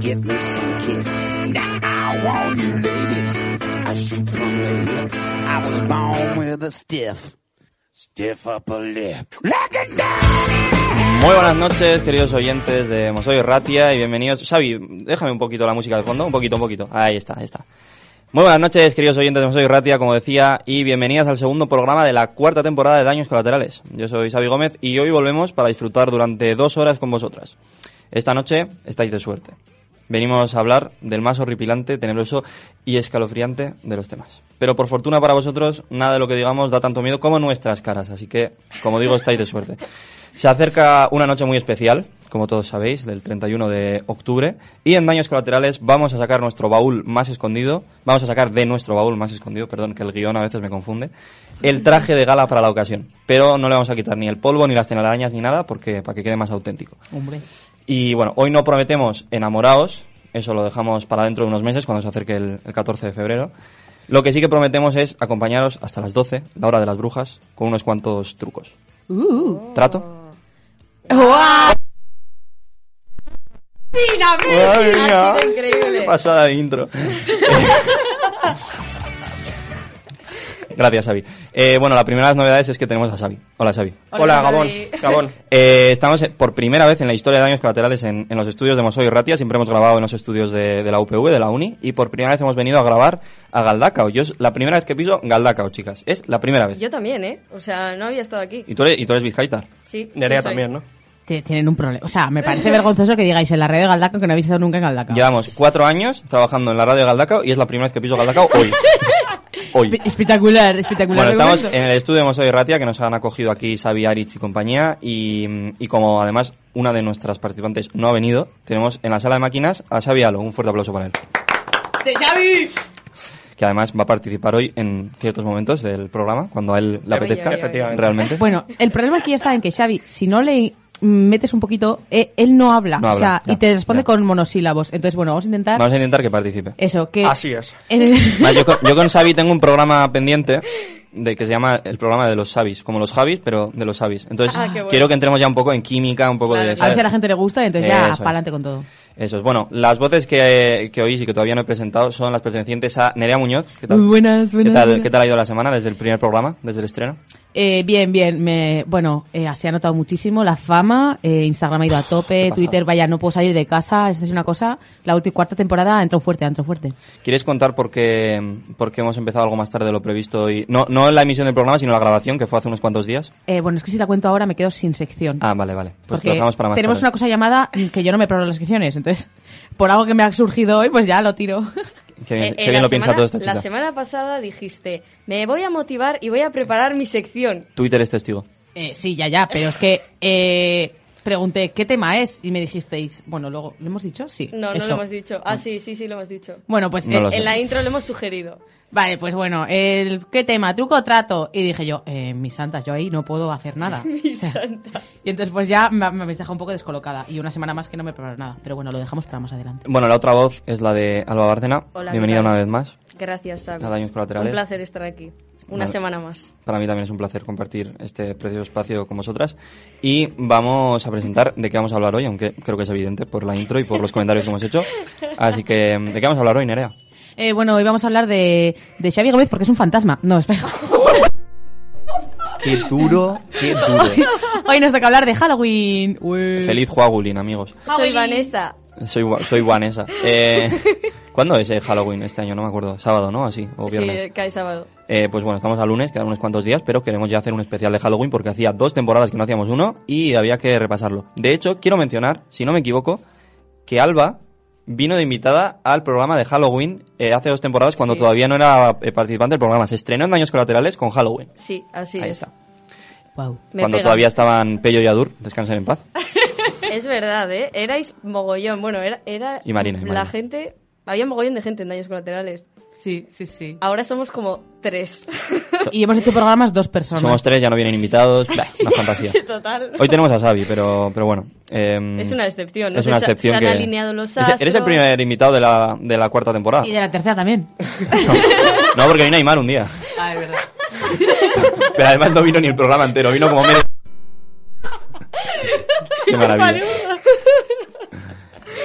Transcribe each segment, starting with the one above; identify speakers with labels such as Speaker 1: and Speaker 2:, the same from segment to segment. Speaker 1: Get me some kicks. Now I want you ladies. I shoot from the hip. I was born with a stiff. Stiff upper lip. Lock it down.
Speaker 2: Muy buenas noches, queridos oyentes de Mosoy Ratia y bienvenidos. Xavi, déjame un poquito la música de fondo, un poquito, un poquito. Ahí está, ahí está. Muy buenas noches, queridos oyentes de Mosoy Ratia, como decía, y bienvenidas al segundo programa de la cuarta temporada de Daños Colaterales. Yo soy Xavi Gómez y hoy volvemos para disfrutar durante dos horas con vosotras. Esta noche estáis de suerte. Venimos a hablar del más horripilante, tenebroso y escalofriante de los temas. Pero por fortuna para vosotros, nada de lo que digamos da tanto miedo como nuestras caras, así que, como digo, estáis de suerte. Se acerca una noche muy especial, como todos sabéis, del 31 de octubre, y en daños colaterales vamos a sacar nuestro baúl más escondido, vamos a sacar de nuestro baúl más escondido, perdón, que el guión a veces me confunde, el traje de gala para la ocasión. Pero no le vamos a quitar ni el polvo, ni las telarañas, ni nada, porque para que quede más auténtico.
Speaker 3: Hombre.
Speaker 2: Y bueno, hoy no prometemos enamoraos, eso lo dejamos para dentro de unos meses, cuando se acerque el, el 14 de febrero. Lo que sí que prometemos es acompañaros hasta las 12, la hora de las brujas, con unos cuantos trucos.
Speaker 3: Uh.
Speaker 2: ¿Trato?
Speaker 3: ¡Guau!
Speaker 2: ¡Madre mía!
Speaker 4: sido increíble.
Speaker 2: ¡Qué pasada de intro! Gracias, Xavi. Eh, bueno, la primera de las novedades es que tenemos a Xavi. Hola, Xavi.
Speaker 4: Hola, Hola, Gabón. Xavi.
Speaker 2: Gabón. Eh, estamos eh, por primera vez en la historia de daños colaterales en, en los estudios de Mosoy y Ratia. Siempre hemos grabado en los estudios de, de la UPV, de la Uni. Y por primera vez hemos venido a grabar a Galdacao. Yo es la primera vez que piso Galdacao, chicas. Es la primera vez.
Speaker 4: Yo también, ¿eh? O sea, no había estado aquí.
Speaker 2: Y tú eres, y tú eres vizcaíta.
Speaker 4: Sí.
Speaker 5: Nerea
Speaker 4: yo soy.
Speaker 5: también, ¿no?
Speaker 3: T- Tienen un problema. O sea, me parece vergonzoso que digáis en la red de Galdaco que no habéis estado nunca en Galdaco.
Speaker 2: Llevamos cuatro años trabajando en la radio de Galdacao y es la primera vez que piso Galdacao hoy. hoy.
Speaker 3: Espe- Espectacular, espectacular.
Speaker 2: Bueno, estamos
Speaker 3: argumento.
Speaker 2: en el estudio de Mosoy y Ratia, que nos han acogido aquí Xavi Aritz y compañía, y, y como además una de nuestras participantes no ha venido, tenemos en la sala de máquinas a Xavi Alo, un fuerte aplauso para él, que además va a participar hoy en ciertos momentos del programa, cuando a él le
Speaker 4: Ay,
Speaker 2: apetezca,
Speaker 4: ay, ay. Efectivamente.
Speaker 2: realmente.
Speaker 3: Bueno, el problema aquí está en que Xavi, si no le metes un poquito, eh, él no habla.
Speaker 2: No
Speaker 3: o sea,
Speaker 2: habla, ya,
Speaker 3: y te responde
Speaker 2: ya.
Speaker 3: con monosílabos. Entonces, bueno, vamos a intentar
Speaker 2: Vamos Ah, a intentar que participe.
Speaker 3: eso,
Speaker 4: Eh,
Speaker 3: que...
Speaker 5: Así es.
Speaker 3: en el-
Speaker 2: Además, yo, con, yo con Xavi tengo un programa pendiente de que se llama el programa de los Xavis, como los Javis, pero de los Xavis. Entonces,
Speaker 4: Ah, qué bueno.
Speaker 2: quiero que entremos ya un poco en química, un poco
Speaker 4: Claro,
Speaker 2: de...
Speaker 3: a ver
Speaker 2: ¿sabes?
Speaker 3: si a la gente le gusta y entonces
Speaker 2: Eso
Speaker 3: ya,
Speaker 2: es.
Speaker 3: pa'lante con todo.
Speaker 2: Eso es. Bueno, las voces que, que oís y que todavía no he presentado son las pertenecientes a Nerea Muñoz. ¿Qué tal?
Speaker 3: Muy buenas, buenas,
Speaker 2: ¿Qué tal,
Speaker 3: buenas.
Speaker 2: ¿Qué tal ha ido la semana desde el primer programa, desde el estreno?
Speaker 3: Eh, bien, bien. Me, bueno, eh, se ha notado muchísimo la fama. eh, Instagram ha ido a tope.
Speaker 2: pasada.
Speaker 3: Twitter, vaya, no puedo salir de casa. Esta es una cosa. La última cuarta temporada entró fuerte, entró fuerte.
Speaker 2: ¿Quieres contar por qué, por qué hemos empezado algo más tarde de lo previsto? Y, no, no la emisión del programa, sino la grabación, que fue hace unos cuantos días.
Speaker 3: Eh, bueno, es que si la cuento ahora me quedo sin sección.
Speaker 2: Ah, vale, vale. Pues lo
Speaker 3: porque
Speaker 2: dejamos para más
Speaker 3: tenemos
Speaker 2: tarde.
Speaker 3: una cosa llamada que yo no me programo las secciones. Entonces, por algo que me ha surgido hoy, pues ya lo tiro.
Speaker 2: Qué bien,
Speaker 4: Eh,
Speaker 2: qué
Speaker 4: eh,
Speaker 2: bien
Speaker 4: la
Speaker 2: lo piensa este
Speaker 4: semana-
Speaker 2: toda esta chica.
Speaker 4: La semana pasada dijiste, me voy a motivar y voy a preparar mi sección.
Speaker 2: Twitter es testigo.
Speaker 3: Eh, sí, ya, ya. Pero es que eh, pregunté, ¿qué tema es? Y me dijisteis, bueno, luego, ¿lo hemos dicho? Sí.
Speaker 4: No, no
Speaker 3: eso.
Speaker 4: lo hemos dicho. Ah, sí, sí, sí, lo hemos dicho.
Speaker 3: Bueno, pues
Speaker 2: No
Speaker 3: eh,
Speaker 2: lo sé.
Speaker 4: En la intro lo hemos sugerido.
Speaker 3: Vale, pues bueno, el, ¿qué tema? ¿Truco o trato? Y dije yo, eh, mis santas, yo ahí no puedo hacer nada.
Speaker 4: Mis santas.
Speaker 3: Y entonces pues ya me, me habéis dejado un poco descolocada. Y una semana más que no me preparo nada. Pero bueno, lo dejamos para más adelante.
Speaker 2: Bueno, la otra voz es la de Alba Bárcena.
Speaker 4: Hola,
Speaker 2: Bienvenida
Speaker 4: ¿qué tal?
Speaker 2: una vez más.
Speaker 4: Gracias, Sam.
Speaker 2: A daños colaterales.
Speaker 4: Un placer estar aquí. Una
Speaker 2: Vale.
Speaker 4: semana más.
Speaker 2: Para mí también es un placer compartir este precioso espacio con vosotras. Y vamos a presentar de qué vamos a hablar hoy, aunque creo que es evidente por la intro y por los comentarios que hemos hecho. Así que, ¿de qué vamos a hablar hoy, Nerea?
Speaker 3: Eh, bueno, hoy vamos a hablar de, de Xavi Gómez porque es un fantasma. No, espera.
Speaker 2: ¡Qué duro! ¡Qué duro!
Speaker 3: Hoy nos toca hablar de Halloween. Ué.
Speaker 2: Feliz Juagulín, amigos.
Speaker 4: Soy Vanessa.
Speaker 2: Soy, gua- soy guanesa. Eh, ¿Cuándo es el Halloween este año? No me acuerdo. Sábado, ¿no? Así, o viernes.
Speaker 4: Sí, cae sábado.
Speaker 2: Eh, pues bueno, estamos a lunes, quedan unos cuantos días, pero queremos ya hacer un especial de Halloween porque hacía dos temporadas que no hacíamos uno y había que repasarlo. De hecho, quiero mencionar, si no me equivoco, que Alba vino de invitada al programa de Halloween eh, hace dos temporadas cuando
Speaker 4: Sí.
Speaker 2: todavía no era eh, participante del programa. Se estrenó en Daños Colaterales con Halloween.
Speaker 4: Sí, así
Speaker 2: Ahí
Speaker 4: es.
Speaker 2: está.
Speaker 3: Guau.
Speaker 4: Me
Speaker 2: cuando
Speaker 4: pega. Ah,
Speaker 2: todavía estaban Pello y Adur, descansen en paz.
Speaker 4: Es verdad, ¿eh? Erais mogollón. Bueno, era... era
Speaker 2: Y Marina, y
Speaker 4: La
Speaker 2: Marina.
Speaker 4: gente... Había mogollón de gente en daños colaterales.
Speaker 3: Sí, sí, sí.
Speaker 4: Ahora somos como tres.
Speaker 3: Y hemos hecho programas dos personas.
Speaker 2: Somos tres, ya no vienen invitados. Bah, una fantasía.
Speaker 4: Total.
Speaker 2: Hoy tenemos a Xavi, pero, pero bueno. em,
Speaker 4: Es una excepción, ¿no?
Speaker 2: Es una
Speaker 4: Se- se
Speaker 2: excepción
Speaker 4: han
Speaker 2: que-
Speaker 4: alineado los
Speaker 2: Ese- Eres el
Speaker 4: astros.
Speaker 2: primer invitado de la, de la cuarta temporada.
Speaker 3: Y de la tercera también.
Speaker 2: No, porque vino Aymar un día.
Speaker 3: ah, es verdad.
Speaker 2: Pero además no vino ni el programa entero, vino como medio. Qué maravilla.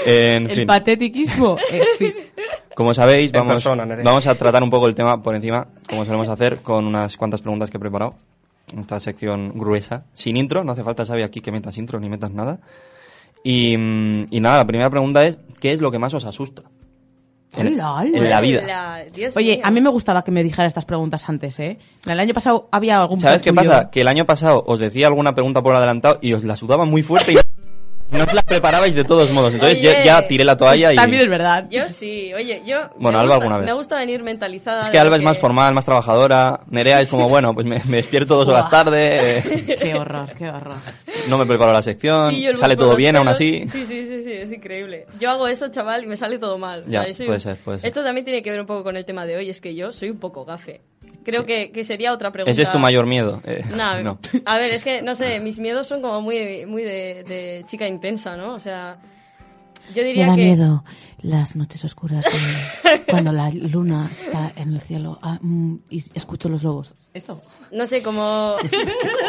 Speaker 2: En
Speaker 3: El
Speaker 2: fin,
Speaker 3: patetiquismo. eh, sí.
Speaker 2: como sabéis,
Speaker 5: En
Speaker 2: vamos,
Speaker 5: persona, Nerea.
Speaker 2: vamos a tratar un poco el tema por encima, como solemos hacer, con unas cuantas preguntas que he preparado. Esta sección gruesa, sin intro, no hace falta, sabe aquí que metas intro ni metas nada. Y, mm, y nada, la primera pregunta es, ¿qué es lo que más os asusta? En,
Speaker 3: Hola, hola.
Speaker 4: eh!
Speaker 2: en la vida.
Speaker 4: La- Dios
Speaker 3: Oye,
Speaker 4: mío.
Speaker 3: a mí me gustaba que me dijera estas preguntas antes, ¿eh? El año pasado había algún
Speaker 2: ¿Sabes qué
Speaker 3: patrullo.
Speaker 2: pasa? Que el año pasado os decía alguna pregunta por adelantado y os la sudaba muy fuerte y no os la preparabais de todos modos. Entonces ya,
Speaker 4: Oye.
Speaker 2: ya tiré la toalla y...
Speaker 3: También es verdad.
Speaker 4: Yo sí, oye, yo...
Speaker 2: Bueno, Alba
Speaker 4: me gusta-
Speaker 2: alguna vez.
Speaker 4: Me gusta venir mentalizada.
Speaker 2: Es
Speaker 4: de
Speaker 2: que
Speaker 4: lo
Speaker 2: Alba es más formal, más trabajadora. Nerea es como, bueno, pues me, me despierto dos horas
Speaker 3: Buah.
Speaker 2: tarde, eh,
Speaker 3: Qué horror, qué horror.
Speaker 2: no me preparo la sección,
Speaker 4: Sí, yo el
Speaker 2: sale
Speaker 4: voy por
Speaker 2: todo
Speaker 4: los
Speaker 2: bien aún
Speaker 4: pelos.
Speaker 2: así.
Speaker 4: Sí, sí, sí, sí, es increíble. Yo hago eso, chaval, y me sale todo mal.
Speaker 2: Ya,
Speaker 4: yo soy
Speaker 2: puede
Speaker 4: un-
Speaker 2: ser, puede ser.
Speaker 4: Esto también tiene que ver un poco con el tema de hoy, es que yo soy un poco gafe. Creo que, que sería otra pregunta.
Speaker 2: Ese es tu mayor miedo. eh,
Speaker 4: Nah,
Speaker 2: no.
Speaker 4: A ver, es que, no sé, mis miedos son como muy, muy de, de chica intensa, ¿no? O sea, yo diría que...
Speaker 3: las noches oscuras cuando la luna está en el cielo Ah, mm, y escucho los lobos. ¿Esto?
Speaker 4: No sé, como...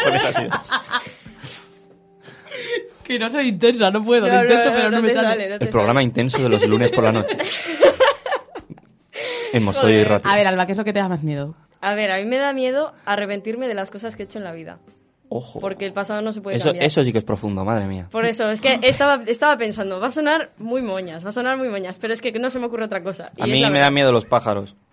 Speaker 2: Con esas ideas.
Speaker 3: Que no soy intensa, no puedo.
Speaker 4: No,
Speaker 3: lo
Speaker 4: no,
Speaker 3: intento,
Speaker 4: no,
Speaker 3: pero no,
Speaker 4: no
Speaker 3: me
Speaker 4: te
Speaker 3: sale.
Speaker 4: sale, no te
Speaker 2: El programa
Speaker 4: sale.
Speaker 2: intenso de los lunes por la noche. En Mostoyo y
Speaker 4: Joder.
Speaker 2: Ratio.
Speaker 3: A ver, Alba, ¿qué es lo que te da más miedo?
Speaker 4: A ver, a mí me da miedo arrepentirme de las cosas que he hecho en la vida.
Speaker 2: Ojo.
Speaker 4: Porque el pasado no se puede
Speaker 2: Eso,
Speaker 4: cambiar.
Speaker 2: eso sí que es profundo, madre mía.
Speaker 4: Por eso, es que estaba, estaba pensando, va a sonar muy moñas, va a sonar muy moñas, pero es que no se me ocurre otra cosa. Y
Speaker 2: A
Speaker 4: es
Speaker 2: mí
Speaker 4: la
Speaker 2: me dan
Speaker 4: verdad.
Speaker 2: miedo los pájaros.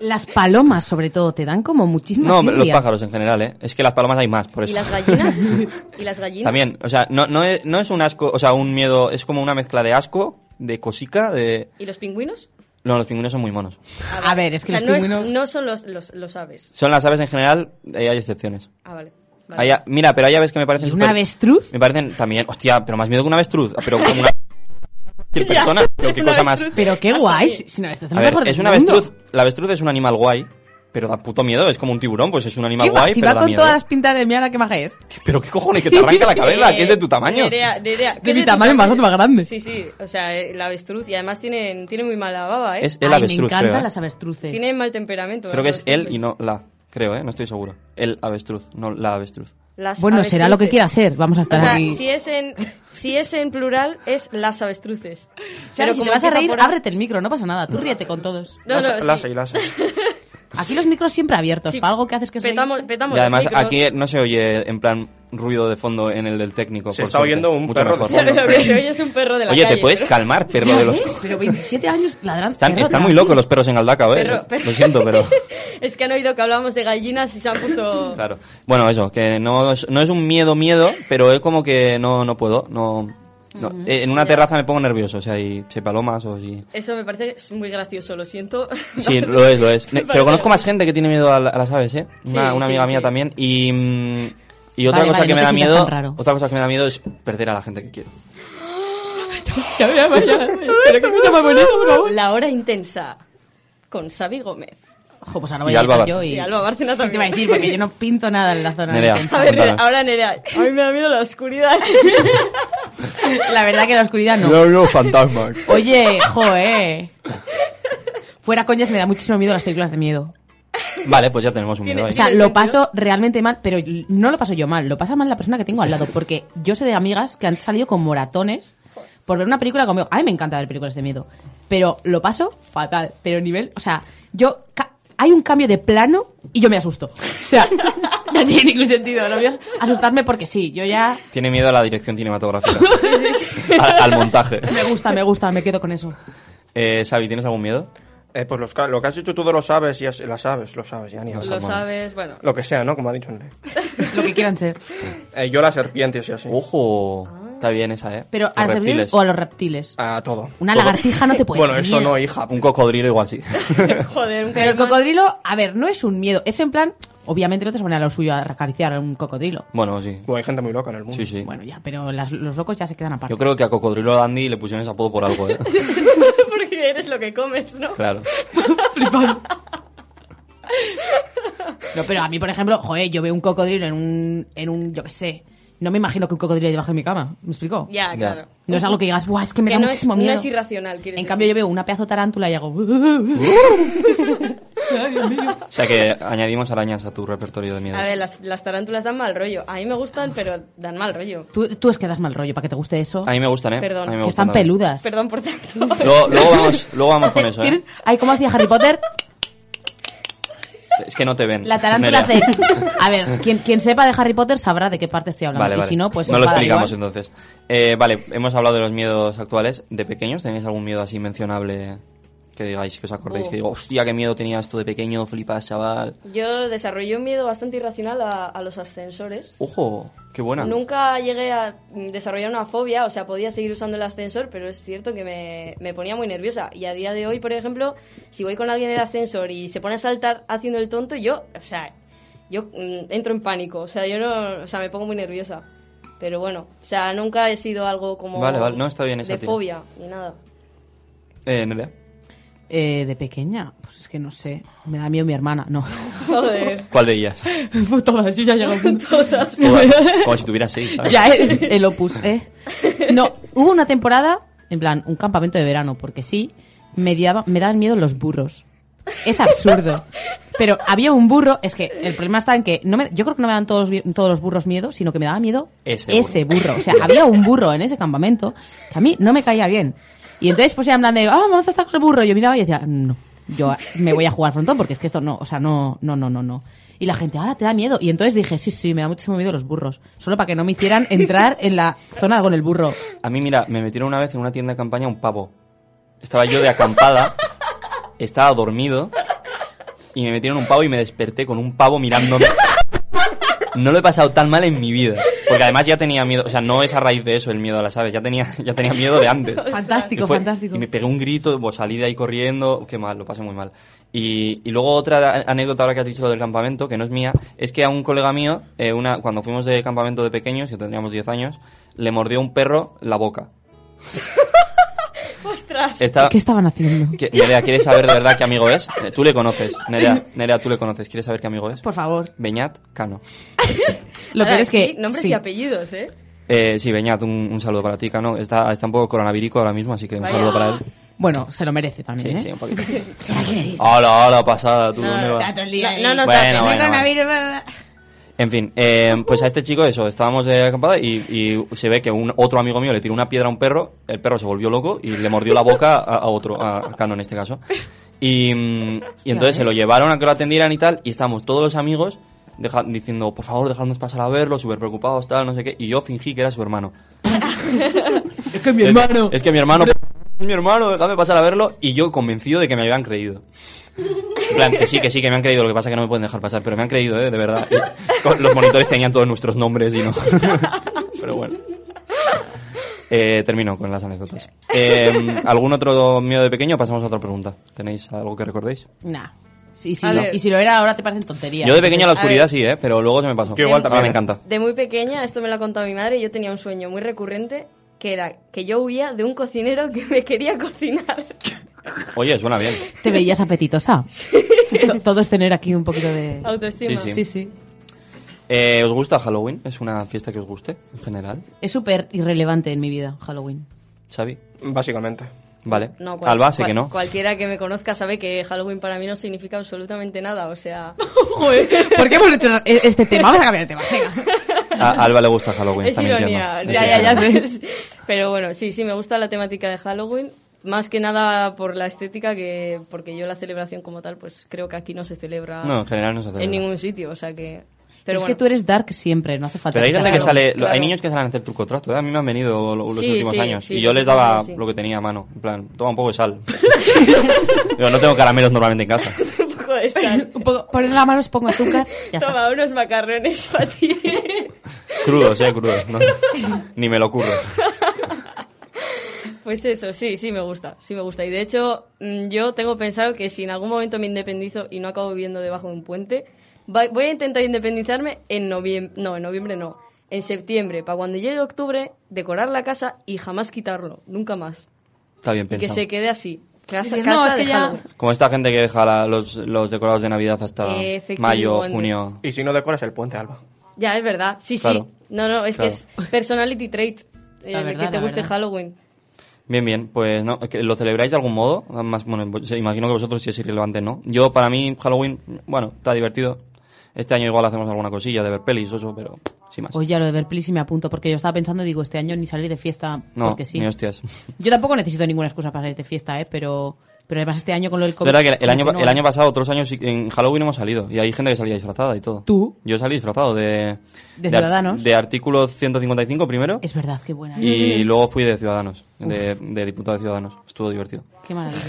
Speaker 3: Las palomas, sobre todo, te dan como muchísima
Speaker 2: No,
Speaker 3: filia.
Speaker 2: los pájaros en general, ¿eh? Es que las palomas hay más, por eso.
Speaker 4: ¿Y las gallinas? ¿Y las gallinas?
Speaker 2: También, o sea, no, no, es, no es un asco, o sea, un miedo, es como una mezcla de asco, de cosica, de...
Speaker 4: ¿Y los pingüinos?
Speaker 2: No, los pingüinos son muy monos.
Speaker 3: A ver, es que
Speaker 4: o sea,
Speaker 3: los
Speaker 4: no, es-
Speaker 3: pingüinos...
Speaker 4: no son los, los, los aves.
Speaker 2: Son las aves en general, eh, hay excepciones.
Speaker 4: Ah, vale. vale.
Speaker 2: Hay a- mira, pero hay aves que me parecen...
Speaker 3: ¿Y una
Speaker 2: súper-
Speaker 3: avestruz?
Speaker 2: Me parecen también, hostia, pero más miedo que una avestruz, pero como una... ¿Qué persona? Pero qué cosa más...
Speaker 3: Pero qué guay. Si una avestruz
Speaker 2: A
Speaker 3: no
Speaker 2: ver,
Speaker 3: por
Speaker 2: es
Speaker 3: el
Speaker 2: una
Speaker 3: mundo.
Speaker 2: avestruz, la avestruz es un animal guay, pero da puto miedo, es como un tiburón, pues es un animal
Speaker 3: ¿Qué va?
Speaker 2: guay,
Speaker 3: Si
Speaker 2: pero
Speaker 3: va
Speaker 2: da
Speaker 3: con
Speaker 2: miedo.
Speaker 3: todas las pintas de mierda que maja es.
Speaker 2: Pero qué cojones, que te arranca la cabeza, que es de tu tamaño.
Speaker 4: Nerea, Nerea, ¿qué
Speaker 3: De mi
Speaker 4: tu
Speaker 3: tamaño, más alto, más grande.
Speaker 4: Sí, sí, o sea, eh, la avestruz, y además tienen, tienen muy mala baba, ¿eh?
Speaker 2: Es el
Speaker 3: Ay, me
Speaker 2: avestruz,
Speaker 3: encantan
Speaker 2: creo. ¿eh?
Speaker 3: las avestruces.
Speaker 4: Tienen mal temperamento.
Speaker 2: Creo que
Speaker 4: las
Speaker 2: es él
Speaker 4: avestruces.
Speaker 2: y no la. Creo, ¿eh? No estoy seguro. El avestruz, no la avestruz.
Speaker 4: Las
Speaker 3: Bueno, será lo que
Speaker 4: avestruces.
Speaker 3: quiera ser. Vamos a
Speaker 4: O
Speaker 3: estar
Speaker 4: sea,
Speaker 3: aquí.
Speaker 4: si es, en, si es en plural, es las avestruces.
Speaker 3: Pero si te
Speaker 4: como
Speaker 3: vas a
Speaker 4: empieza
Speaker 3: reír,
Speaker 4: por A-
Speaker 3: ábrete el micro, no pasa nada. Tú ríete con todos.
Speaker 4: No,
Speaker 5: Las-
Speaker 4: no,
Speaker 5: las-
Speaker 4: sí.
Speaker 5: y las-
Speaker 3: Aquí los micros siempre abiertos.
Speaker 4: Sí.
Speaker 3: Para algo que haces que es
Speaker 4: Petamos,
Speaker 3: reírte.
Speaker 4: petamos
Speaker 2: Y además
Speaker 4: los micros.
Speaker 2: aquí no se oye en plan ruido de fondo en el del técnico.
Speaker 5: Se
Speaker 2: por
Speaker 5: está
Speaker 2: suerte.
Speaker 5: oyendo un
Speaker 2: Mucho
Speaker 5: perro de
Speaker 2: mejor.
Speaker 5: fondo.
Speaker 4: Lo que se oye es un perro de la
Speaker 2: Oye,
Speaker 4: calle.
Speaker 2: ¿te puedes calmar, perro
Speaker 3: Ya
Speaker 2: de los...
Speaker 3: ves, Pero 27 años ladrando.
Speaker 2: Están,
Speaker 3: perro
Speaker 2: están
Speaker 3: de
Speaker 2: muy
Speaker 3: la-
Speaker 2: locos los perros en Galdacao, ¿eh?
Speaker 4: Perro, perro.
Speaker 2: Lo siento, pero...
Speaker 4: Es que han oído que hablábamos de gallinas y se han puesto...
Speaker 2: Claro. Bueno, eso, que no es, no es un miedo, miedo, pero es como que no, no puedo, no... no. Eh, en una terraza me pongo nervioso, o sea, hay, si hay palomas o si...
Speaker 4: Eso me parece muy gracioso, lo siento.
Speaker 2: Sí, lo es, lo es. Ne-
Speaker 4: parece-
Speaker 2: Pero conozco más gente que tiene miedo a, la- a las aves, ¿eh? Una,
Speaker 4: Sí,
Speaker 2: una
Speaker 4: sí,
Speaker 2: amiga mía
Speaker 4: sí.
Speaker 2: también. Y, mm, y otra
Speaker 3: Vale,
Speaker 2: cosa
Speaker 3: vale,
Speaker 2: que
Speaker 3: no
Speaker 2: me
Speaker 3: te
Speaker 2: da
Speaker 3: sientas
Speaker 2: miedo,
Speaker 3: tan raro.
Speaker 2: otra cosa que me da miedo es perder a la gente que quiero.
Speaker 3: Ya, ya, ya, ya. Pero que me llama por eso, por favor.
Speaker 4: La hora intensa con Xavi Gómez.
Speaker 3: Ojo, pues ahora
Speaker 2: Y
Speaker 3: voy a
Speaker 2: Alba
Speaker 3: llegar
Speaker 2: Bárcena.
Speaker 3: yo y...
Speaker 4: Y Alba Bárcena
Speaker 3: Sí, te iba a
Speaker 4: también.
Speaker 3: decir, porque yo no pinto nada en la zona
Speaker 2: Nerea.
Speaker 3: de
Speaker 4: A
Speaker 3: defensa.
Speaker 4: ver, Nerea,
Speaker 2: Cuéntanos.
Speaker 4: ahora Nerea. A mí me da miedo la oscuridad.
Speaker 3: La verdad que la oscuridad no.
Speaker 2: no, fantasma.
Speaker 3: Oye, joe. Fuera coñas, me da muchísimo miedo las películas de miedo.
Speaker 2: Vale, pues ya tenemos un miedo
Speaker 4: Tiene-
Speaker 2: ahí.
Speaker 3: O sea,
Speaker 4: ¿Tiene
Speaker 3: lo
Speaker 4: sentido?
Speaker 3: paso realmente mal, pero no lo paso yo mal, lo pasa mal la persona que tengo al lado, porque yo sé de amigas que han salido con moratones por ver una película conmigo. A mí me encanta ver películas de miedo, pero lo paso fatal, pero nivel, o sea, yo ca- hay un cambio de plano y yo me asusto. O sea, no tiene ningún sentido, no voy a asustarme porque sí, yo ya
Speaker 2: Tiene miedo a la dirección cinematográfica. A- al montaje.
Speaker 3: me gusta, me gusta, me quedo con eso.
Speaker 2: Eh, Xavi, ¿tienes algún miedo?
Speaker 5: Eh, pues los, ca- lo que has dicho tú lo sabes, ya, las sabes, lo sabes, ya ni lo
Speaker 4: lo
Speaker 5: sabes.
Speaker 4: sabes, bueno.
Speaker 5: Lo que sea, ¿no? Como ha dicho André.
Speaker 3: Lo que quieran ser.
Speaker 5: Eh, yo las serpientes y así.
Speaker 2: Oh. Ojo. Está bien esa, ¿eh?
Speaker 3: Pero
Speaker 2: Los
Speaker 3: a los reptiles
Speaker 2: reptiles.
Speaker 3: o a los reptiles.
Speaker 5: A todo.
Speaker 3: Una lagartija no te puede
Speaker 5: bueno,
Speaker 3: dar
Speaker 5: eso
Speaker 3: miedo.
Speaker 5: no, hija.
Speaker 2: Un cocodrilo igual sí.
Speaker 4: Joder, un
Speaker 3: Pero el
Speaker 4: caimán.
Speaker 3: cocodrilo, a ver, no es un miedo. Es en plan, obviamente no te van a lo suyo a acariciar a un cocodrilo.
Speaker 2: bueno, sí.
Speaker 5: Bueno, hay gente muy loca en el mundo.
Speaker 2: Sí, sí.
Speaker 3: Bueno, ya, pero las- los locos ya se quedan aparte.
Speaker 2: Yo creo que a cocodrilo Dandy le pusieron ese apodo por algo, ¿eh?
Speaker 4: Porque eres lo que comes, ¿no?
Speaker 2: Claro.
Speaker 3: No, pero a mí, por ejemplo, joder, yo veo un cocodrilo en un, en un yo qué sé. No me imagino que un cocodrilo hay debajo de mi cama. ¿Me explico?
Speaker 4: Ya,
Speaker 2: Ya.
Speaker 4: claro.
Speaker 3: No es algo que digas, guau, es que me da
Speaker 4: no es,
Speaker 3: muchísimo miedo.
Speaker 4: no es irracional, quieres
Speaker 3: en
Speaker 4: decir.
Speaker 3: "Uh". cambio, yo veo una pedazo de tarántula y hago...
Speaker 2: O sea que añadimos arañas a tu repertorio de miedos.
Speaker 4: A ver, las, las tarántulas dan mal rollo. A mí me gustan, pero dan mal rollo.
Speaker 3: Tú, tú es que das mal rollo para que te guste eso.
Speaker 2: A mí me gustan, ¿eh?
Speaker 4: Perdón.
Speaker 2: A mí me
Speaker 3: que
Speaker 2: gustan
Speaker 3: están
Speaker 2: también.
Speaker 3: peludas.
Speaker 4: Perdón por tanto.
Speaker 2: Luego, luego vamos, luego vamos con eso, ¿eh?
Speaker 3: Tienen- Ay, como hacía Harry Potter,
Speaker 2: Es que no te ven.
Speaker 3: la tarántula hace.
Speaker 2: Nerea.
Speaker 3: A ver, quien, quien sepa de Harry Potter sabrá de qué parte estoy hablando.
Speaker 2: Vale,
Speaker 3: y
Speaker 2: vale.
Speaker 3: si no, pues.
Speaker 2: lo
Speaker 3: va a dar
Speaker 2: explicamos
Speaker 3: igual.
Speaker 2: entonces. Eh, vale, hemos hablado de los miedos actuales. ¿De pequeños tenéis algún miedo así mencionable que digáis, que os acordéis?
Speaker 4: Oh.
Speaker 2: Que digo, hostia, qué miedo tenías tú de pequeño, flipas, chaval.
Speaker 4: Yo desarrollé un miedo bastante irracional a, a los ascensores.
Speaker 2: Ojo, qué buena.
Speaker 4: Nunca llegué a mm, desarrollar una fobia, o sea, podía seguir usando el ascensor, pero es cierto que me, me ponía muy nerviosa. Y a día de hoy, por ejemplo, si voy con alguien en el ascensor y se pone a saltar haciendo el tonto, yo, o sea, yo mm, entro en pánico, o sea, yo no, o sea, me pongo muy nerviosa. Pero bueno, o sea, nunca he sido algo como
Speaker 2: Vale, vale, no, está bien esa
Speaker 4: de
Speaker 2: tira.
Speaker 4: fobia ni nada.
Speaker 2: Eh, Nerea,
Speaker 3: Eh, de pequeña, pues es que no sé. Me da miedo mi hermana, no.
Speaker 4: Joder.
Speaker 2: ¿cuál de ellas?
Speaker 3: Pues todas, yo ya llego al punto.
Speaker 2: Todas. Como si tuvieras seis, ¿sabes?
Speaker 3: Ya, eh, el opus, ¿eh? No, hubo una temporada, en plan, un campamento de verano, porque sí, me, diaba- me daban miedo los burros. Es absurdo. Pero había un burro, es que el problema está en que no me, yo creo que no me dan todos, bi- todos los burros miedo, sino que me daba miedo
Speaker 2: Ese burro.
Speaker 3: burro. O sea, había un burro en ese campamento que a mí no me caía bien. Y entonces, pues ya en plan de, "Ah, vamos a estar con el burro. Yo miraba y decía, no, yo me voy a jugar frontón porque es que esto no, o sea, no, no, no, no, no. Y la gente, ahora te da miedo. Y entonces dije, sí, sí, me da muchísimo miedo los burros. Solo para que no me hicieran entrar en la zona con el burro.
Speaker 2: A mí, mira, me metieron una vez en una tienda de campaña un pavo. Estaba yo de acampada, estaba dormido, y me metieron un pavo y me desperté con un pavo mirándome. No lo he pasado tan mal en mi vida. Porque además ya tenía miedo, o sea, no es a raíz de eso el miedo a las aves, ya tenía, ya tenía miedo de antes.
Speaker 3: Fantástico,
Speaker 2: Y fue-
Speaker 3: fantástico.
Speaker 2: Y me pegué un grito, pues, salí de ahí corriendo, qué mal, lo pasé muy mal. Y, y luego otra a- anécdota ahora que has dicho lo del campamento, que no es mía, es que a un colega mío, eh, una, cuando fuimos de campamento de pequeños, que tendríamos 10 años, le mordió un perro la boca.
Speaker 4: Ostras.
Speaker 2: Estaba,
Speaker 3: ¿Qué estaban haciendo?
Speaker 2: que- Nerea, ¿quieres saber de verdad qué amigo es? Eh, tú le conoces, Nerea, Nerea, tú le conoces, ¿quieres saber qué amigo es?
Speaker 3: Por favor.
Speaker 2: Beñat Cano.
Speaker 3: Lo
Speaker 4: Ahora
Speaker 3: peor es
Speaker 4: aquí,
Speaker 3: que.
Speaker 4: Nombres
Speaker 3: sí.
Speaker 4: y apellidos, ¿eh?
Speaker 2: Eh, sí, Beñat, un, un saludo para ti, Cano. Está, está un poco coronavirico ahora mismo, así que un
Speaker 4: Vaya.
Speaker 2: saludo para él.
Speaker 3: Bueno, se lo merece también,
Speaker 2: Sí,
Speaker 3: ¿eh?
Speaker 2: sí, un poquito. Hola, hola, pasada, tú, ¿dónde vas?
Speaker 4: No, no nos
Speaker 2: Bueno,
Speaker 4: hacen.
Speaker 2: bueno, bueno. En fin, eh, pues a este chico eso, estábamos de acampada y, y se ve que un otro amigo mío le tiró una piedra a un perro, el perro se volvió loco y le mordió la boca a, a otro, a, a Cano en este caso. Y, mm, y entonces se lo llevaron a que lo atendieran y tal, y estábamos todos los amigos deja- diciendo, por favor, dejadnos pasar a verlo, súper preocupados, tal, no sé qué, y yo fingí que era su hermano.
Speaker 3: Es que mi
Speaker 2: Es-
Speaker 3: hermano.
Speaker 2: Es, que mi hermano. Es mi hermano, déjame pasar a verlo. Y yo convencido de que me habían creído. En plan, que sí, que sí, que me han creído. Lo que pasa es que no me pueden dejar pasar, pero me han creído, ¿eh? De verdad. Y con- los monitores tenían todos nuestros nombres y no. pero bueno. Eh, termino con las anécdotas. Eh, ¿Algún otro miedo de pequeño? Pasamos a otra pregunta. ¿Tenéis algo que recordéis?
Speaker 3: Nah. Sí, sí,
Speaker 4: A
Speaker 3: no.
Speaker 4: ver.
Speaker 3: Y si lo era ahora te parecen tonterías.
Speaker 2: Yo de pequeño a la
Speaker 4: A ver.
Speaker 2: oscuridad sí, ¿eh? Pero luego se me pasó.
Speaker 5: Que igual
Speaker 2: Ahora
Speaker 5: también. eh.
Speaker 2: me encanta.
Speaker 4: De muy pequeña, esto me lo ha contado mi madre, yo tenía un sueño muy recurrente que era que yo huía de un cocinero que me quería cocinar.
Speaker 2: Oye, suena bien.
Speaker 3: ¿Te veías apetitosa? To- Todo es tener aquí un poquito de...
Speaker 4: Autoestima.
Speaker 2: Sí,
Speaker 3: Sí, sí.
Speaker 2: Eh, ¿Os gusta Halloween? ¿Es una fiesta que os guste en general?
Speaker 3: Es súper irrelevante en mi vida, Halloween.
Speaker 2: Xavi.
Speaker 5: Básicamente.
Speaker 2: Vale.
Speaker 4: No, cual-
Speaker 2: Al base
Speaker 4: cual-
Speaker 2: que no.
Speaker 4: Cualquiera que me conozca sabe que Halloween para mí no significa absolutamente nada, o sea,
Speaker 3: ¿Por qué hemos hecho e- este tema? Vamos a cambiar el tema, venga.
Speaker 2: A Alba le gusta Halloween,
Speaker 4: es
Speaker 2: está
Speaker 4: ironía.
Speaker 2: mintiendo.
Speaker 4: Ya,
Speaker 2: Es
Speaker 4: ya, ya
Speaker 2: ironía.
Speaker 4: sé. Pero bueno, sí, sí, me gusta la temática de Halloween, más que nada por la estética que porque yo la celebración como tal, pues creo que aquí no se celebra
Speaker 2: No, en general no se hace.
Speaker 4: en ningún sitio, o sea que pero
Speaker 3: es
Speaker 4: bueno.
Speaker 3: que tú eres dark siempre, no hace falta.
Speaker 2: Pero hay gente que
Speaker 4: Claro,
Speaker 2: sale, lo- hay
Speaker 4: claro.
Speaker 2: niños que salen a hacer truco trato, ¿eh? a mí me han venido lo- los
Speaker 4: Sí,
Speaker 2: últimos
Speaker 4: sí,
Speaker 2: años
Speaker 4: sí,
Speaker 2: y yo
Speaker 4: sí,
Speaker 2: les
Speaker 4: sí,
Speaker 2: daba
Speaker 4: sí.
Speaker 2: lo que tenía a mano, en plan, toma un poco de sal. yo no tengo caramelos normalmente en casa.
Speaker 4: un poco de sal.
Speaker 3: Un poco, poner la mano, os pongo azúcar, ya está.
Speaker 4: Toma unos macarrones para ti.
Speaker 2: Crudos, eh, crudos, no- ni me lo ocurro.
Speaker 4: Pues eso, sí, sí me gusta, sí me gusta. Y de hecho, mm, yo tengo pensado que si en algún momento me independizo y no acabo viviendo debajo de un puente, va- voy a intentar independizarme en noviembre, no, en noviembre no, en septiembre, para cuando llegue octubre, decorar la casa y jamás quitarlo, nunca más.
Speaker 2: Está bien
Speaker 4: Y que
Speaker 2: pensado.
Speaker 4: se quede así. Casa,
Speaker 3: Decir,
Speaker 4: casa
Speaker 3: no, es que
Speaker 4: de
Speaker 3: ya-
Speaker 4: Halloween.
Speaker 2: Como esta gente que deja la- los, los decorados de Navidad hasta
Speaker 4: Efectivamente.
Speaker 2: mayo, junio.
Speaker 5: Y si no decoras el puente, Alba.
Speaker 4: Ya, es verdad, sí,
Speaker 2: Claro.
Speaker 4: sí. No, no, es
Speaker 2: Claro.
Speaker 4: que es personality trait, eh,
Speaker 3: La verdad,
Speaker 4: que te
Speaker 3: la
Speaker 4: guste
Speaker 3: verdad.
Speaker 4: Halloween.
Speaker 2: Bien, bien, pues no, es que ¿lo celebráis de algún modo? Más, bueno, pues, imagino que vosotros si es irrelevante, ¿no? Yo, para mí, Halloween, bueno, está divertido. Este año igual hacemos alguna cosilla de ver pelis, eso, pero pff, sin más.
Speaker 3: Oye, a lo de ver pelis sí me apunto, porque yo estaba pensando, digo, este año ni salir de fiesta,
Speaker 2: no,
Speaker 3: porque sí.
Speaker 2: ni hostias.
Speaker 3: Yo tampoco necesito ninguna excusa para salir de fiesta, ¿eh? Pero, pero además este año con lo del
Speaker 2: Es
Speaker 3: COVID...
Speaker 2: verdad que el- el año,
Speaker 3: como que no.
Speaker 2: el año pasado, otros años, sí- en Halloween hemos salido. Y hay gente que salía disfrazada y todo.
Speaker 3: ¿Tú?
Speaker 2: Yo salí disfrazado de...
Speaker 3: De
Speaker 2: ar-
Speaker 3: Ciudadanos.
Speaker 2: De artículo 155 primero.
Speaker 3: Es verdad, qué buena.
Speaker 2: Y luego fui de Ciudadanos, de, de diputado de Ciudadanos. Estuvo divertido.
Speaker 3: Qué maravilla.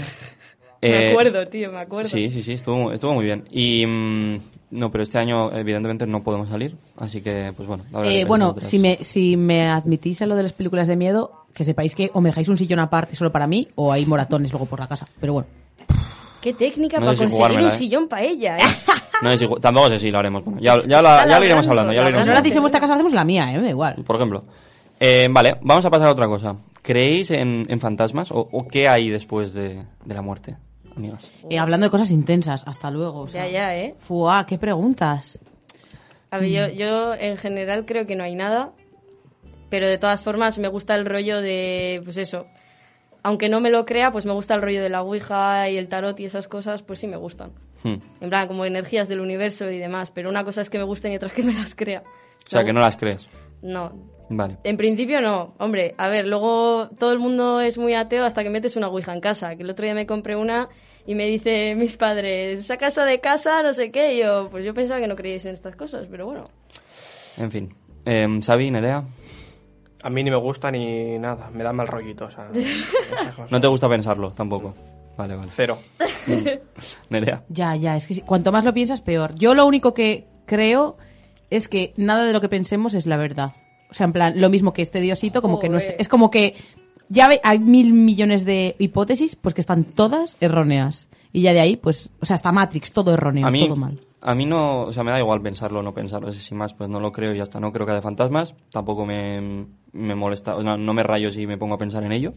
Speaker 4: Me
Speaker 2: Eh,
Speaker 4: acuerdo, tío, me acuerdo.
Speaker 2: Sí, sí, sí, estuvo, estuvo muy bien. Y mm, no, pero este año evidentemente no podemos salir, así que pues bueno. habrá que
Speaker 3: Eh,
Speaker 2: pensar
Speaker 3: bueno,
Speaker 2: otras.
Speaker 3: si me, si me admitís a lo de las películas de miedo, que sepáis que o me dejáis un sillón aparte solo para mí, o hay moratones luego por la casa. Pero bueno,
Speaker 4: Qué técnica
Speaker 2: No sé
Speaker 4: para
Speaker 2: si
Speaker 4: conseguir
Speaker 2: jugármela,
Speaker 4: un
Speaker 2: ¿eh?
Speaker 4: sillón para ella, ¿eh?
Speaker 2: No, es igual- tampoco sé si lo haremos. Bueno, ya, ya, la- ya lo iremos hablando. Ya lo
Speaker 4: Pero
Speaker 3: si
Speaker 2: iremos
Speaker 3: no lo hacéis en
Speaker 4: no.
Speaker 2: hablando.
Speaker 3: vuestra casa, lo hacemos en la mía, ¿eh? Me da igual.
Speaker 2: Por ejemplo. Eh, vale, vamos a pasar a otra cosa. ¿Creéis en, en fantasmas o, o qué hay después de, de la muerte, amigas?
Speaker 3: Eh, hablando de cosas intensas, hasta luego. o sea.
Speaker 4: Ya, ya, ¿eh?
Speaker 3: Fuá, qué preguntas.
Speaker 4: A ver,
Speaker 2: Mm.
Speaker 4: yo, yo en general creo que no hay nada, pero de todas formas me gusta el rollo de, pues eso, aunque no me lo crea, pues me gusta el rollo de la Ouija y el tarot y esas cosas, pues sí me gustan.
Speaker 2: Hmm.
Speaker 4: En plan, como energías del universo y demás, pero una cosa es que me gusten y otra es que me las crea.
Speaker 2: O sea, que no las crees.
Speaker 4: No,
Speaker 2: Vale.
Speaker 4: en principio no, hombre, a ver, luego todo el mundo es muy ateo hasta que metes una ouija en casa, que el otro día me compré una y me dice mis padres, saca eso de casa, no sé qué, y yo, pues yo pensaba que no creíais en estas cosas, pero bueno.
Speaker 2: En fin. Eh, Xavi, Nerea,
Speaker 5: A mí ni me gusta ni nada, me da mal rollito, o sea. no sé, José.
Speaker 2: no te gusta pensarlo tampoco. Vale, vale.
Speaker 5: Cero.
Speaker 2: Nerea.
Speaker 3: Ya, ya, es que sí, cuanto más lo piensas, peor. Yo lo único que creo es que nada de lo que pensemos es la verdad. O sea, en plan, lo mismo que este diosito, como que no es...
Speaker 4: Joder.
Speaker 3: Es como que ya ve- hay mil millones de hipótesis, pues que están todas erróneas. Y ya de ahí, pues, o sea, hasta Matrix, todo erróneo,
Speaker 2: a mí,
Speaker 3: todo mal.
Speaker 2: A mí no, o sea, me da igual pensarlo o no pensarlo, si sin más, pues no lo creo y hasta no creo que haya fantasmas, tampoco me, me molesta, o sea, no me rayo si me pongo a pensar en ello.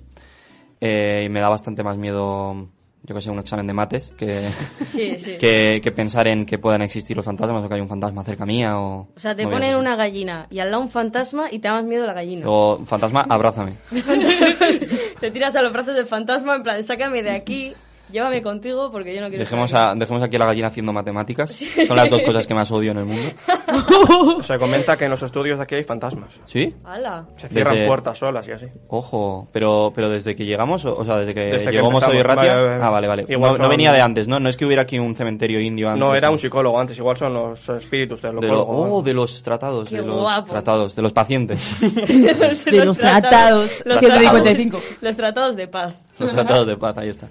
Speaker 2: Eh, y me da bastante más miedo, yo que sé, un examen de mates que,
Speaker 4: Sí, sí.
Speaker 2: que, que pensar en que puedan existir los fantasmas o que hay un fantasma cerca mía o...
Speaker 4: O sea, te
Speaker 2: movidas
Speaker 4: ponen
Speaker 2: así.
Speaker 4: una gallina y al lado un fantasma y te da más miedo la gallina.
Speaker 2: Luego, fantasma, abrázame.
Speaker 4: Te tiras a los brazos del fantasma en plan, sácame de aquí, llévame contigo porque yo no quiero...
Speaker 2: Dejemos,
Speaker 4: estar aquí".
Speaker 2: a, dejemos aquí a la gallina haciendo matemáticas. Son las dos cosas que más odio en el mundo.
Speaker 5: Se comenta que en los estudios de aquí hay fantasmas.
Speaker 2: ¿Sí?
Speaker 4: ¡Hala!
Speaker 5: Se cierran
Speaker 2: Desde-
Speaker 5: puertas solas y así.
Speaker 2: Ojo, pero, pero desde que llegamos, o, o sea, desde que
Speaker 5: Desde que
Speaker 2: llegó Mosso y
Speaker 5: empezamos,
Speaker 2: Ratia.
Speaker 5: vale, vale.
Speaker 2: Ah, vale, vale.
Speaker 5: Igual
Speaker 2: No, no
Speaker 5: son-
Speaker 2: venía de antes, ¿no? No es que hubiera aquí un cementerio indio antes.
Speaker 5: No, era un psicólogo antes, igual son los espíritus de los
Speaker 2: De lo- oh, de los tratados,
Speaker 4: Qué
Speaker 2: de los
Speaker 4: guapo.
Speaker 2: tratados, de los pacientes.
Speaker 3: De los tratados,
Speaker 4: Los
Speaker 3: 155.
Speaker 4: tratados- Los tratados de paz.
Speaker 2: los tratados de paz, ahí está.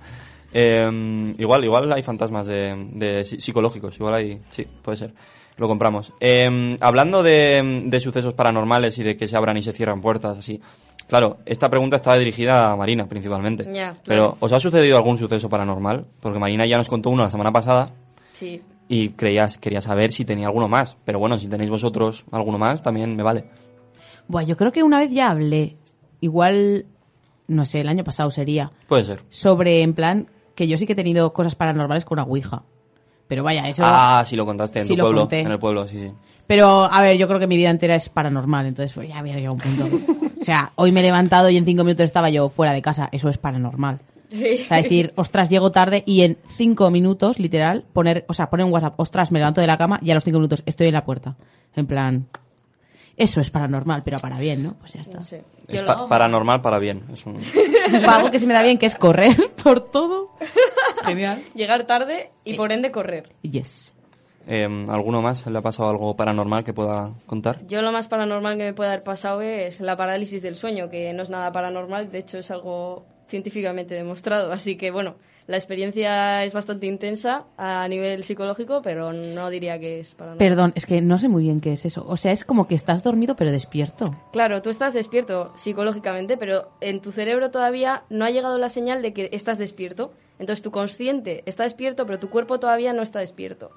Speaker 2: Eh, igual, igual hay fantasmas de, de psi- psicológicos, igual hay. Sí, puede ser. Lo compramos. Eh, hablando de, de sucesos paranormales y de que se abran y se cierran puertas, así. Claro, esta pregunta estaba dirigida a Marina principalmente.
Speaker 4: Ya, claro.
Speaker 2: Pero, ¿os ha sucedido algún suceso paranormal? Porque Marina ya nos contó uno la semana pasada.
Speaker 4: Sí.
Speaker 2: Y creías, quería saber si tenía alguno más. Pero bueno, si tenéis vosotros alguno más, también me vale.
Speaker 3: Buah, yo creo que una vez ya hablé, igual, no sé, el año pasado sería,
Speaker 2: Puede ser.
Speaker 3: sobre, en plan, que yo sí que he tenido cosas paranormales con una ouija. Pero vaya, eso...
Speaker 2: Ah, sí lo contaste en
Speaker 3: Sí,
Speaker 2: tu
Speaker 3: lo
Speaker 2: pueblo.
Speaker 3: conté.
Speaker 2: En el pueblo, sí, sí.
Speaker 3: Pero, a ver, yo creo que mi vida entera es paranormal, entonces pues, ya había llegado a un punto. O sea, hoy me he levantado y en cinco minutos estaba yo fuera de casa, eso es paranormal.
Speaker 4: Sí.
Speaker 3: O sea, decir, ostras, llego tarde y en cinco minutos, literal, poner, o sea, poner un WhatsApp, ostras, me levanto de la cama y a los cinco minutos estoy en la puerta. En plan, eso es paranormal, pero para bien, ¿no? Pues ya está.
Speaker 4: No sé.
Speaker 2: Es
Speaker 4: Yo
Speaker 2: pa-
Speaker 4: lo-
Speaker 2: paranormal para bien. Es un-
Speaker 3: Algo que se me da bien, que es correr por todo. Genial.
Speaker 4: Llegar tarde y por ende correr.
Speaker 3: Yes.
Speaker 2: Em, ¿Alguno más le ha pasado algo paranormal que pueda contar?
Speaker 4: Yo lo más paranormal que me puede haber pasado es la parálisis del sueño, que no es nada paranormal, de hecho es algo científicamente demostrado. Así que bueno, la experiencia es bastante intensa a nivel psicológico, pero no diría que es paranormal.
Speaker 3: Perdón, es que no sé muy bien qué es eso. O sea, es como que estás dormido pero despierto.
Speaker 4: Claro, tú estás despierto psicológicamente, pero en tu cerebro todavía no ha llegado la señal de que estás despierto. Entonces tu consciente está despierto, pero tu cuerpo todavía no está despierto.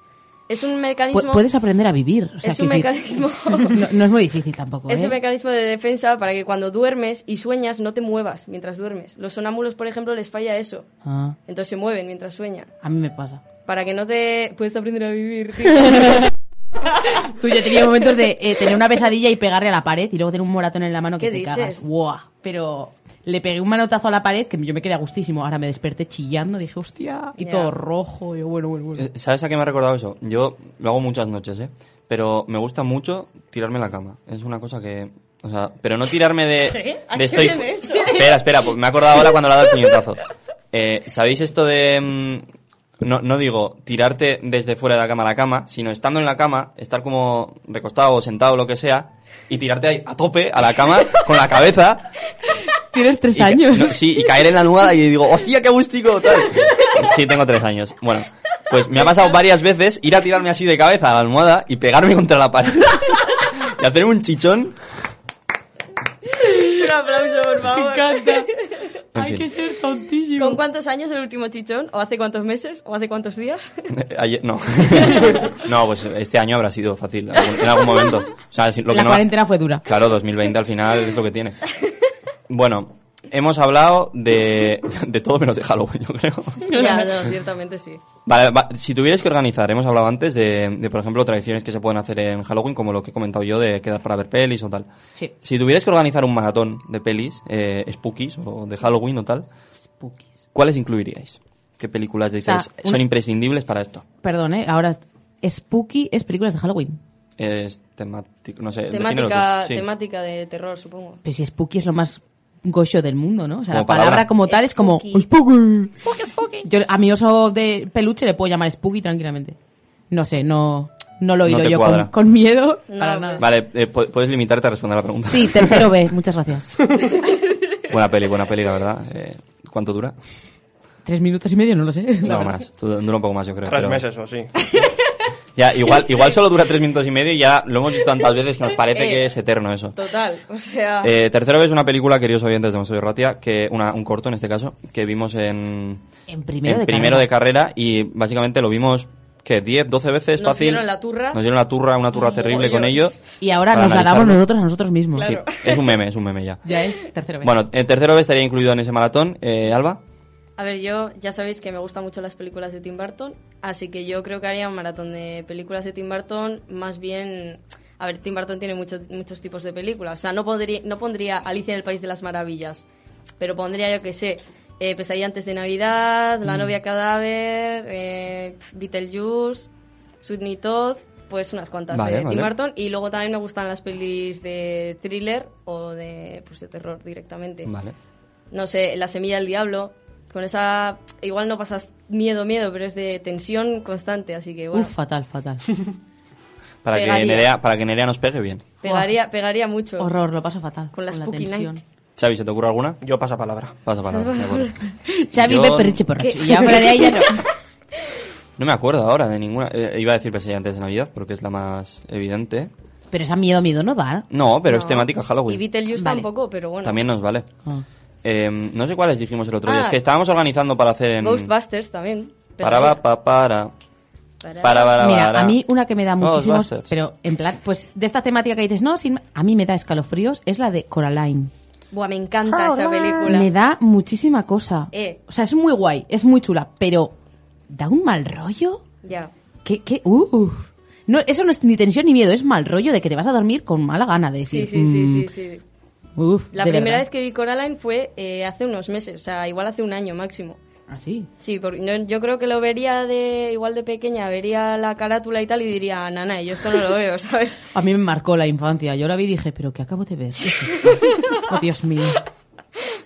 Speaker 4: Es un
Speaker 3: Pu-
Speaker 4: mecanismo...
Speaker 3: puedes aprender a vivir. O sea,
Speaker 4: Es un
Speaker 3: quiero
Speaker 4: mecanismo.
Speaker 3: No, no es muy difícil tampoco.
Speaker 4: Es
Speaker 3: ¿eh?
Speaker 4: un mecanismo de defensa para que cuando duermes y sueñas no te muevas mientras duermes. Los sonámbulos, por ejemplo, les falla eso.
Speaker 3: Ah,
Speaker 4: Entonces se mueven mientras sueñan.
Speaker 3: a mí me pasa.
Speaker 4: Para que no te... Puedes aprender a vivir. tío.
Speaker 3: Tú, yo he tenido momentos de eh, tener una pesadilla y pegarle a la pared y luego tener un moratón en la mano que
Speaker 4: ¿Qué
Speaker 3: te
Speaker 4: dices?
Speaker 3: cagas. ¡Guau! Pero Le pegué un manotazo a la pared que yo me quedé a gustísimo. Ahora me desperté chillando, dije, hostia, y
Speaker 4: Ya.
Speaker 3: todo rojo. Yo, bueno, bueno, bueno.
Speaker 2: Eh, ¿Sabes a qué me ha recordado eso? Yo lo hago muchas noches, ¿eh? Pero me gusta mucho tirarme en la cama. Es una cosa que... O sea, pero no tirarme de...
Speaker 4: ¿Qué? ¿A
Speaker 2: de
Speaker 4: qué
Speaker 2: estoy-
Speaker 4: viene eso?
Speaker 2: Espera, espera, porque me he acordado ahora cuando le he dado el puñetazo. Eh, ¿Sabéis esto de... mm, No, no digo tirarte desde fuera de la cama a la cama, sino estando en la cama, estar como recostado o sentado o lo que sea, y tirarte ahí a tope a la cama con la cabeza
Speaker 3: Tienes tres
Speaker 2: y ca-
Speaker 3: años.
Speaker 2: no, sí, y caer en la almohada y digo, hostia, qué gustico, tal. Sí, tengo tres años. Bueno, pues me ha pasado varias veces ir a tirarme así de cabeza a la almohada y pegarme contra la pared. y hacer un chichón.
Speaker 4: Un aplauso, por
Speaker 3: Me
Speaker 4: favor.
Speaker 3: encanta.
Speaker 2: En
Speaker 3: Hay
Speaker 2: fin.
Speaker 3: que ser tontísimo.
Speaker 4: ¿Con cuántos años el último chichón? ¿O hace cuántos meses? ¿O hace cuántos días?
Speaker 2: Eh, ayer- no. no, pues este año habrá sido fácil, algún- en algún momento. O sea, si- lo que
Speaker 3: la
Speaker 2: no ha-
Speaker 3: cuarentena fue dura.
Speaker 2: Claro, 2020 al final es lo que tiene. Bueno, hemos hablado de, de todo menos de Halloween, yo creo.
Speaker 4: ya, no, ciertamente sí.
Speaker 2: Vale, va- si tuvierais que organizar, hemos hablado antes de, de, por ejemplo, tradiciones que se pueden hacer en Halloween, como lo que he comentado yo de quedar para ver pelis o tal.
Speaker 3: Sí.
Speaker 2: Si tuvierais que organizar un maratón de pelis, eh, spookies o de Halloween o tal,
Speaker 3: Spookies.
Speaker 2: ¿cuáles incluiríais? ¿Qué películas dices
Speaker 3: sea,
Speaker 2: son
Speaker 3: un-
Speaker 2: imprescindibles para esto?
Speaker 3: Perdón, ¿eh? Ahora, Spooky es películas de Halloween.
Speaker 2: Es temático, no sé, defínelo tú.
Speaker 4: Temática,
Speaker 2: Sí.
Speaker 4: temática de terror, supongo.
Speaker 3: Pero si Spooky es lo más gocho del mundo, ¿no? O sea,
Speaker 2: Como
Speaker 3: la palabra,
Speaker 2: palabra.
Speaker 3: como tal es como
Speaker 4: Spooky.
Speaker 3: Spooky. Yo a mi oso de peluche le puedo llamar Spooky tranquilamente. No sé, no, no lo
Speaker 2: No
Speaker 3: hilo
Speaker 2: te
Speaker 3: yo
Speaker 2: cuadra.
Speaker 3: con, con miedo.
Speaker 4: No,
Speaker 3: para
Speaker 4: pues-
Speaker 3: nada.
Speaker 2: Vale, eh, pu- puedes limitarte a responder a la pregunta.
Speaker 3: Sí, tercero B, muchas gracias.
Speaker 2: buena peli, buena peli, la verdad. Eh, ¿Cuánto dura?
Speaker 3: Tres minutos y medio, no lo sé. la
Speaker 2: No
Speaker 3: verdad.
Speaker 2: más, tú- dura un poco más, yo creo.
Speaker 5: Tres
Speaker 2: pero-
Speaker 5: meses o sí.
Speaker 2: Ya, igual, igual solo dura tres minutos y medio y ya lo hemos visto tantas veces que nos
Speaker 3: Eh.
Speaker 2: parece que es eterno eso.
Speaker 4: Total, o
Speaker 3: Ah.
Speaker 4: sea...
Speaker 2: Eh, tercero es una película, queridos oyentes de Monsoy Ratia, que una, un corto en este caso, que vimos en
Speaker 3: En primero
Speaker 2: en
Speaker 3: de
Speaker 2: primero
Speaker 3: carrera.
Speaker 2: de carrera y básicamente lo vimos que 10, 12 veces
Speaker 4: Nos
Speaker 2: fácil.
Speaker 4: dieron la turra.
Speaker 2: Nos dieron la turra, una turra terrible con ello.
Speaker 4: Mogollón.
Speaker 3: Y ahora
Speaker 2: Para
Speaker 3: nos la damos
Speaker 2: analizarlo.
Speaker 3: nosotros a nosotros mismos.
Speaker 2: Sí, es un meme, es un meme ya.
Speaker 3: Ya es tercero B.
Speaker 2: Bueno, el tercero B estaría incluido en ese maratón, eh, Alba.
Speaker 4: A ver, yo ya sabéis que me gustan mucho las películas de Tim Burton, así que yo creo que haría un maratón de películas de Tim Burton, más bien... A ver, Tim Burton tiene muchos muchos tipos de películas, o sea, no pondría, no pondría Alicia en el País de las Maravillas, pero pondría, yo que sé, eh, Pesadilla antes de Navidad,
Speaker 2: Mm.
Speaker 4: La novia cadáver, eh, pf, Beetlejuice, Sweet Me Todd, pues unas cuantas
Speaker 2: Vale,
Speaker 4: de Tim
Speaker 2: vale.
Speaker 4: Burton, y luego también me gustan las pelis de thriller o de, pues, de terror directamente
Speaker 2: Vale.
Speaker 4: no sé, La semilla del diablo. Con esa, igual no pasas miedo, miedo, pero es de tensión constante, así que bueno,
Speaker 3: Uf, fatal, fatal.
Speaker 2: Para que,
Speaker 4: Pegaría.
Speaker 2: Nerea, para que Nerea nos pegue bien.
Speaker 4: pegaría, pegaría mucho.
Speaker 3: Horror, lo paso fatal.
Speaker 4: Con la Spooky
Speaker 3: tensión.
Speaker 4: Night.
Speaker 2: Xavi, ¿se te ocurre alguna?
Speaker 5: Yo pasa palabra.
Speaker 2: Pasa palabra. de acuerdo.
Speaker 3: Xavi
Speaker 2: Yo-
Speaker 3: Peperiche Porracho. Ya fuera de ahí ya no.
Speaker 2: No me acuerdo ahora de ninguna. eh, iba a decir Pesadilla antes de Navidad porque es la más evidente.
Speaker 3: Pero esa miedo, miedo no da.
Speaker 2: No, pero es
Speaker 4: No.
Speaker 2: temática Halloween.
Speaker 4: Y Beetlejuice
Speaker 3: Vale.
Speaker 4: tampoco, pero bueno.
Speaker 2: También nos vale.
Speaker 3: Ah.
Speaker 2: Eh, no sé cuáles dijimos el otro día.
Speaker 4: Ah.
Speaker 2: Es que estábamos organizando para hacer en.
Speaker 4: Ghostbusters también.
Speaker 2: Para,
Speaker 4: Pegaría.
Speaker 2: pa, pa, para.
Speaker 4: Para-
Speaker 2: Para, para,
Speaker 3: Mira,
Speaker 2: para.
Speaker 3: a mí una que me da muchísimos,
Speaker 2: Ghostbusters.
Speaker 3: pero en plan, pues de esta temática que dices, no, sin- a mí me da escalofríos, es la de Coraline.
Speaker 4: Buah, me encanta esa película.
Speaker 3: Me da muchísima cosa.
Speaker 4: Eh.
Speaker 3: O sea, es muy guay, es muy chula, pero da un mal rollo.
Speaker 4: Ya.
Speaker 3: que qué? Uf. No, eso no es ni tensión ni miedo, es mal rollo de que te vas a dormir con mala gana de
Speaker 4: Sí,
Speaker 3: decir.
Speaker 4: sí, sí,
Speaker 3: mm,
Speaker 4: sí, sí.
Speaker 3: Uf,
Speaker 4: La primera vez que vi Coraline fue eh, hace unos meses, o sea, igual hace un año máximo.
Speaker 3: Así.
Speaker 4: Sí, porque no- yo creo que lo vería de igual de pequeña, vería la carátula y tal y diría, nana, yo esto no lo veo, ¿sabes?
Speaker 3: A mí me marcó la infancia. Yo la vi y dije, pero ¿qué acabo de ver? ¿Qué es esto? oh, Dios mío.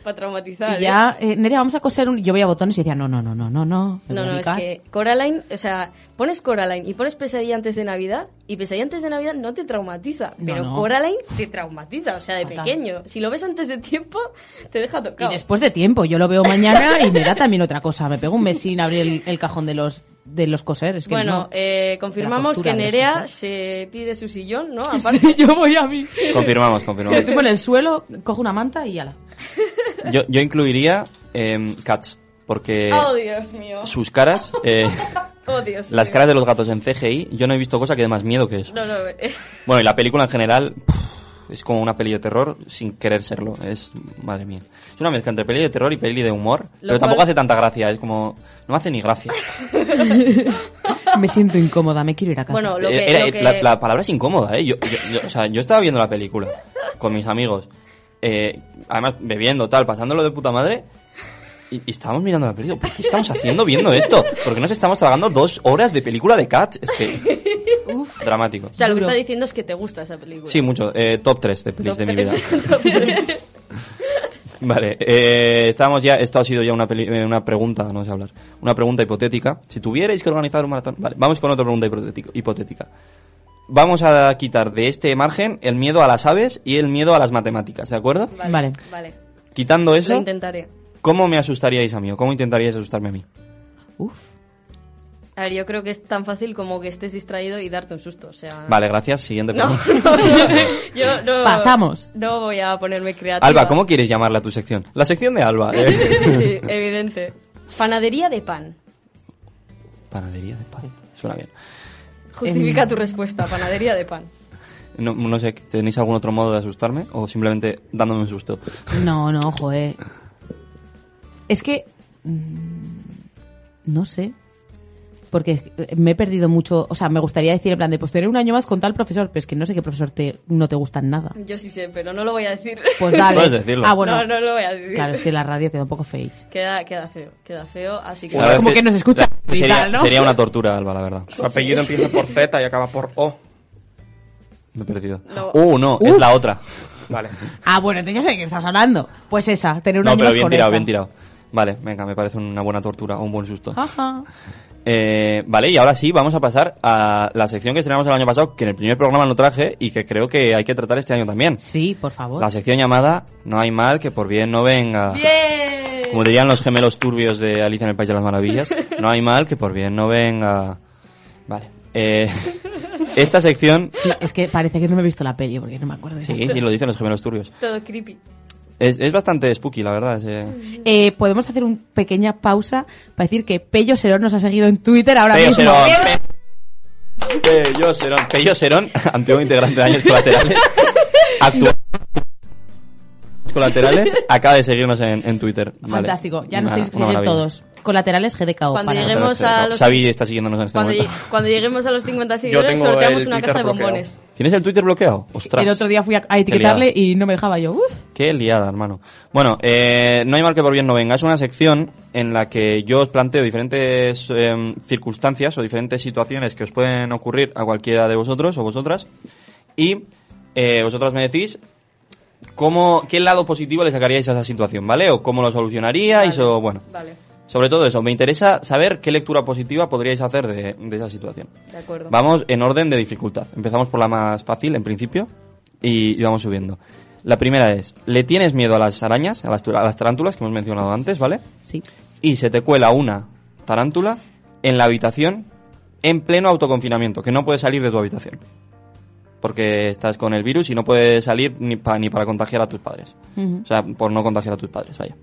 Speaker 4: Para traumatizar.
Speaker 3: Y
Speaker 4: ¿eh?
Speaker 3: ya, eh, Nerea, vamos a coser un... Yo veía botones y decía, no, no, no, no, no, no. me
Speaker 4: No,
Speaker 3: voy a
Speaker 4: no, es
Speaker 3: picar".
Speaker 4: que Coraline, o sea, pones Coraline y pones Pesadilla antes de Navidad y Pesadilla antes de Navidad no te traumatiza,
Speaker 3: No,
Speaker 4: pero
Speaker 3: no.
Speaker 4: Coraline te traumatiza, o sea, de
Speaker 3: Fatal.
Speaker 4: pequeño. Si lo ves antes de tiempo, te deja
Speaker 3: Y
Speaker 4: tocado.
Speaker 3: después de tiempo, yo lo veo mañana y me da también otra cosa. Me pego un mes sin abrir el, el cajón de los de los coser. Es que
Speaker 4: bueno,
Speaker 3: no.
Speaker 4: eh, confirmamos
Speaker 3: costura
Speaker 4: que
Speaker 3: de las
Speaker 4: Nerea
Speaker 3: cosas.
Speaker 4: se pide su sillón, ¿no? Aparte,
Speaker 3: Sí, yo voy a mí.
Speaker 2: Confirmamos,
Speaker 3: Yo
Speaker 2: confirmamos.
Speaker 3: estoy en el suelo, cojo una manta y ala.
Speaker 2: Yo, yo incluiría eh, Cats porque
Speaker 4: oh Dios mío,
Speaker 2: sus caras, eh,
Speaker 4: oh Dios
Speaker 2: las
Speaker 4: mío.
Speaker 2: caras de los gatos en CGI, yo no he visto cosa que dé más miedo que eso.
Speaker 4: No, no, eh,
Speaker 2: Bueno, y la película en general pff, es como una peli de terror sin querer serlo. Es, madre mía. Es una mezcla entre peli de terror y peli de humor, pero tampoco
Speaker 4: cual-
Speaker 2: hace tanta gracia. Es como, no hace ni gracia.
Speaker 3: Me siento incómoda, me quiero ir a casa.
Speaker 4: Bueno, lo
Speaker 2: Eh,
Speaker 4: que-
Speaker 2: era-
Speaker 4: lo que-
Speaker 2: La, la palabra es incómoda, ¿eh? Yo, yo- yo- o sea, yo estaba viendo la película con mis amigos eh, además bebiendo, tal, pasándolo de puta madre. Y, y estábamos mirando la película. ¿Por qué estamos haciendo viendo esto? ¿Por qué nos estamos tragando dos horas de película de Cats? Es que. Dramático.
Speaker 4: O sea, lo que
Speaker 3: Duro.
Speaker 4: está diciendo es que te gusta esa película.
Speaker 2: Sí, mucho. Eh, top 3 de pelis de mi vida.
Speaker 4: vida.
Speaker 2: Vale, eh, estamos ya, esto ha sido ya una, peli- eh, una pregunta, no sé hablar, una pregunta hipotética. Si tuvierais que organizar un maratón, vale, vamos con otra pregunta hipotético- hipotética. Vamos a quitar de este margen el miedo a las aves y el miedo a las matemáticas, ¿de acuerdo?
Speaker 3: Vale.
Speaker 4: Vale.
Speaker 2: Quitando
Speaker 4: Lo
Speaker 2: eso,
Speaker 4: intentaré.
Speaker 2: ¿cómo me asustaríais a mí o cómo intentaríais asustarme a mí?
Speaker 3: Uf.
Speaker 4: A ver, yo creo que es tan fácil como que estés distraído y darte un susto. O sea.
Speaker 2: Vale, gracias, siguiente
Speaker 4: Ah. No,
Speaker 2: pregunta.
Speaker 4: no, no, yo no-
Speaker 3: Pasamos.
Speaker 4: No voy a ponerme creativa.
Speaker 2: Alba, ¿cómo quieres llamarla a tu sección? La sección de Alba. eh.
Speaker 4: Sí, evidente. Panadería de pan.
Speaker 2: Panadería de pan, suena bien.
Speaker 4: Justifica tu respuesta, panadería de pan.
Speaker 2: No, no sé, ¿tenéis algún otro modo de asustarme o simplemente dándome un susto?
Speaker 3: No, no, joder. Es que. mm, No sé. Porque eh, me he perdido mucho. O sea, me gustaría decir en plan de pues tener un año más con tal profesor, pero es que no sé qué profesor te, no te gusta en nada.
Speaker 4: Yo sí sé, pero no lo voy a decir.
Speaker 3: Pues dale.
Speaker 2: Puedes decirlo.
Speaker 3: Ah, bueno.
Speaker 4: No, no lo voy a decir.
Speaker 3: Claro, es que la radio queda un poco fake.
Speaker 4: Queda, queda feo, queda feo, así que...
Speaker 2: La verdad
Speaker 3: Como que nos escucha
Speaker 2: la- sería,
Speaker 3: vital, ¿no?
Speaker 2: sería una tortura, Alba, la verdad.
Speaker 5: Su apellido empieza por Z y acaba por O.
Speaker 2: Me he perdido.
Speaker 4: No.
Speaker 2: Uh, no, es la otra.
Speaker 5: Vale.
Speaker 3: Ah, bueno, entonces ya sé de qué estás hablando. Pues esa, tener un
Speaker 2: No,
Speaker 3: año
Speaker 2: pero
Speaker 3: más
Speaker 2: bien
Speaker 3: con
Speaker 2: tirado,
Speaker 3: esa.
Speaker 2: bien tirado. Vale, venga, me parece una buena tortura, un buen susto.
Speaker 3: Ajá.
Speaker 2: Eh, vale, y ahora sí, vamos a pasar a la sección que estrenamos el año pasado, que en el primer programa no traje y que creo que hay que tratar este año también.
Speaker 3: Sí, por favor.
Speaker 2: La sección llamada No hay mal que por bien no venga.
Speaker 4: ¡Bien!
Speaker 2: Como dirían los gemelos turbios de Alicia en el País de las Maravillas, no hay mal que por bien no venga. Vale. Eh, esta sección...
Speaker 3: Sí, es que parece que no me he visto la peli porque no me acuerdo de
Speaker 2: Sí,
Speaker 3: esas
Speaker 2: sí, lo dicen los gemelos turbios.
Speaker 4: Todo creepy.
Speaker 2: Es, es bastante spooky, la verdad. ese-
Speaker 3: Eh, podemos hacer una pequeña pausa para decir que Pello Serón nos ha seguido en Twitter ahora
Speaker 2: Pello
Speaker 3: mismo.
Speaker 2: Serón. Pe- Pello Serón. Pello Serón, antiguo integrante de Años Colaterales. Actual. Años Colaterales. Acaba de seguirnos en, en Twitter. Vale.
Speaker 3: Fantástico, ya nos
Speaker 2: Una-
Speaker 3: tenéis que
Speaker 2: una
Speaker 3: seguir
Speaker 2: maravilla.
Speaker 3: todos. Colaterales GDKO.
Speaker 4: Cuando
Speaker 3: para-
Speaker 4: lleguemos-
Speaker 2: Pero,
Speaker 4: a
Speaker 2: no,
Speaker 4: los-
Speaker 2: Xavi está siguiéndonos en este
Speaker 4: Cuando,
Speaker 2: momento.
Speaker 4: lleg- cuando lleguemos a los 50
Speaker 5: Yo
Speaker 4: seguidores
Speaker 5: tengo
Speaker 4: sorteamos
Speaker 5: el
Speaker 4: una
Speaker 5: Twitter
Speaker 4: caja de
Speaker 5: bloqueado.
Speaker 4: bombones.
Speaker 2: ¿Tienes el Twitter bloqueado? Ostras.
Speaker 3: El otro día fui a, a etiquetarle y no me dejaba yo. Uf.
Speaker 2: Qué liada, hermano. Bueno, eh, no hay mal que por bien no venga. Es una sección en la que yo os planteo diferentes em, circunstancias o diferentes situaciones que os pueden ocurrir a cualquiera de vosotros o vosotras. Y eh, vosotras me decís cómo, qué lado positivo le sacaríais a esa situación, ¿vale? O cómo lo solucionaríais
Speaker 4: Vale.
Speaker 2: o, bueno,
Speaker 4: Vale,
Speaker 2: sobre todo eso. Me interesa saber qué lectura positiva podríais hacer de, de esa situación.
Speaker 4: de acuerdo.
Speaker 2: Vamos en orden de dificultad. Empezamos por la más fácil, en principio, y, y vamos subiendo. La primera es, ¿le tienes miedo a las arañas, a las, tu- a las tarántulas que hemos mencionado antes, ¿vale?
Speaker 3: Sí.
Speaker 2: Y se te cuela una tarántula en la habitación en pleno autoconfinamiento, que no puedes salir de tu habitación. Porque estás con el virus y no puedes salir ni, pa- ni para contagiar a tus padres.
Speaker 3: Ujú.
Speaker 2: O sea, por no contagiar a tus padres, vaya.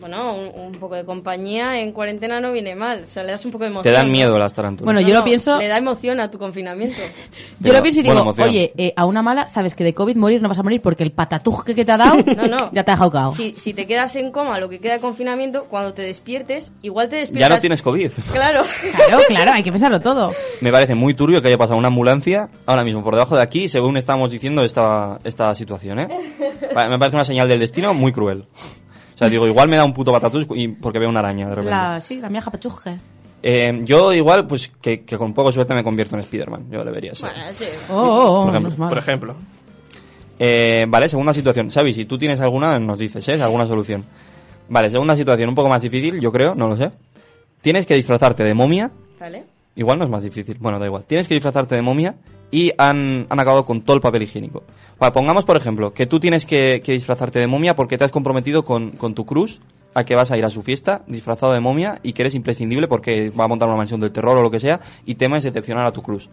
Speaker 4: Bueno, un, un poco de compañía en cuarentena no viene mal. O sea, le das un poco de emoción.
Speaker 2: Te dan miedo las tarántulas.
Speaker 3: Bueno,
Speaker 4: No,
Speaker 3: yo lo
Speaker 4: no,
Speaker 3: pienso-
Speaker 4: Le da emoción a tu confinamiento.
Speaker 3: Yo
Speaker 2: Pero,
Speaker 3: lo pienso y
Speaker 2: buena
Speaker 3: digo,
Speaker 2: emoción.
Speaker 3: oye, eh, a una mala, sabes que de COVID morir no vas a morir porque el patatuj que te ha dado
Speaker 4: No, no.
Speaker 3: ya te ha dejado cao.
Speaker 4: Si, si te quedas en coma lo que queda de confinamiento, cuando te despiertes, igual te despiertas...
Speaker 2: ya no tienes COVID.
Speaker 4: Claro.
Speaker 3: Claro, claro, hay que pensarlo todo.
Speaker 2: Me parece muy turbio que haya pasado una ambulancia ahora mismo por debajo de aquí, según estamos diciendo esta, esta situación, ¿eh? Pa- Me parece una señal del destino muy cruel. O sea, digo, igual me da un puto patatús y- porque veo una araña de repente.
Speaker 3: La, sí, la mía japachuje.
Speaker 2: Eh, yo igual, pues que, que con poco suerte me convierto en Spider-Man. Yo debería ser.
Speaker 4: Bueno, sí.
Speaker 3: Oh, oh, oh,
Speaker 2: Por ejemplo,
Speaker 3: no es malo.
Speaker 5: Por ejemplo.
Speaker 2: Eh, vale, segunda situación. Xavi, si tú tienes alguna, nos dices, ¿eh? Alguna solución. Vale, segunda situación, un poco más difícil, yo creo, no lo sé. Tienes que disfrazarte de momia
Speaker 4: ¿Vale?
Speaker 2: Igual no es más difícil. Bueno, da igual. Tienes que disfrazarte de momia y han, han acabado con todo el papel higiénico. Vale, pongamos, por ejemplo, que tú tienes que, que disfrazarte de momia porque te has comprometido con, con tu cruz a que vas a ir a su fiesta disfrazado de momia y que eres imprescindible porque va a montar una mansión del terror o lo que sea y temes decepcionar a tu cruz.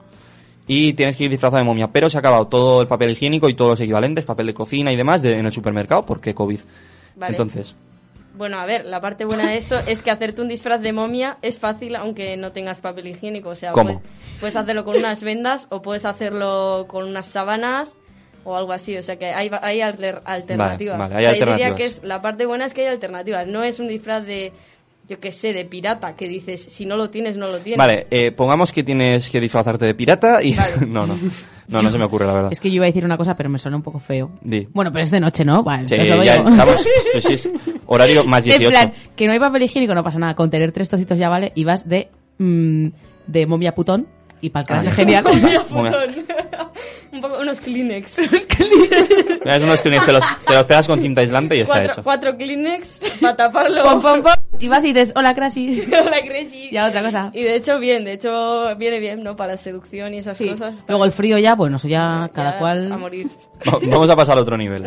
Speaker 2: Y tienes que ir disfrazado de momia, pero se ha acabado todo el papel higiénico y todos los equivalentes, papel de cocina y demás de- en el supermercado porque COVID.
Speaker 4: Vale.
Speaker 2: Entonces,
Speaker 4: Bueno, a ver, la parte buena de esto es que hacerte un disfraz de momia es fácil aunque no tengas papel higiénico. O sea,
Speaker 2: ¿Cómo?
Speaker 4: Puedes, puedes hacerlo con unas vendas o puedes hacerlo con unas sábanas o algo así. O sea, que hay, va- hay alter- alternativas.
Speaker 2: vale, hay
Speaker 4: O sea, yo diría
Speaker 2: alternativas.
Speaker 4: que es, la parte buena es que hay alternativas. No es un disfraz de yo qué sé, de pirata, que dices, si no lo tienes, no lo tienes.
Speaker 2: Vale, eh, pongamos que tienes que disfrazarte de pirata y... no, no, no, no se me ocurre, la verdad.
Speaker 3: Es que yo iba a decir una cosa, pero me suena un poco feo.
Speaker 2: Di.
Speaker 3: Bueno, pero es de noche, ¿no? Vale,
Speaker 2: Sí,
Speaker 3: os lo
Speaker 2: ya
Speaker 3: digo.
Speaker 2: estamos... pues sí, es horario más
Speaker 3: En
Speaker 2: 18.
Speaker 3: plan, que no hay papel higiénico, no pasa nada. Con tener tres tocitos ya vale. Y vas de, mm, de momia putón y para el
Speaker 2: Ah,
Speaker 3: crash es genial.
Speaker 4: Mira,
Speaker 2: Bueno.
Speaker 4: putón. Un poco, unos Kleenex.
Speaker 2: Mira, es unos Kleenex, te los, te los pegas con tinta aislante y está
Speaker 4: cuatro,
Speaker 2: hecho.
Speaker 4: cuatro Kleenex para taparlo.
Speaker 3: Pom, pom, pom, y vas y dices, hola, Crashy.
Speaker 4: la Cresci.
Speaker 3: Y a otra cosa.
Speaker 4: Y de hecho, bien, de hecho, viene bien, ¿no? Para la seducción y esas
Speaker 3: Sí.
Speaker 4: cosas. está
Speaker 3: Luego el frío ya, bueno, eso ya cada
Speaker 4: Ya,
Speaker 3: cual...
Speaker 4: A morir.
Speaker 2: Va- Vamos a pasar a otro nivel.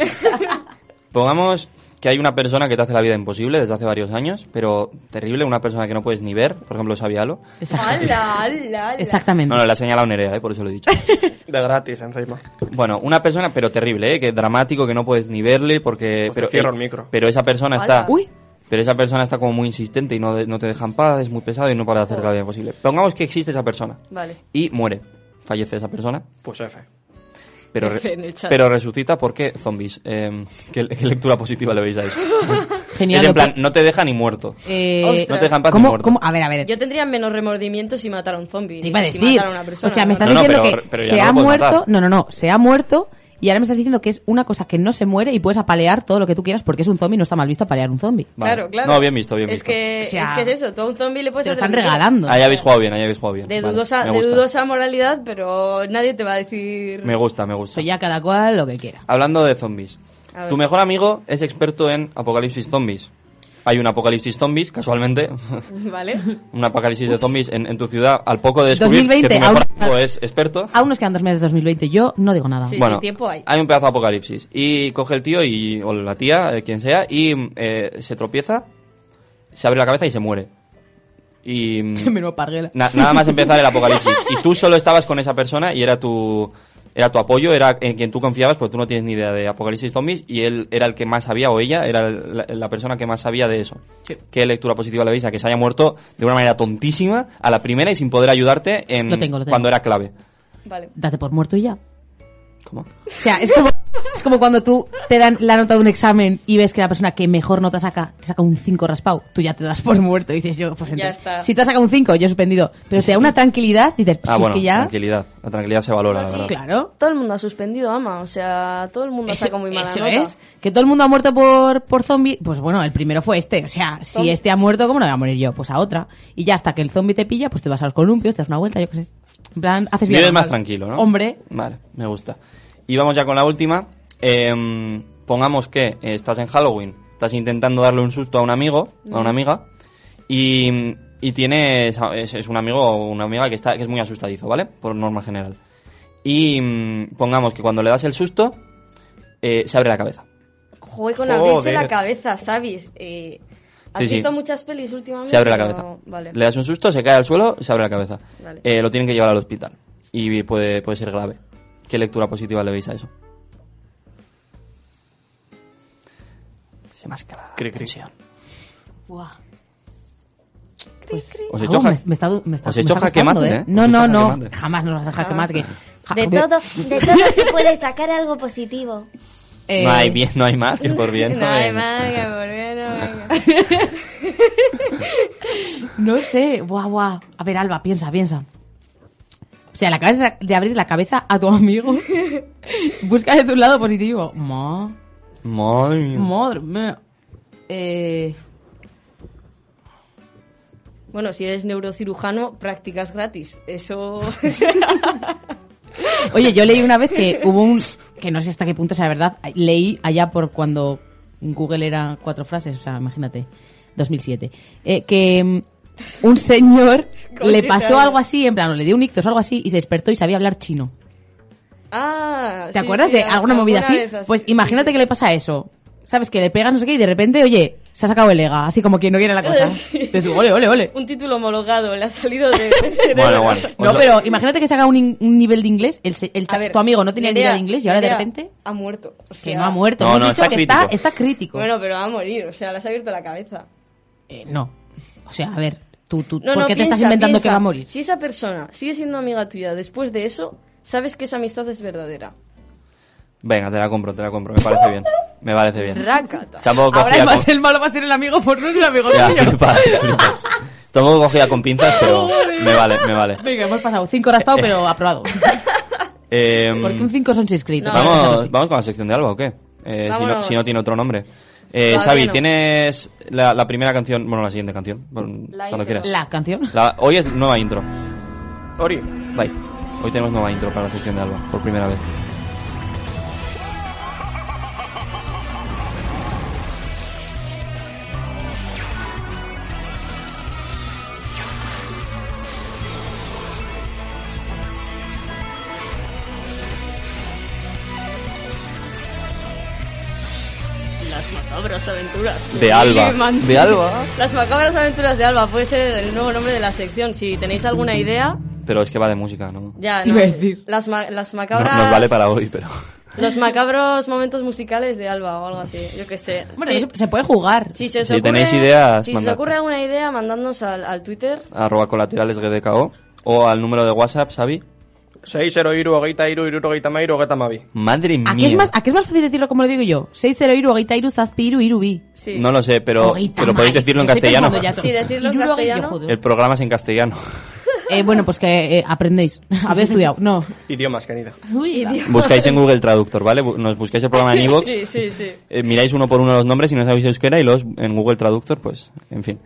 Speaker 2: Pongamos que hay una persona que te hace la vida imposible desde hace varios años, pero terrible, una persona que no puedes ni ver, por ejemplo, Sabialo.
Speaker 3: Exact-
Speaker 4: ¡Hala, hala, hala!
Speaker 3: Exactamente.
Speaker 2: No, no, la ha señalado Nerea, eh, por eso lo he dicho.
Speaker 5: De gratis, encima.
Speaker 2: Bueno, una persona, pero terrible, ¿eh? que dramático, que no puedes ni verle, porque...
Speaker 5: Pues te
Speaker 2: pero,
Speaker 5: cierro
Speaker 2: eh,
Speaker 5: el micro.
Speaker 2: Pero esa persona está...
Speaker 4: Hala.
Speaker 3: Uy.
Speaker 2: Pero esa persona está como muy insistente y no, de- no te deja en paz, es muy pesado y no para de hacer la vida imposible. Pongamos que existe esa persona
Speaker 4: Vale.
Speaker 2: y muere. Fallece esa persona,
Speaker 5: Pues F.
Speaker 2: pero, re-
Speaker 4: En el chat.
Speaker 2: pero resucita porque zombies. Eh, ¿qué, qué lectura positiva le veis a eso?
Speaker 3: Genial.
Speaker 2: Es en
Speaker 3: lo
Speaker 2: plan,
Speaker 3: que-
Speaker 2: no te deja ni muerto.
Speaker 3: eh,
Speaker 4: No te
Speaker 2: dejan paz ni
Speaker 3: ¿cómo,
Speaker 2: muerto.
Speaker 3: cómo? A ver, a ver.
Speaker 4: Yo tendría menos remordimiento si matara a un zombie.
Speaker 3: Eh. Te iba a
Speaker 4: si
Speaker 3: decir.
Speaker 4: matara a una persona.
Speaker 3: o sea, me estás
Speaker 2: No, no,
Speaker 3: diciendo
Speaker 2: pero-
Speaker 3: que
Speaker 2: pero ya
Speaker 3: se
Speaker 2: no lo
Speaker 3: ha
Speaker 2: puedes
Speaker 3: muerto.
Speaker 2: matar.
Speaker 3: No, no, no. Se ha muerto. Y ahora me estás diciendo que es una cosa que no se muere y puedes apalear todo lo que tú quieras porque es un zombie. No está mal visto apalear un zombie.
Speaker 2: Vale.
Speaker 4: Claro, claro.
Speaker 2: No, bien visto, bien
Speaker 4: es
Speaker 2: visto.
Speaker 4: Que,
Speaker 3: O sea,
Speaker 4: es que es eso, todo un zombie le puedes
Speaker 3: Te lo
Speaker 4: hacer
Speaker 3: están
Speaker 4: que quieras.
Speaker 3: regalando.
Speaker 2: Ahí habéis jugado bien, ahí habéis jugado bien.
Speaker 4: De,
Speaker 2: Vale,
Speaker 4: dudosa,
Speaker 2: me
Speaker 4: de
Speaker 2: gusta.
Speaker 4: dudosa moralidad, pero nadie te va a decir...
Speaker 2: Me gusta, me gusta.
Speaker 3: Soy ya cada cual lo que quiera.
Speaker 2: Hablando de zombies.
Speaker 4: A ver.
Speaker 2: Tu mejor amigo es experto en apocalipsis zombies. Hay un apocalipsis zombies, casualmente.
Speaker 4: ¿Vale?
Speaker 2: un apocalipsis de zombies en, en tu ciudad. Al poco de descubrir que
Speaker 3: 2020,
Speaker 2: tu mejor
Speaker 3: aún-
Speaker 2: amigo es experto.
Speaker 3: Aún nos quedan dos meses de 2020. Yo no digo nada.
Speaker 4: Ah, Sí.
Speaker 2: bueno,
Speaker 4: tiempo hay.
Speaker 2: un pedazo de apocalipsis. Y coge el tío y, o la tía, eh, quien sea, y mm, eh, se tropieza, se abre la cabeza y se muere. Y mm,
Speaker 3: Qué menudo parguela.
Speaker 2: na- nada más empezar el apocalipsis. Y tú solo estabas con esa persona y era tu era tu apoyo, era en quien tú confiabas, porque tú no tienes ni idea de apocalipsis zombies y él era el que más sabía o ella era el- la, la persona que más sabía de eso. ¿Qué lectura positiva le veis a que se haya muerto de una manera tontísima a la primera y sin poder ayudarte en
Speaker 3: Lo tengo, lo tengo.
Speaker 2: cuando era clave?
Speaker 4: Vale.
Speaker 3: Date por muerto y ya.
Speaker 2: ¿Cómo?
Speaker 3: O sea, es como, es como cuando tú te dan la nota de un examen y ves que la persona que mejor nota saca, te saca un 5 raspado, tú ya te das por muerto y dices yo, pues
Speaker 4: Ya
Speaker 3: entonces,
Speaker 4: está.
Speaker 3: si te has sacado un 5, yo he suspendido. Pero te da una tranquilidad y dices,
Speaker 2: Ah,
Speaker 3: si
Speaker 2: bueno,
Speaker 3: es que ya...
Speaker 2: tranquilidad. La tranquilidad se valora,
Speaker 4: No,
Speaker 2: la
Speaker 4: sí,
Speaker 2: verdad.
Speaker 3: Claro.
Speaker 4: Todo el mundo ha suspendido, ama. O sea, todo el mundo
Speaker 3: Eso,
Speaker 4: saca muy mala
Speaker 3: eso
Speaker 4: nota.
Speaker 3: es. Que todo el mundo ha muerto por, por zombie. Pues bueno, el primero fue este. O sea, si
Speaker 4: Zombie.
Speaker 3: este ha muerto, ¿cómo no voy a morir yo? Pues a otra. Y ya hasta que el zombie te pilla, pues te vas a los columpios, te das una vuelta, yo qué sé. En plan, haces bien.
Speaker 2: Vives más tranquilo, ¿no?
Speaker 3: Hombre,
Speaker 2: Vale, me gusta. Y vamos ya con la última. Em, pongamos que eh, estás en Halloween, estás intentando darle un susto a un amigo, a una amiga, y, y tienes, es, es un amigo o una amiga que, está, que es muy asustadizo, ¿vale? Por norma general. Y mm, pongamos que cuando le das el susto, eh, se abre la cabeza.
Speaker 4: Joder, con
Speaker 5: Joder.
Speaker 4: abrirse la cabeza, ¿sabes? Eh, ¿Has
Speaker 2: Sí, sí.
Speaker 4: visto muchas pelis últimamente?
Speaker 2: Se abre la
Speaker 4: No,
Speaker 2: cabeza.
Speaker 4: Vale.
Speaker 2: Le das un susto, se cae al suelo y se abre la cabeza.
Speaker 4: Vale.
Speaker 2: Eh, lo tienen que llevar al hospital. Y puede, puede ser grave. ¿Qué lectura positiva le veis a eso? Se mascara.
Speaker 5: Cri, cri.
Speaker 2: tensión.
Speaker 3: Pues,
Speaker 2: Os
Speaker 3: Au,
Speaker 2: echo
Speaker 3: me,
Speaker 2: ja-
Speaker 3: me está, me está,
Speaker 2: os
Speaker 3: me
Speaker 2: echo
Speaker 3: está
Speaker 2: jaque
Speaker 3: costando,
Speaker 2: mate, ¿eh?
Speaker 3: No,
Speaker 2: Os
Speaker 3: no,
Speaker 2: echo
Speaker 3: no.
Speaker 2: jaque mate.
Speaker 3: Jamás nos vas a dejar que
Speaker 4: Ah.
Speaker 3: mate. que- ja-
Speaker 6: De todo, de todo se puede sacar algo positivo.
Speaker 3: eh,
Speaker 2: No hay bien, no hay mal, que por bien.
Speaker 4: No, hay
Speaker 2: venga.
Speaker 4: más que por bien, no venga.
Speaker 3: No sé. Buah, buah. A ver, Alba, piensa, piensa. O sea, la cabeza de abrir la cabeza a tu amigo. Busca de tu lado positivo. Ma,
Speaker 2: Madre mía.
Speaker 3: madre mía. Eh,
Speaker 4: Bueno, si eres neurocirujano, practicas gratis. Eso.
Speaker 3: Oye, yo leí una vez que hubo un. que no sé hasta qué punto sea verdad. Leí allá por cuando Google era cuatro frases, o sea, imagínate, 2007. eh, que mm, un señor
Speaker 4: Con
Speaker 3: le
Speaker 4: siete
Speaker 3: pasó
Speaker 4: años.
Speaker 3: algo así, en plan, o le dio un ictus o algo así, y se despertó y sabía hablar chino.
Speaker 4: Ah,
Speaker 3: ¿Te acuerdas de alguna movida así? Pues imagínate que le pasa eso. ¿Sabes? Que le pega no sé qué y de repente, oye, se ha sacado el ega, así como que no quiere la cosa.
Speaker 4: Sí.
Speaker 3: Dices, ole, ole, ole.
Speaker 4: Un título homologado, le ha salido de.
Speaker 2: Bueno, bueno. os
Speaker 3: No,
Speaker 2: lo-
Speaker 3: pero imagínate que se haga un, in- un nivel de inglés, el, se- el
Speaker 4: A
Speaker 3: cha-
Speaker 4: ver,
Speaker 3: tu amigo no tenía ni idea
Speaker 4: Nerea-
Speaker 3: de inglés y ahora de
Speaker 4: Nerea
Speaker 3: repente...
Speaker 4: Ha muerto. O
Speaker 3: Que
Speaker 4: sea,
Speaker 3: no ha muerto.
Speaker 2: No,
Speaker 3: Hemos
Speaker 2: no,
Speaker 3: dicho
Speaker 2: está
Speaker 3: que está,
Speaker 2: crítico.
Speaker 3: está crítico.
Speaker 4: Bueno, pero va a morir, o sea, le has abierto la cabeza.
Speaker 3: Eh, no. O sea, a ver, tú, tú,
Speaker 4: No,
Speaker 3: ¿por
Speaker 4: no,
Speaker 3: qué te
Speaker 4: piensa,
Speaker 3: estás inventando
Speaker 4: piensa.
Speaker 3: que va a morir?
Speaker 4: Si esa persona sigue siendo amiga tuya después de eso, sabes que esa amistad es verdadera.
Speaker 2: Venga, te la compro, te la compro, me parece bien. Me parece bien.
Speaker 4: Rácata.
Speaker 2: Tampoco
Speaker 3: Ahora
Speaker 2: cogía
Speaker 3: el,
Speaker 2: con...
Speaker 3: más, el malo va a ser el amigo porno y el amigo
Speaker 2: Ya,
Speaker 3: mío.
Speaker 2: flipas, flipas. Tampoco cogía con pinzas, pero me vale, me vale.
Speaker 3: Venga, hemos pasado cinco raspado, pero aprobado.
Speaker 2: Em,
Speaker 3: Porque un cinco son seis créditos.
Speaker 4: No,
Speaker 2: vamos, ¿Vamos con la sección de algo o qué? Eh, si, no,
Speaker 4: Vámonos.
Speaker 2: si no tiene otro nombre. Eh,
Speaker 4: Todavía
Speaker 2: Xavi,
Speaker 4: no.
Speaker 2: ¿tienes la, la primera canción? Bueno, la siguiente canción. bueno,
Speaker 4: La
Speaker 2: cuando
Speaker 4: intro.
Speaker 2: quieras.
Speaker 3: La canción.
Speaker 2: La- hoy es nueva intro.
Speaker 5: Ori.
Speaker 2: Bye. Hoy tenemos nueva intro para la sección de Alba, por primera vez.
Speaker 4: Las macabras aventuras.
Speaker 2: De Alba.
Speaker 4: Freeman.
Speaker 2: De Alba.
Speaker 4: Las macabras aventuras de Alba puede ser el nuevo nombre de la sección. Si tenéis alguna idea,
Speaker 2: Pero es que va de música, ¿no?
Speaker 4: ya.
Speaker 3: Te
Speaker 4: ¿no?
Speaker 3: iba a decir.
Speaker 4: Las, ma- las
Speaker 2: No-
Speaker 4: macabras.
Speaker 2: nos vale para hoy, pero.
Speaker 4: Los macabros momentos musicales de Alba o algo así. Yo qué sé.
Speaker 3: Bueno,
Speaker 4: Sí.
Speaker 3: no se- se puede jugar.
Speaker 4: Si, se os
Speaker 2: Si
Speaker 4: ocurre-
Speaker 2: tenéis ideas,
Speaker 4: si se os
Speaker 2: mandad.
Speaker 4: ocurre alguna idea, mandadnos al, al Twitter.
Speaker 2: Arroba colaterales GDKO. O al número de WhatsApp, Xavi.
Speaker 5: 6-0-Iru, ogeita iru, iruro, ogeita mairu, ogeita mabi.
Speaker 2: Madre mía.
Speaker 3: ¿A qué, es más, ¿A qué es más fácil decirlo como lo digo yo? 6-0 Iru, Ogeita Iru, Zazpi Iru, Iru, Bi.
Speaker 4: Sí.
Speaker 2: No lo sé, pero,
Speaker 3: Ogeita,
Speaker 2: pero podéis
Speaker 3: Mai.
Speaker 2: decirlo en
Speaker 3: Yo estoy
Speaker 2: castellano.
Speaker 3: pensando ya todo.
Speaker 4: Sí, decirlo en
Speaker 3: Iru, Ogeita,
Speaker 4: castellano.
Speaker 3: joder.
Speaker 2: El programa es en castellano.
Speaker 3: Eh, bueno, pues que eh, aprendéis. Habéis estudiado. No.
Speaker 5: Idiomas, querida.
Speaker 4: Uy, Dios.
Speaker 2: Buscáis en Google Traductor, ¿vale? Bu- Nos buscáis el programa en iVoox.
Speaker 4: Sí, sí, sí.
Speaker 2: eh, miráis uno por uno los nombres si no sabéis euskera y los en Google Traductor, pues, en fin.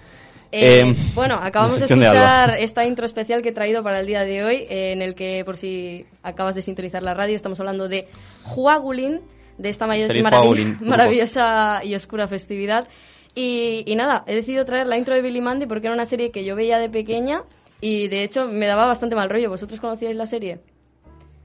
Speaker 4: Eh,
Speaker 2: Em,
Speaker 4: bueno, acabamos
Speaker 2: la
Speaker 4: de
Speaker 2: sección Alba.
Speaker 4: escuchar esta intro especial que he traído para el día de hoy, eh, en el que, por si acabas de sintonizar la radio, estamos hablando de Juagulín, de esta may-
Speaker 2: Feliz
Speaker 4: maravi-
Speaker 2: Juagulín, grupo.
Speaker 4: maravillosa y oscura festividad. Y, y nada, he decidido traer la intro de Billy Mandy porque era una serie que yo veía de pequeña y de hecho me daba bastante mal rollo. ¿Vosotros conocíais la serie?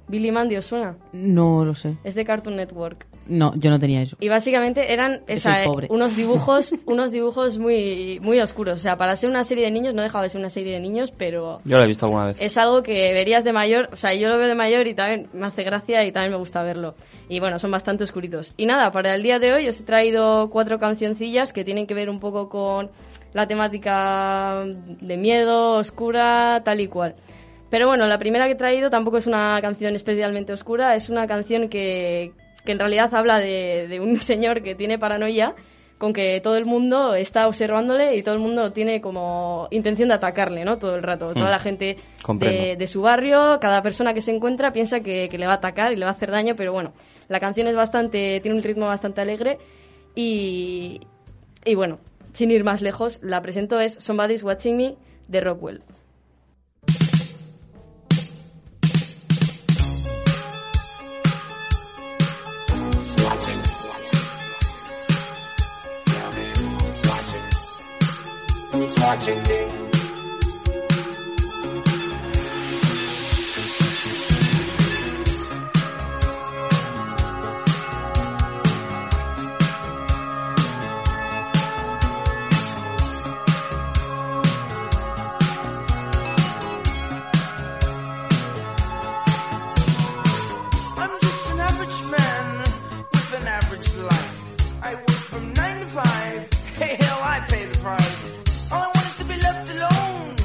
Speaker 4: Billy Mandy, ¿os suena?
Speaker 3: No lo sé.
Speaker 4: Es de Cartoon Network.
Speaker 3: No, yo no tenía eso.
Speaker 4: Y básicamente eran
Speaker 3: Es
Speaker 4: esa,
Speaker 3: el
Speaker 4: eh,
Speaker 3: pobre.
Speaker 4: unos dibujos, unos dibujos muy, muy oscuros. O sea, para ser una serie de niños no dejaba de ser una serie de niños, pero
Speaker 2: Yo la he visto alguna vez.
Speaker 4: es algo que verías de mayor. O sea, yo lo veo de mayor y también me hace gracia y también me gusta verlo. Y bueno, son bastante oscuritos. Y nada, para el día de hoy os he traído cuatro cancioncillas que tienen que ver un poco con la temática de miedo, oscura, tal y cual. Pero bueno, la primera que he traído tampoco es una canción especialmente oscura, es una canción que, que en realidad habla de, de un señor que tiene paranoia con que todo el mundo está observándole y todo el mundo tiene como intención de atacarle, ¿no? Todo el rato. Toda la gente
Speaker 2: Comprendo.
Speaker 4: de, de su barrio, cada persona que se encuentra piensa que, que le va a atacar y le va a hacer daño, pero bueno, la canción es bastante, tiene un ritmo bastante alegre y, y bueno, sin ir más lejos, la presento es Somebody's Watching Me de Rockwell.
Speaker 7: I'm just an average man with an average life. I work from nine to five. Hey, hell, I pay the price. All I want is to be left alone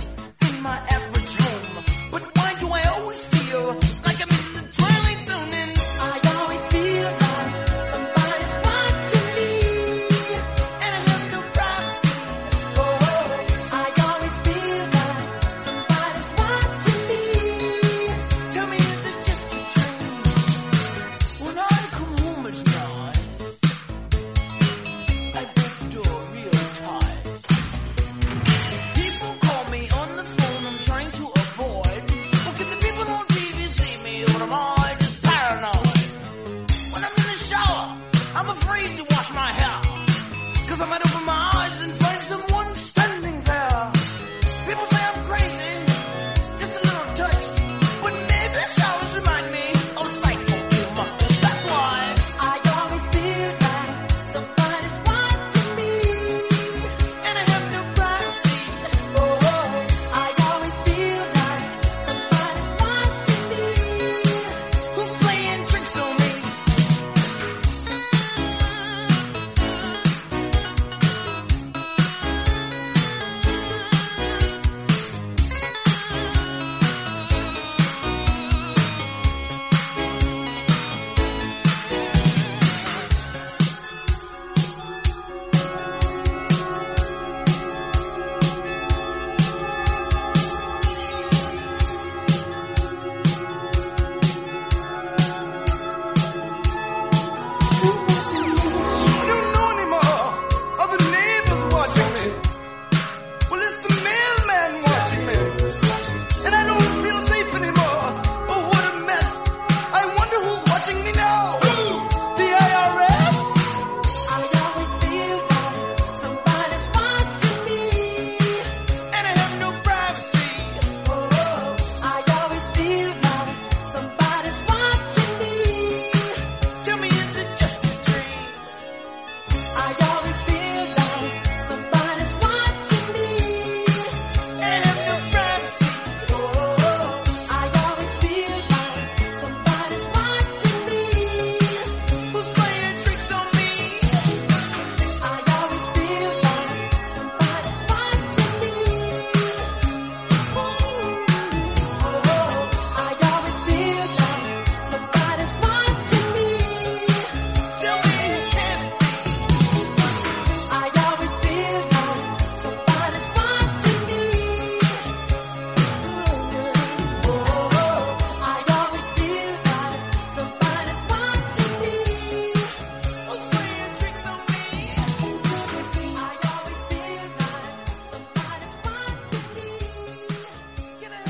Speaker 8: Oh,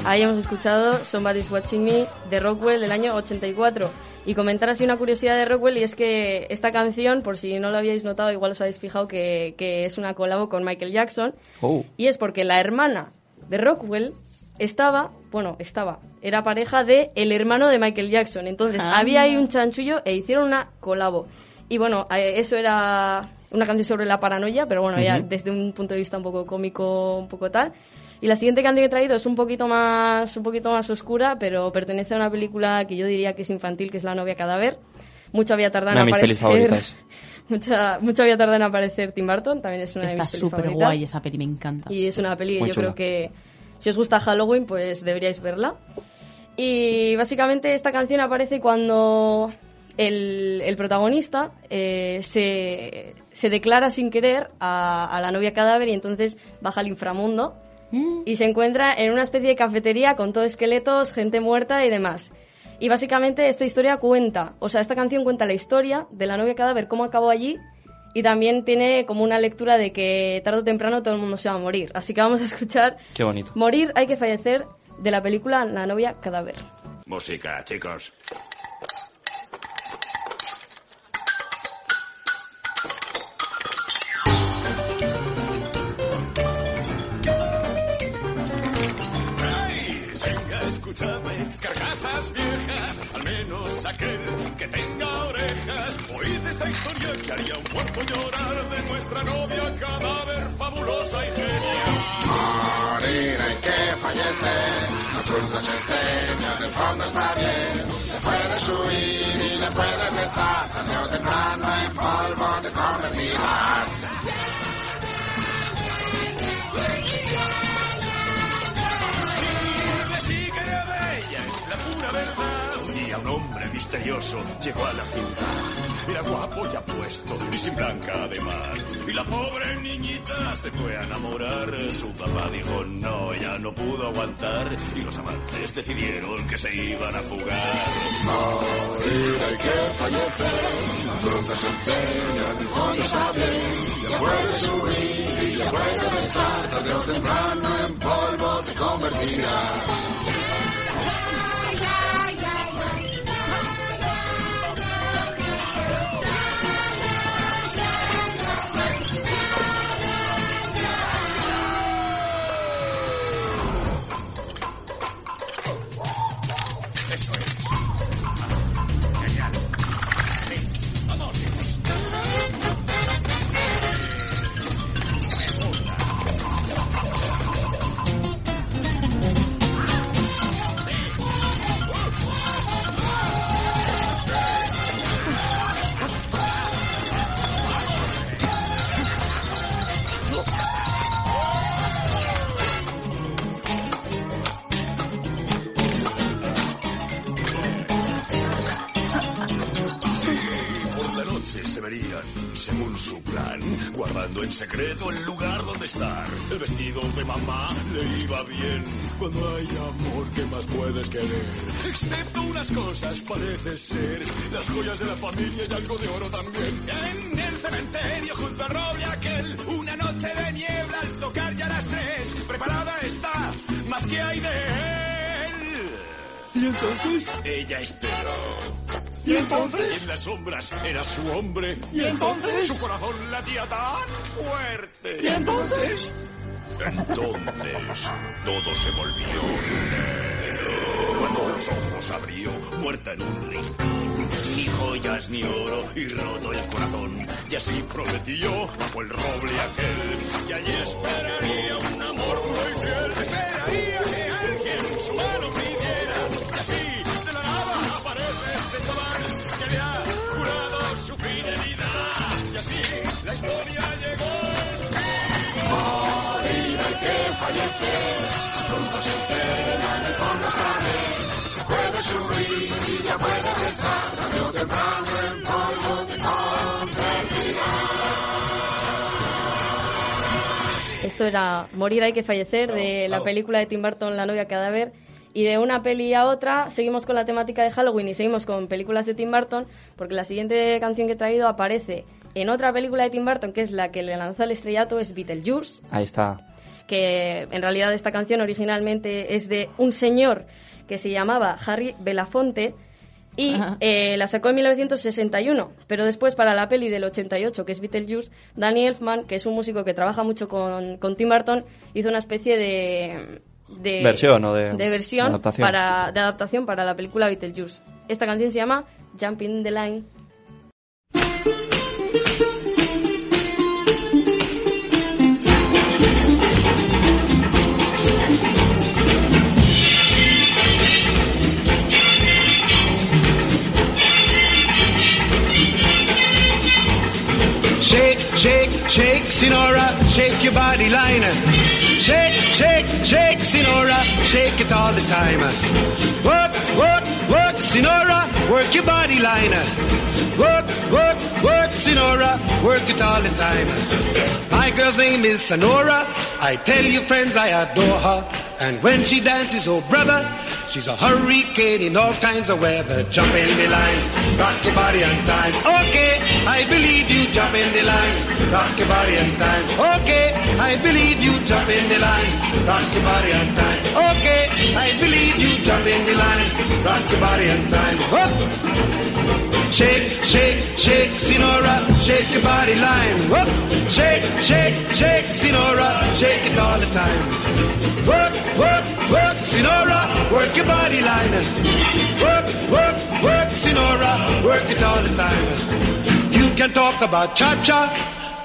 Speaker 4: Ahí hemos escuchado Somebody's Watching Me de Rockwell del año 84. Y comentar así una curiosidad de Rockwell y es que esta canción, por si no lo habíais notado, igual os habéis fijado que, que es una colabo con Michael Jackson.
Speaker 2: Oh.
Speaker 4: Y es porque la hermana de Rockwell estaba, bueno, estaba, era pareja de el hermano de Michael Jackson. Entonces
Speaker 3: Ah.
Speaker 4: había ahí un chanchullo e hicieron una colabo. Y bueno, eh, eso era una canción sobre la paranoia, pero bueno, ya desde un punto de vista un poco cómico, un poco tal. Y la siguiente canción que he traído es un poquito más, un poquito más oscura, pero pertenece a una película que yo diría que es infantil, que es La novia cadáver. Mucho había tardado
Speaker 2: Una de
Speaker 4: en
Speaker 2: mis
Speaker 4: aparecer.
Speaker 2: pelis favoritas.
Speaker 4: Mucha, mucho había tardado en aparecer Tim Burton, también es una de
Speaker 3: Está
Speaker 4: mis pelis
Speaker 3: súper
Speaker 4: favoritas.
Speaker 3: guay esa peli, me encanta.
Speaker 4: Y es una peli,
Speaker 2: Muy
Speaker 4: yo
Speaker 2: chula.
Speaker 4: creo que si os gusta Halloween, pues deberíais verla. Y básicamente esta canción aparece cuando el, el protagonista eh, se, se declara sin querer a, a la novia cadáver y entonces baja al inframundo
Speaker 3: Mm.
Speaker 4: y se encuentra en una especie de cafetería con todo esqueletos, gente muerta y demás. Y básicamente esta historia cuenta, o sea, esta canción cuenta la historia de la novia cadáver, cómo acabó allí, y también tiene como una lectura de que tarde o temprano todo el mundo se va a morir. Así que vamos a escuchar
Speaker 2: Qué bonito.
Speaker 4: Morir hay que fallecer de la película La novia cadáver.
Speaker 7: Música, chicos. Venga, escúchame, carcasas viejas, al menos aquel que tenga orejas. Oíd esta historia que haría un muerto llorar de nuestra novia cadáver fabulosa y genial.
Speaker 9: Morir hay que fallecer, no chuzas el ceño, en el fondo está bien. Le puedes huir y le puedes rezar, tarde o temprano en polvo te convertirás.
Speaker 7: Sí que era bella, es la pura verdad. Un día un hombre misterioso llegó a la ciudad. Era guapo y apuesto, y sin blanca además. Y la pobre niñita se fue a enamorar. Su papá dijo no, ya no pudo aguantar. Y los amantes decidieron que se iban a fugar.
Speaker 9: Morir hay que fallecer, no chuzas el ceño, en el fondo está bien. Le puedes huir y le puedes rezar, tarde o temprano en polvo te convertirás.
Speaker 7: Por la noche se verían, según su plan, guardando en secreto el lugar donde estar. El vestido de mamá le iba bien. Cuando hay amor, ¿qué más puedes querer? Excepto unas cosas, parece ser. Las joyas de la familia y algo de oro también. En el cementerio, junto al roble aquel, una noche de niebla al tocar ya las tres. Preparada está, más que hay de él. Y entonces ella esperó. ¿Y entonces? En las sombras era su hombre. ¿Y entonces? Su corazón latía tan fuerte. ¿Y entonces? Entonces todo se volvió negro. Cuando los ojos abrió, muerta en un rincón. Ni joyas, ni oro, y roto el corazón. Y así prometió bajo el roble aquel. Y allí esperaría un amor muy fiel. Esperaría que alguien su mano pidiera. Y así, de la nada, aparece este chaval que le ha jurado su fidelidad. Y así, la historia llegó.
Speaker 4: Esto era Morir hay que fallecer de la película de Tim Burton La novia cadáver y de una peli a otra seguimos con la temática de Halloween y seguimos con películas de Tim Burton porque la siguiente canción que he traído aparece en otra película de Tim Burton que es la que le lanzó al estrellato es Beetlejuice
Speaker 2: Ahí está.
Speaker 4: que en realidad esta canción originalmente es de un señor que se llamaba Harry Belafonte y
Speaker 3: Ajá.
Speaker 4: eh, la sacó en 1961, pero después para la peli del 88, que es Beetlejuice, Danny Elfman, que es un músico que trabaja mucho con, con Tim Burton, hizo una especie de... de
Speaker 2: Versión, ¿no? De-
Speaker 4: versión
Speaker 2: de adaptación.
Speaker 4: Para, de adaptación para la película Beetlejuice. Esta canción se llama Jumping the Line.
Speaker 7: Shake, shake, shake, Sinora, shake your body liner. Shake, shake, shake, Sinora, shake it all the time. Work, work, work, Sinora, work your body liner. Work, work, work, Sinora, work it all the time. My girl's name is Sonora. I tell you, friends, I adore her. And when she dances, oh brother, she's a hurricane in all kinds of weather. Jump in the line, rock your body on time. Okay, I believe you. Jump in the line, rock your body on time. Okay, I believe you. Jump in the line, rock your body on time. Okay, I believe you. Jump in the line, rock your body on time. Whoop! Shake, shake, shake, Sinora, shake your body line. Whoop. Shake, shake, shake, Sinora, shake it all the time. Work, work, work, Sinora, work your body line. Work, work, work, Sinora, work it all the time. You can talk about cha-cha,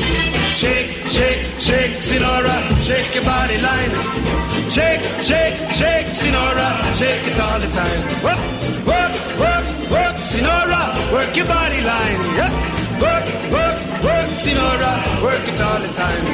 Speaker 7: Shake, shake, shake, Sinora, shake your body line. Shake, shake, shake, Sinora, shake it all the time. Work, work, work, work, Sinora, work your body line. Yep. Work, work, work, Sinora, work it all the time.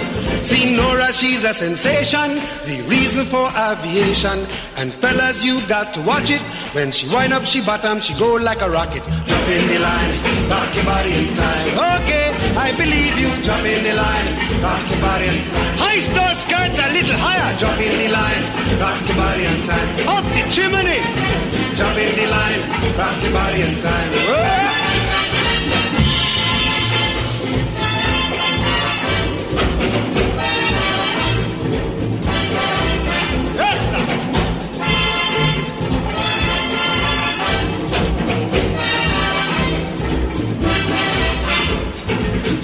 Speaker 7: Sinora, she's a sensation, the reason for aviation. And fellas, you got to watch it. When she wind up, she bottom, she go like a rocket. Jump in the line, rock your body in time. Okay, I believe you. Jump in the line, rock your body in time. High skirt skirts a little higher. Jump in the line, rock your body in time. Off the chimney. Jump in the line, rock your body in time. Whoa!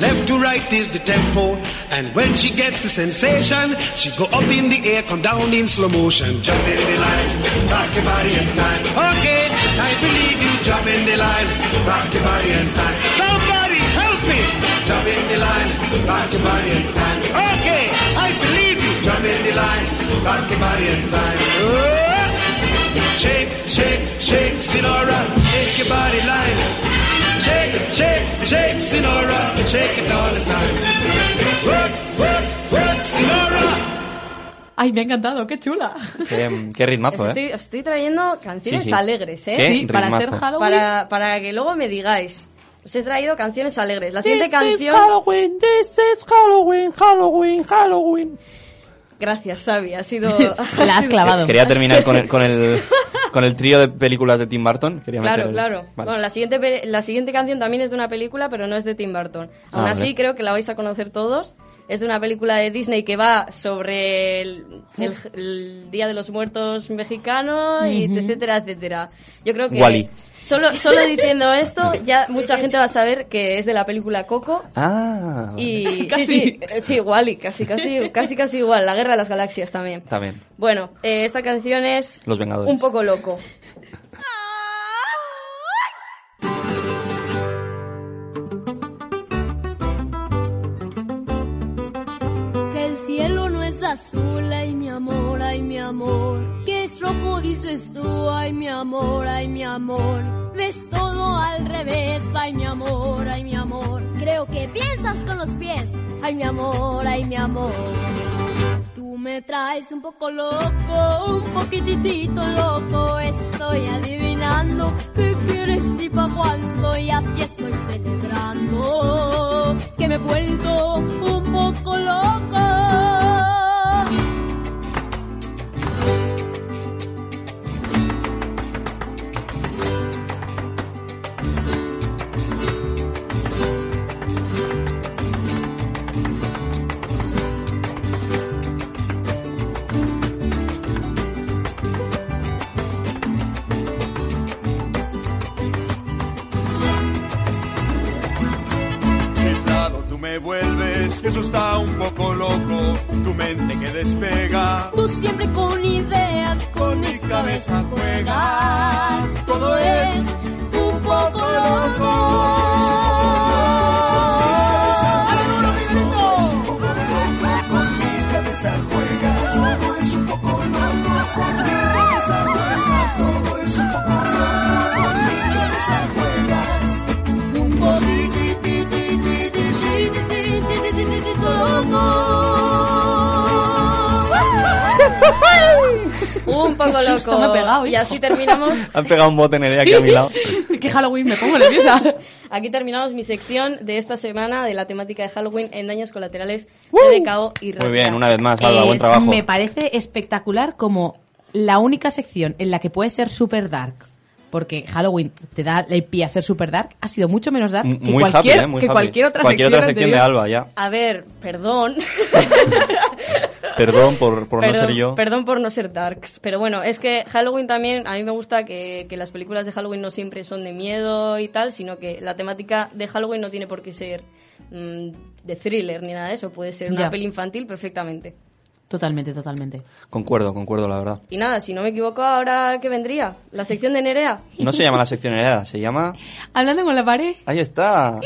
Speaker 7: Left to right is the tempo. And when she gets the sensation, she go up in the air, come down in slow motion. Jump in the line, rock your body in time. Okay, I believe you. Jump in the line, rock your body in time. Somebody help me. Jump in the line, rock your body in time. Okay, I believe you. Jump in the line, rock your body in time. Oh! Shake, shake, shake, Sinora, shake your body line. Shake, shake, shake, Sinora, shake it all the time. Work, work, work, Sinora.
Speaker 3: Ay, me ha encantado, qué chula.
Speaker 2: Qué, qué ritmazo,
Speaker 4: Os
Speaker 2: ¿eh?
Speaker 4: estoy, os estoy trayendo canciones
Speaker 2: Sí, sí.
Speaker 4: alegres, ¿eh?
Speaker 2: Qué
Speaker 3: Sí, para hacer
Speaker 2: ritmazo.
Speaker 3: Halloween.
Speaker 4: Para, para que luego me digáis. Os he traído canciones alegres. La siguiente
Speaker 2: This is
Speaker 4: canción...
Speaker 2: Halloween, this is Halloween, Halloween, Halloween.
Speaker 4: Gracias, Xavi. Ha sido... ha
Speaker 3: La has
Speaker 4: sido-
Speaker 3: clavado.
Speaker 2: Quería terminar con el, con el, con el trío de películas de Tim Burton. Quería meter
Speaker 4: Claro,
Speaker 2: el-
Speaker 4: claro.
Speaker 2: Vale.
Speaker 4: Bueno, la siguiente, pe- la siguiente canción también es de una película, pero no es de Tim Burton.
Speaker 2: Ah,
Speaker 4: Aún
Speaker 2: vale.
Speaker 4: así, creo que la vais a conocer todos. Es de una película de Disney que va sobre el, el- el Día de los Muertos mexicano, y etcétera, etcétera. Yo creo que...
Speaker 2: Wall-E.
Speaker 4: Solo, solo diciendo esto, ya mucha gente va a saber que es de la película Coco,
Speaker 2: Ah, vale.
Speaker 4: Y
Speaker 3: Casi.
Speaker 4: sí, sí, eh, sí, igual y casi, casi, casi, casi igual. La guerra de las galaxias también.
Speaker 2: También.
Speaker 4: Bueno, eh, esta canción es
Speaker 2: Los Vengadores.
Speaker 4: un poco loco.
Speaker 8: cielo no es azul, ay mi amor, ay mi amor. ¿Qué estropo dices tú, ay mi amor, ay mi amor? Ves todo al revés, ay mi amor, ay mi amor. Creo que piensas con los pies, ay mi amor, ay mi amor. Tú me traes un poco loco, un poquitito loco. Estoy adivinando qué quieres y pa' cuándo. Y así estoy celebrando que me he vuelto un poco loco.
Speaker 7: Chiflado, tú me vuelves, eso está un poco loco. Tu mente que despega,
Speaker 8: Tú siempre con ideas, con mi cabeza juegas. Todo es un poco loco. Un poquitito loco.
Speaker 4: Un poco
Speaker 3: Qué susto
Speaker 4: loco.
Speaker 3: me he pegado,
Speaker 4: y así terminamos.
Speaker 2: Han pegado un bote en el aquí a mi lado.
Speaker 3: que Halloween me pongo nerviosa.
Speaker 4: Aquí terminamos mi sección de esta semana de la temática de Halloween en daños colaterales de DKO y
Speaker 2: Muy
Speaker 4: Ratia.
Speaker 2: bien, una vez más, Alba, buen
Speaker 3: Es-
Speaker 2: trabajo.
Speaker 3: Me parece espectacular como la única sección en la que puede ser super dark, porque Halloween te da el pie a ser super dark, ha sido mucho menos dark
Speaker 2: M-
Speaker 3: que,
Speaker 2: Muy happy,
Speaker 3: cualquier,
Speaker 2: ¿eh? Muy
Speaker 3: que
Speaker 2: happy.
Speaker 3: cualquier otra
Speaker 2: Cualquier
Speaker 3: sección.
Speaker 2: otra sección de
Speaker 3: anterior.
Speaker 2: Alba, ya.
Speaker 4: A ver, perdón.
Speaker 2: Perdón por, por no
Speaker 4: perdón,
Speaker 2: ser yo.
Speaker 4: perdón por no ser darks. Pero bueno, es que Halloween también, a mí me gusta que, que las películas de Halloween no siempre son de miedo y tal, sino que la temática de Halloween no tiene por qué ser mm, de thriller ni nada de eso. Puede ser una
Speaker 3: Ya.
Speaker 4: peli infantil perfectamente.
Speaker 3: Totalmente, totalmente.
Speaker 2: Concuerdo, concuerdo, la verdad.
Speaker 4: Y nada, si no me equivoco, ahora ¿qué vendría? ¿La sección de Nerea?
Speaker 2: No se llama la sección heredada, se llama...
Speaker 3: Hablando con la pared.
Speaker 2: Ahí está.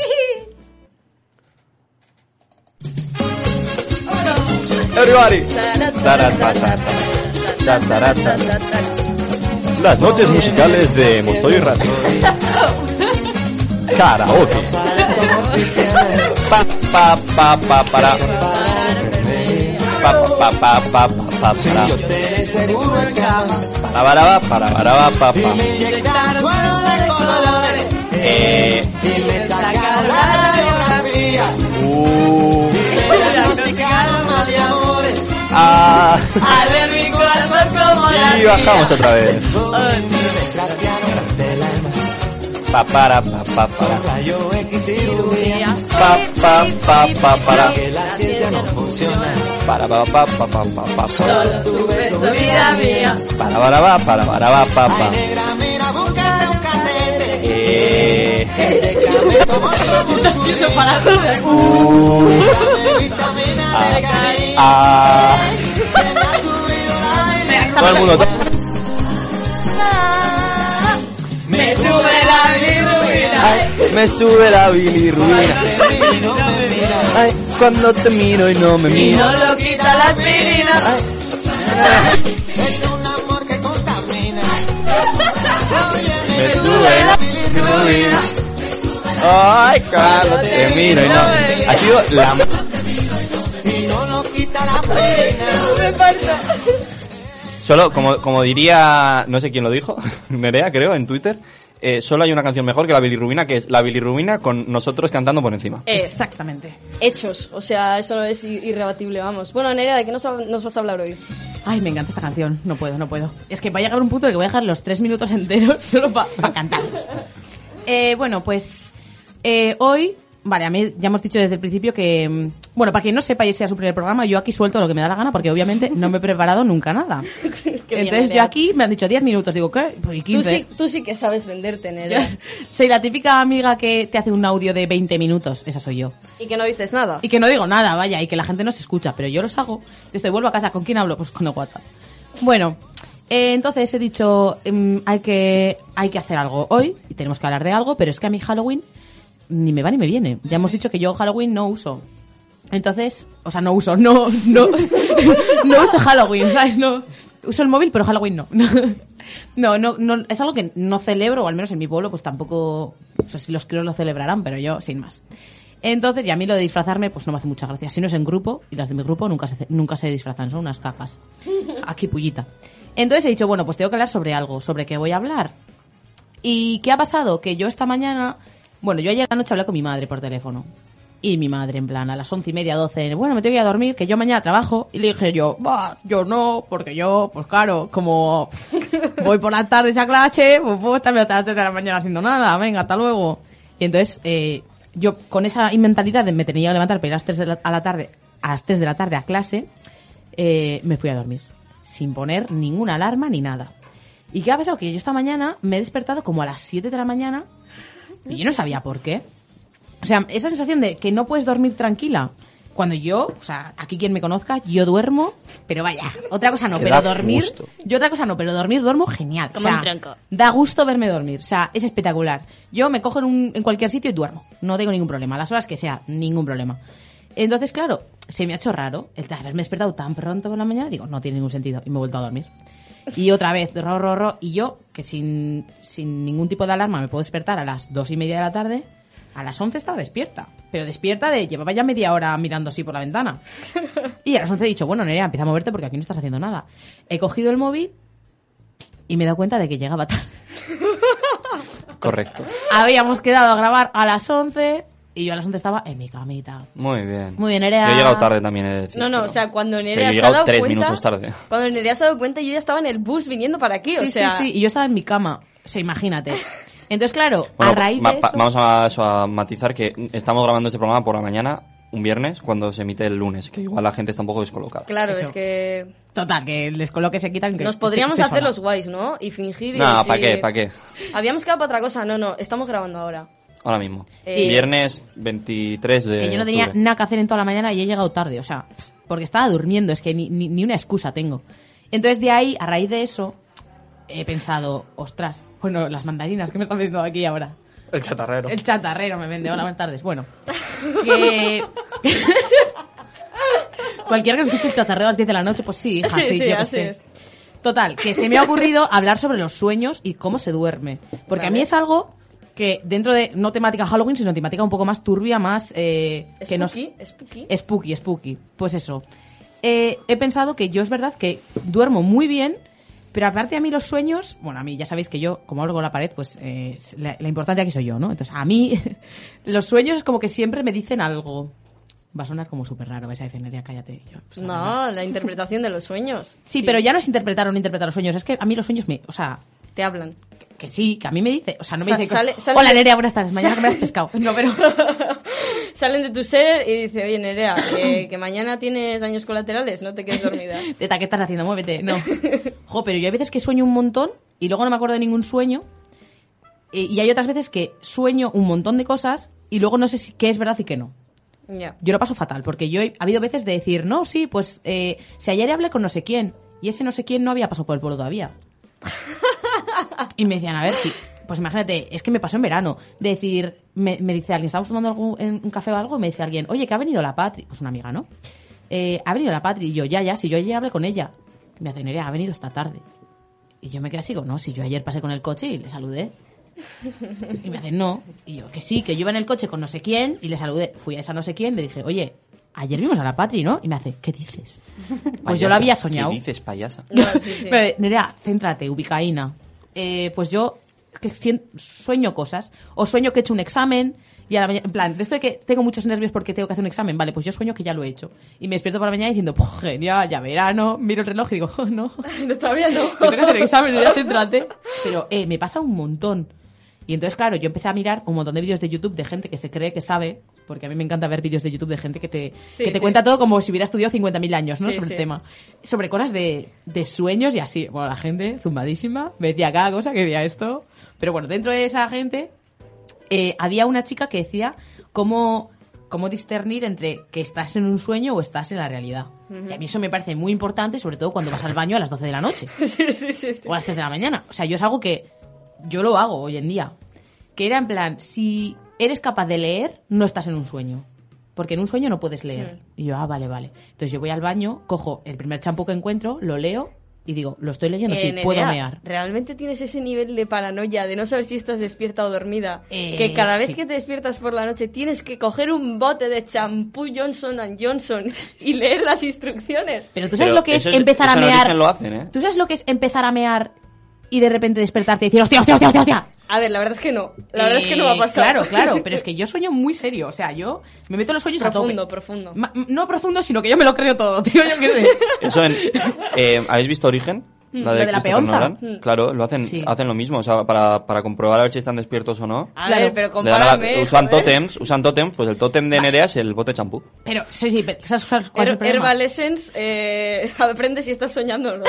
Speaker 2: Everybody. Las noches musicales de Mostoy y Rato. Karaoke. Pa, pa, pa, pa, para. Pa, pa, pa, pa, pa, pa, para. Para, para, va, para, para, va, pa, pa. Eh, uh, ah, y bajamos otra vez. Pa, para, pa, pa, para. Pa, pa, pa, pa, para. Para, pa, pa, pa, pa, pa, pa. Para, para, va, para, para, va, pa, pa. Eh, ah. Todo el mundo.
Speaker 8: Me sube la
Speaker 2: Ay, me sube la bilirruina. Ay, cuando te miro y no me miro.
Speaker 8: lo quita la aspirina.
Speaker 2: Me sube la bilirruina. Ay, cuando te miro y no. Ha sido la. Solo, como, como diría, no sé quién lo dijo, Nerea, creo, en Twitter, eh, solo hay una canción mejor que la bilirrubina, que es la bilirrubina con nosotros cantando por encima.
Speaker 4: Eh,
Speaker 3: Exactamente.
Speaker 4: hechos, o sea, eso no es i- irrebatible, vamos. Bueno, Nerea, ¿de qué nos, hab- nos vas a hablar hoy?
Speaker 3: Ay, me encanta esta canción. No puedo, no puedo. Es que va a llegar un punto en el que voy a dejar los tres minutos enteros solo para cantar. Eh, bueno, pues eh, hoy, vale, a mí ya hemos dicho desde el principio que, mm, bueno, para quien no sepa y sea su primer programa, yo aquí suelto lo que me da la gana porque obviamente no me he preparado nunca nada.
Speaker 4: bien,
Speaker 3: Entonces yo
Speaker 4: Nerea.
Speaker 3: aquí me han dicho 10 minutos, digo, ¿qué? Pues
Speaker 4: Tú
Speaker 3: 15.
Speaker 4: sí, tú sí que sabes venderte, Nerea.
Speaker 3: Yo soy la típica amiga que te hace un audio de 20 minutos, esa soy yo.
Speaker 4: Y que no dices nada.
Speaker 3: Y que no digo nada, vaya, y que la gente no se escucha, pero yo los hago. Estoy, vuelvo a casa, ¿con quién hablo? Pues con el WhatsApp. Bueno, eh, entonces he dicho, em, hay, que, hay que hacer algo hoy, y tenemos que hablar de algo, pero es que a mí Halloween ni me va ni me viene. Ya hemos dicho que yo Halloween no uso. Entonces, o sea, no uso, no, no, no uso Halloween, ¿sabes? No, uso el móvil, pero Halloween no. No, no, no, es algo que no celebro, o al menos en mi pueblo, pues tampoco, o sea, si los críos lo celebrarán, pero yo sin más. Entonces, y a mí lo de disfrazarme, pues no me hace mucha gracia. Si no es en grupo, y las de mi grupo nunca se, nunca se disfrazan, son unas capas. Aquí pullita. Entonces he dicho, bueno, pues tengo que hablar sobre algo, sobre qué voy a hablar. ¿Y qué ha pasado? Que yo esta mañana, bueno, yo ayer anoche hablé con mi madre por teléfono. Y mi madre, en plan, a las once y media, doce, bueno, me tengo que ir a dormir, que yo mañana trabajo. Y le dije yo, bah, yo no, porque yo, pues claro, como voy por las tardes a clase, pues puedo estarme hasta las tres de la mañana haciendo nada, venga, hasta luego. Y entonces, eh, yo con esa mentalidad de me tenía que levantar para ir a las tres de la, a la tarde, a las tres de la tarde a clase, eh, me fui a dormir. Sin poner ninguna alarma ni nada. ¿Y qué ha pasado? Que yo esta mañana me he despertado como a las 7 de la mañana y yo no sabía por qué. O sea, esa sensación de que no puedes dormir tranquila. Cuando yo, o sea, aquí quien me conozca, yo duermo, pero vaya, otra cosa no,
Speaker 2: Te
Speaker 3: pero
Speaker 2: da
Speaker 3: dormir,
Speaker 2: gusto.
Speaker 3: yo otra cosa no, pero dormir duermo genial.
Speaker 4: Como
Speaker 3: o sea,
Speaker 4: un tronco.
Speaker 3: Da gusto verme dormir, o sea, es espectacular. Yo me cojo en, un- en cualquier sitio y duermo, no tengo ningún problema, a las horas que sea, ningún problema. Entonces, claro, se me ha hecho raro el de haberme despertado tan pronto por la mañana, digo, no tiene ningún sentido, y me he vuelto a dormir. Y otra vez, ro, ro, ro, y yo, que sin, sin ningún tipo de alarma me puedo despertar a las dos y media de la tarde, a las once estaba despierta, pero despierta de llevaba ya media hora mirando así por la ventana. Y a las 11 he dicho, bueno, Nerea, empieza a moverte porque aquí no estás haciendo nada. He cogido el móvil y me he dado cuenta de que llegaba tarde.
Speaker 2: Correcto.
Speaker 3: Habíamos quedado a grabar a las 11 y yo a las 11 estaba en mi camita.
Speaker 2: Muy bien.
Speaker 3: Muy bien, Nerea.
Speaker 2: Yo he llegado tarde también, he de decir.
Speaker 4: No, no, o sea, cuando
Speaker 2: Pero yo he
Speaker 4: Nerea se ha
Speaker 2: llegado
Speaker 4: dado
Speaker 2: tres
Speaker 4: cuenta...
Speaker 2: minutos tarde.
Speaker 4: Cuando Nerea se ha dado cuenta, yo ya estaba en el bus viniendo para aquí,
Speaker 3: Sí,
Speaker 4: o sea...
Speaker 3: sí, sí, y yo estaba en mi cama. O sea, imagínate. Entonces, claro,
Speaker 2: Bueno,
Speaker 3: a raíz
Speaker 2: ma-
Speaker 3: de
Speaker 2: pa-
Speaker 3: eso...
Speaker 2: Vamos a, eso, a matizar que estamos grabando este programa por la mañana, un viernes, cuando se emite el lunes, que igual la gente está un poco descolocada.
Speaker 4: Claro,
Speaker 3: Eso.
Speaker 4: es que
Speaker 3: Total, que el descoloque se quitan. Que
Speaker 4: nos
Speaker 3: es que
Speaker 4: podríamos
Speaker 3: estoy
Speaker 4: hacer
Speaker 3: sola.
Speaker 4: los guays, ¿no? Y fingir... y
Speaker 2: No, ¿para
Speaker 4: decir-
Speaker 2: qué? ¿Para qué?
Speaker 4: Habíamos quedado para otra cosa, no, no, estamos grabando ahora.
Speaker 2: Ahora mismo.
Speaker 4: Eh,
Speaker 2: Viernes 23 de
Speaker 3: Que yo no tenía
Speaker 2: octubre.
Speaker 3: nada que hacer en toda la mañana y he llegado tarde, o sea, porque estaba durmiendo, es que ni, ni, ni una excusa tengo. Entonces de ahí, a raíz de eso, he pensado, ostras, bueno, las mandarinas que me están vendiendo aquí ahora.
Speaker 5: El chatarrero.
Speaker 3: El chatarrero me vende, hola, buenas tardes. Bueno, que... Cualquiera que nos escuche el chatarrero a las 10 de la noche, pues sí, hija,
Speaker 4: Sí,
Speaker 3: sí,
Speaker 4: sí,
Speaker 3: yo qué
Speaker 4: así
Speaker 3: sé.
Speaker 4: es.
Speaker 3: Total, que se me ha ocurrido hablar sobre los sueños y cómo se duerme. Porque a mí
Speaker 4: Vale.
Speaker 3: es algo que dentro de, no temática Halloween, sino temática un poco más turbia, más... eh, que nos,
Speaker 4: Spooky, spooky.
Speaker 3: Spooky, spooky. Pues eso. Eh, he pensado que yo es verdad que duermo muy bien, pero aparte a mí los sueños, bueno, a mí ya sabéis que yo, como algo la pared, pues eh, es la, la importante aquí soy yo, ¿no? Entonces a mí los sueños es como que siempre me dicen algo. Va a sonar como súper raro, vais a decir, Nerea, cállate. Y yo, pues, la verdad.
Speaker 4: No, la interpretación de los sueños.
Speaker 3: Sí, pero ya no es interpretar o no interpretar los sueños, es que a mí los sueños me, o sea,
Speaker 4: Te hablan.
Speaker 3: que sí, que a mí me dice, o sea, no me
Speaker 4: Sa-
Speaker 3: dice,
Speaker 4: sale- sale-
Speaker 3: hola Nerea, buenas tardes, mañana que me has pescado. No, pero...
Speaker 4: Salen de tu ser y dice, oye Nerea, eh, que, que mañana tienes daños colaterales, no te quedes dormida.
Speaker 3: Teta, ¿qué estás haciendo? Muévete. No. Jo, pero yo hay veces que sueño un montón y luego no me acuerdo de ningún sueño. Eh, Y hay otras veces que sueño un montón de cosas y luego no sé si qué es verdad y qué no.
Speaker 4: Ya.
Speaker 3: Yo lo paso fatal, porque yo he, ha habido veces de decir, no, sí, pues eh, si ayer hablé con no sé quién y ese no sé quién no había pasado por el pueblo todavía. y me decían, a ver, sí. Pues imagínate, es que me pasó en verano. De decir, me, me dice alguien, estábamos tomando algún- en un café o algo, y me dice alguien, oye, que ha venido la Patri. Pues una amiga, ¿no? Eh, ha venido la Patri. Y yo, ya, ya, si yo ayer hablé con ella. Me hace, Nerea, ha venido esta tarde. Y yo me quedé así, digo, no, si yo ayer pasé con el coche y le saludé. Y me hace, no. Y yo, que sí, que yo iba en el coche con no sé quién y le saludé. Fui a esa no sé quién, le dije, oye, ayer vimos a la Patri, ¿no? Y me hace, ¿qué dices? Pues yo
Speaker 2: Payasa.
Speaker 3: lo había soñado.
Speaker 2: ¿Qué dices, payasa?
Speaker 4: No, sí, sí.
Speaker 3: Pero, Nerea, céntrate, ubicaína. Eh, pues yo que sien- sueño cosas. O sueño que he hecho un examen. Y a la mañana, en plan, de esto de que tengo muchos nervios porque tengo que hacer un examen, vale, pues yo sueño que ya lo he hecho. Y me despierto por la mañana diciendo, "Puh, genial, ya verano, miro el reloj y digo, "Oh, no,
Speaker 4: No, todavía no.
Speaker 3: que tengo que hacer examen, Nerea, céntrate. Pero eh, me pasa un montón. Y entonces, claro, yo empecé a mirar un montón de vídeos de YouTube de gente que se cree que sabe, porque a mí me encanta ver vídeos de YouTube de gente que te,
Speaker 4: Sí,
Speaker 3: que te
Speaker 4: sí.
Speaker 3: cuenta todo como si hubiera estudiado 50.000 años, ¿no?
Speaker 4: Sí,
Speaker 3: sobre
Speaker 4: sí.
Speaker 3: el tema. Sobre cosas de, de sueños y así. Bueno, la gente, zumbadísima, me decía cada cosa que decía esto. Pero bueno, dentro de esa gente eh, había una chica que decía cómo, cómo discernir entre que estás en un sueño o estás en la realidad. Y a mí eso me parece muy importante, sobre todo cuando vas al baño a las 12 de la noche
Speaker 4: Sí, sí, sí, sí.
Speaker 3: o a las 3 de la mañana. O sea, yo es algo que yo lo hago hoy en día. Que era en plan, si eres capaz de leer, no estás en un sueño. porque en un sueño no puedes leer.
Speaker 4: Mm.
Speaker 3: Y yo, ah, vale, vale. Entonces yo voy al baño, cojo el primer champú que encuentro, lo leo y digo, lo estoy leyendo, sí,
Speaker 4: Eh,
Speaker 3: puedo
Speaker 4: Nerea,
Speaker 3: mear.
Speaker 4: ¿Realmente tienes ese nivel de paranoia de no saber si estás despierta o dormida?
Speaker 3: Eh,
Speaker 4: que cada vez
Speaker 3: sí.
Speaker 4: que te despiertas por la noche tienes que coger un bote de champú Johnson and Johnson y leer las instrucciones.
Speaker 3: Pero tú sabes lo que es, empezar a mear. ¿Tú sabes lo ¿eh? que es empezar a mear y de repente despertarte y decir, hostia, hostia, hostia, hostia, hostia?
Speaker 4: A ver, la verdad es que no. La verdad es que no
Speaker 3: Eh,
Speaker 4: va a pasar.
Speaker 3: Claro, claro, pero es que yo sueño muy serio. O sea, yo me meto en los sueños a tope.
Speaker 4: profundo, profundo.
Speaker 3: Ma- no profundo, sino que yo me lo creo todo, tío. Yo qué sé.
Speaker 2: Eso en, eh, ¿Habéis visto Origen?
Speaker 3: Mm, lo de la
Speaker 2: Christopher
Speaker 3: peonza.
Speaker 2: Nolan.
Speaker 3: Mm.
Speaker 2: Claro, lo hacen,
Speaker 3: Sí.
Speaker 2: hacen lo mismo, o sea, para, para comprobar a ver si están despiertos o no.
Speaker 4: A
Speaker 3: Claro.
Speaker 4: ver, pero
Speaker 2: Le dan a la-
Speaker 4: compárame. ¿eh?
Speaker 2: usan
Speaker 3: ¿eh?
Speaker 4: joder.
Speaker 2: tótems, usan tótems, pues el tótem de Nerea es el bote de champú.
Speaker 3: Pero, sí, sí, pero ¿sabes cuál es el
Speaker 4: Her-
Speaker 3: problema?
Speaker 4: Er- Herbal Essence, eh, aprende si estás soñando o no.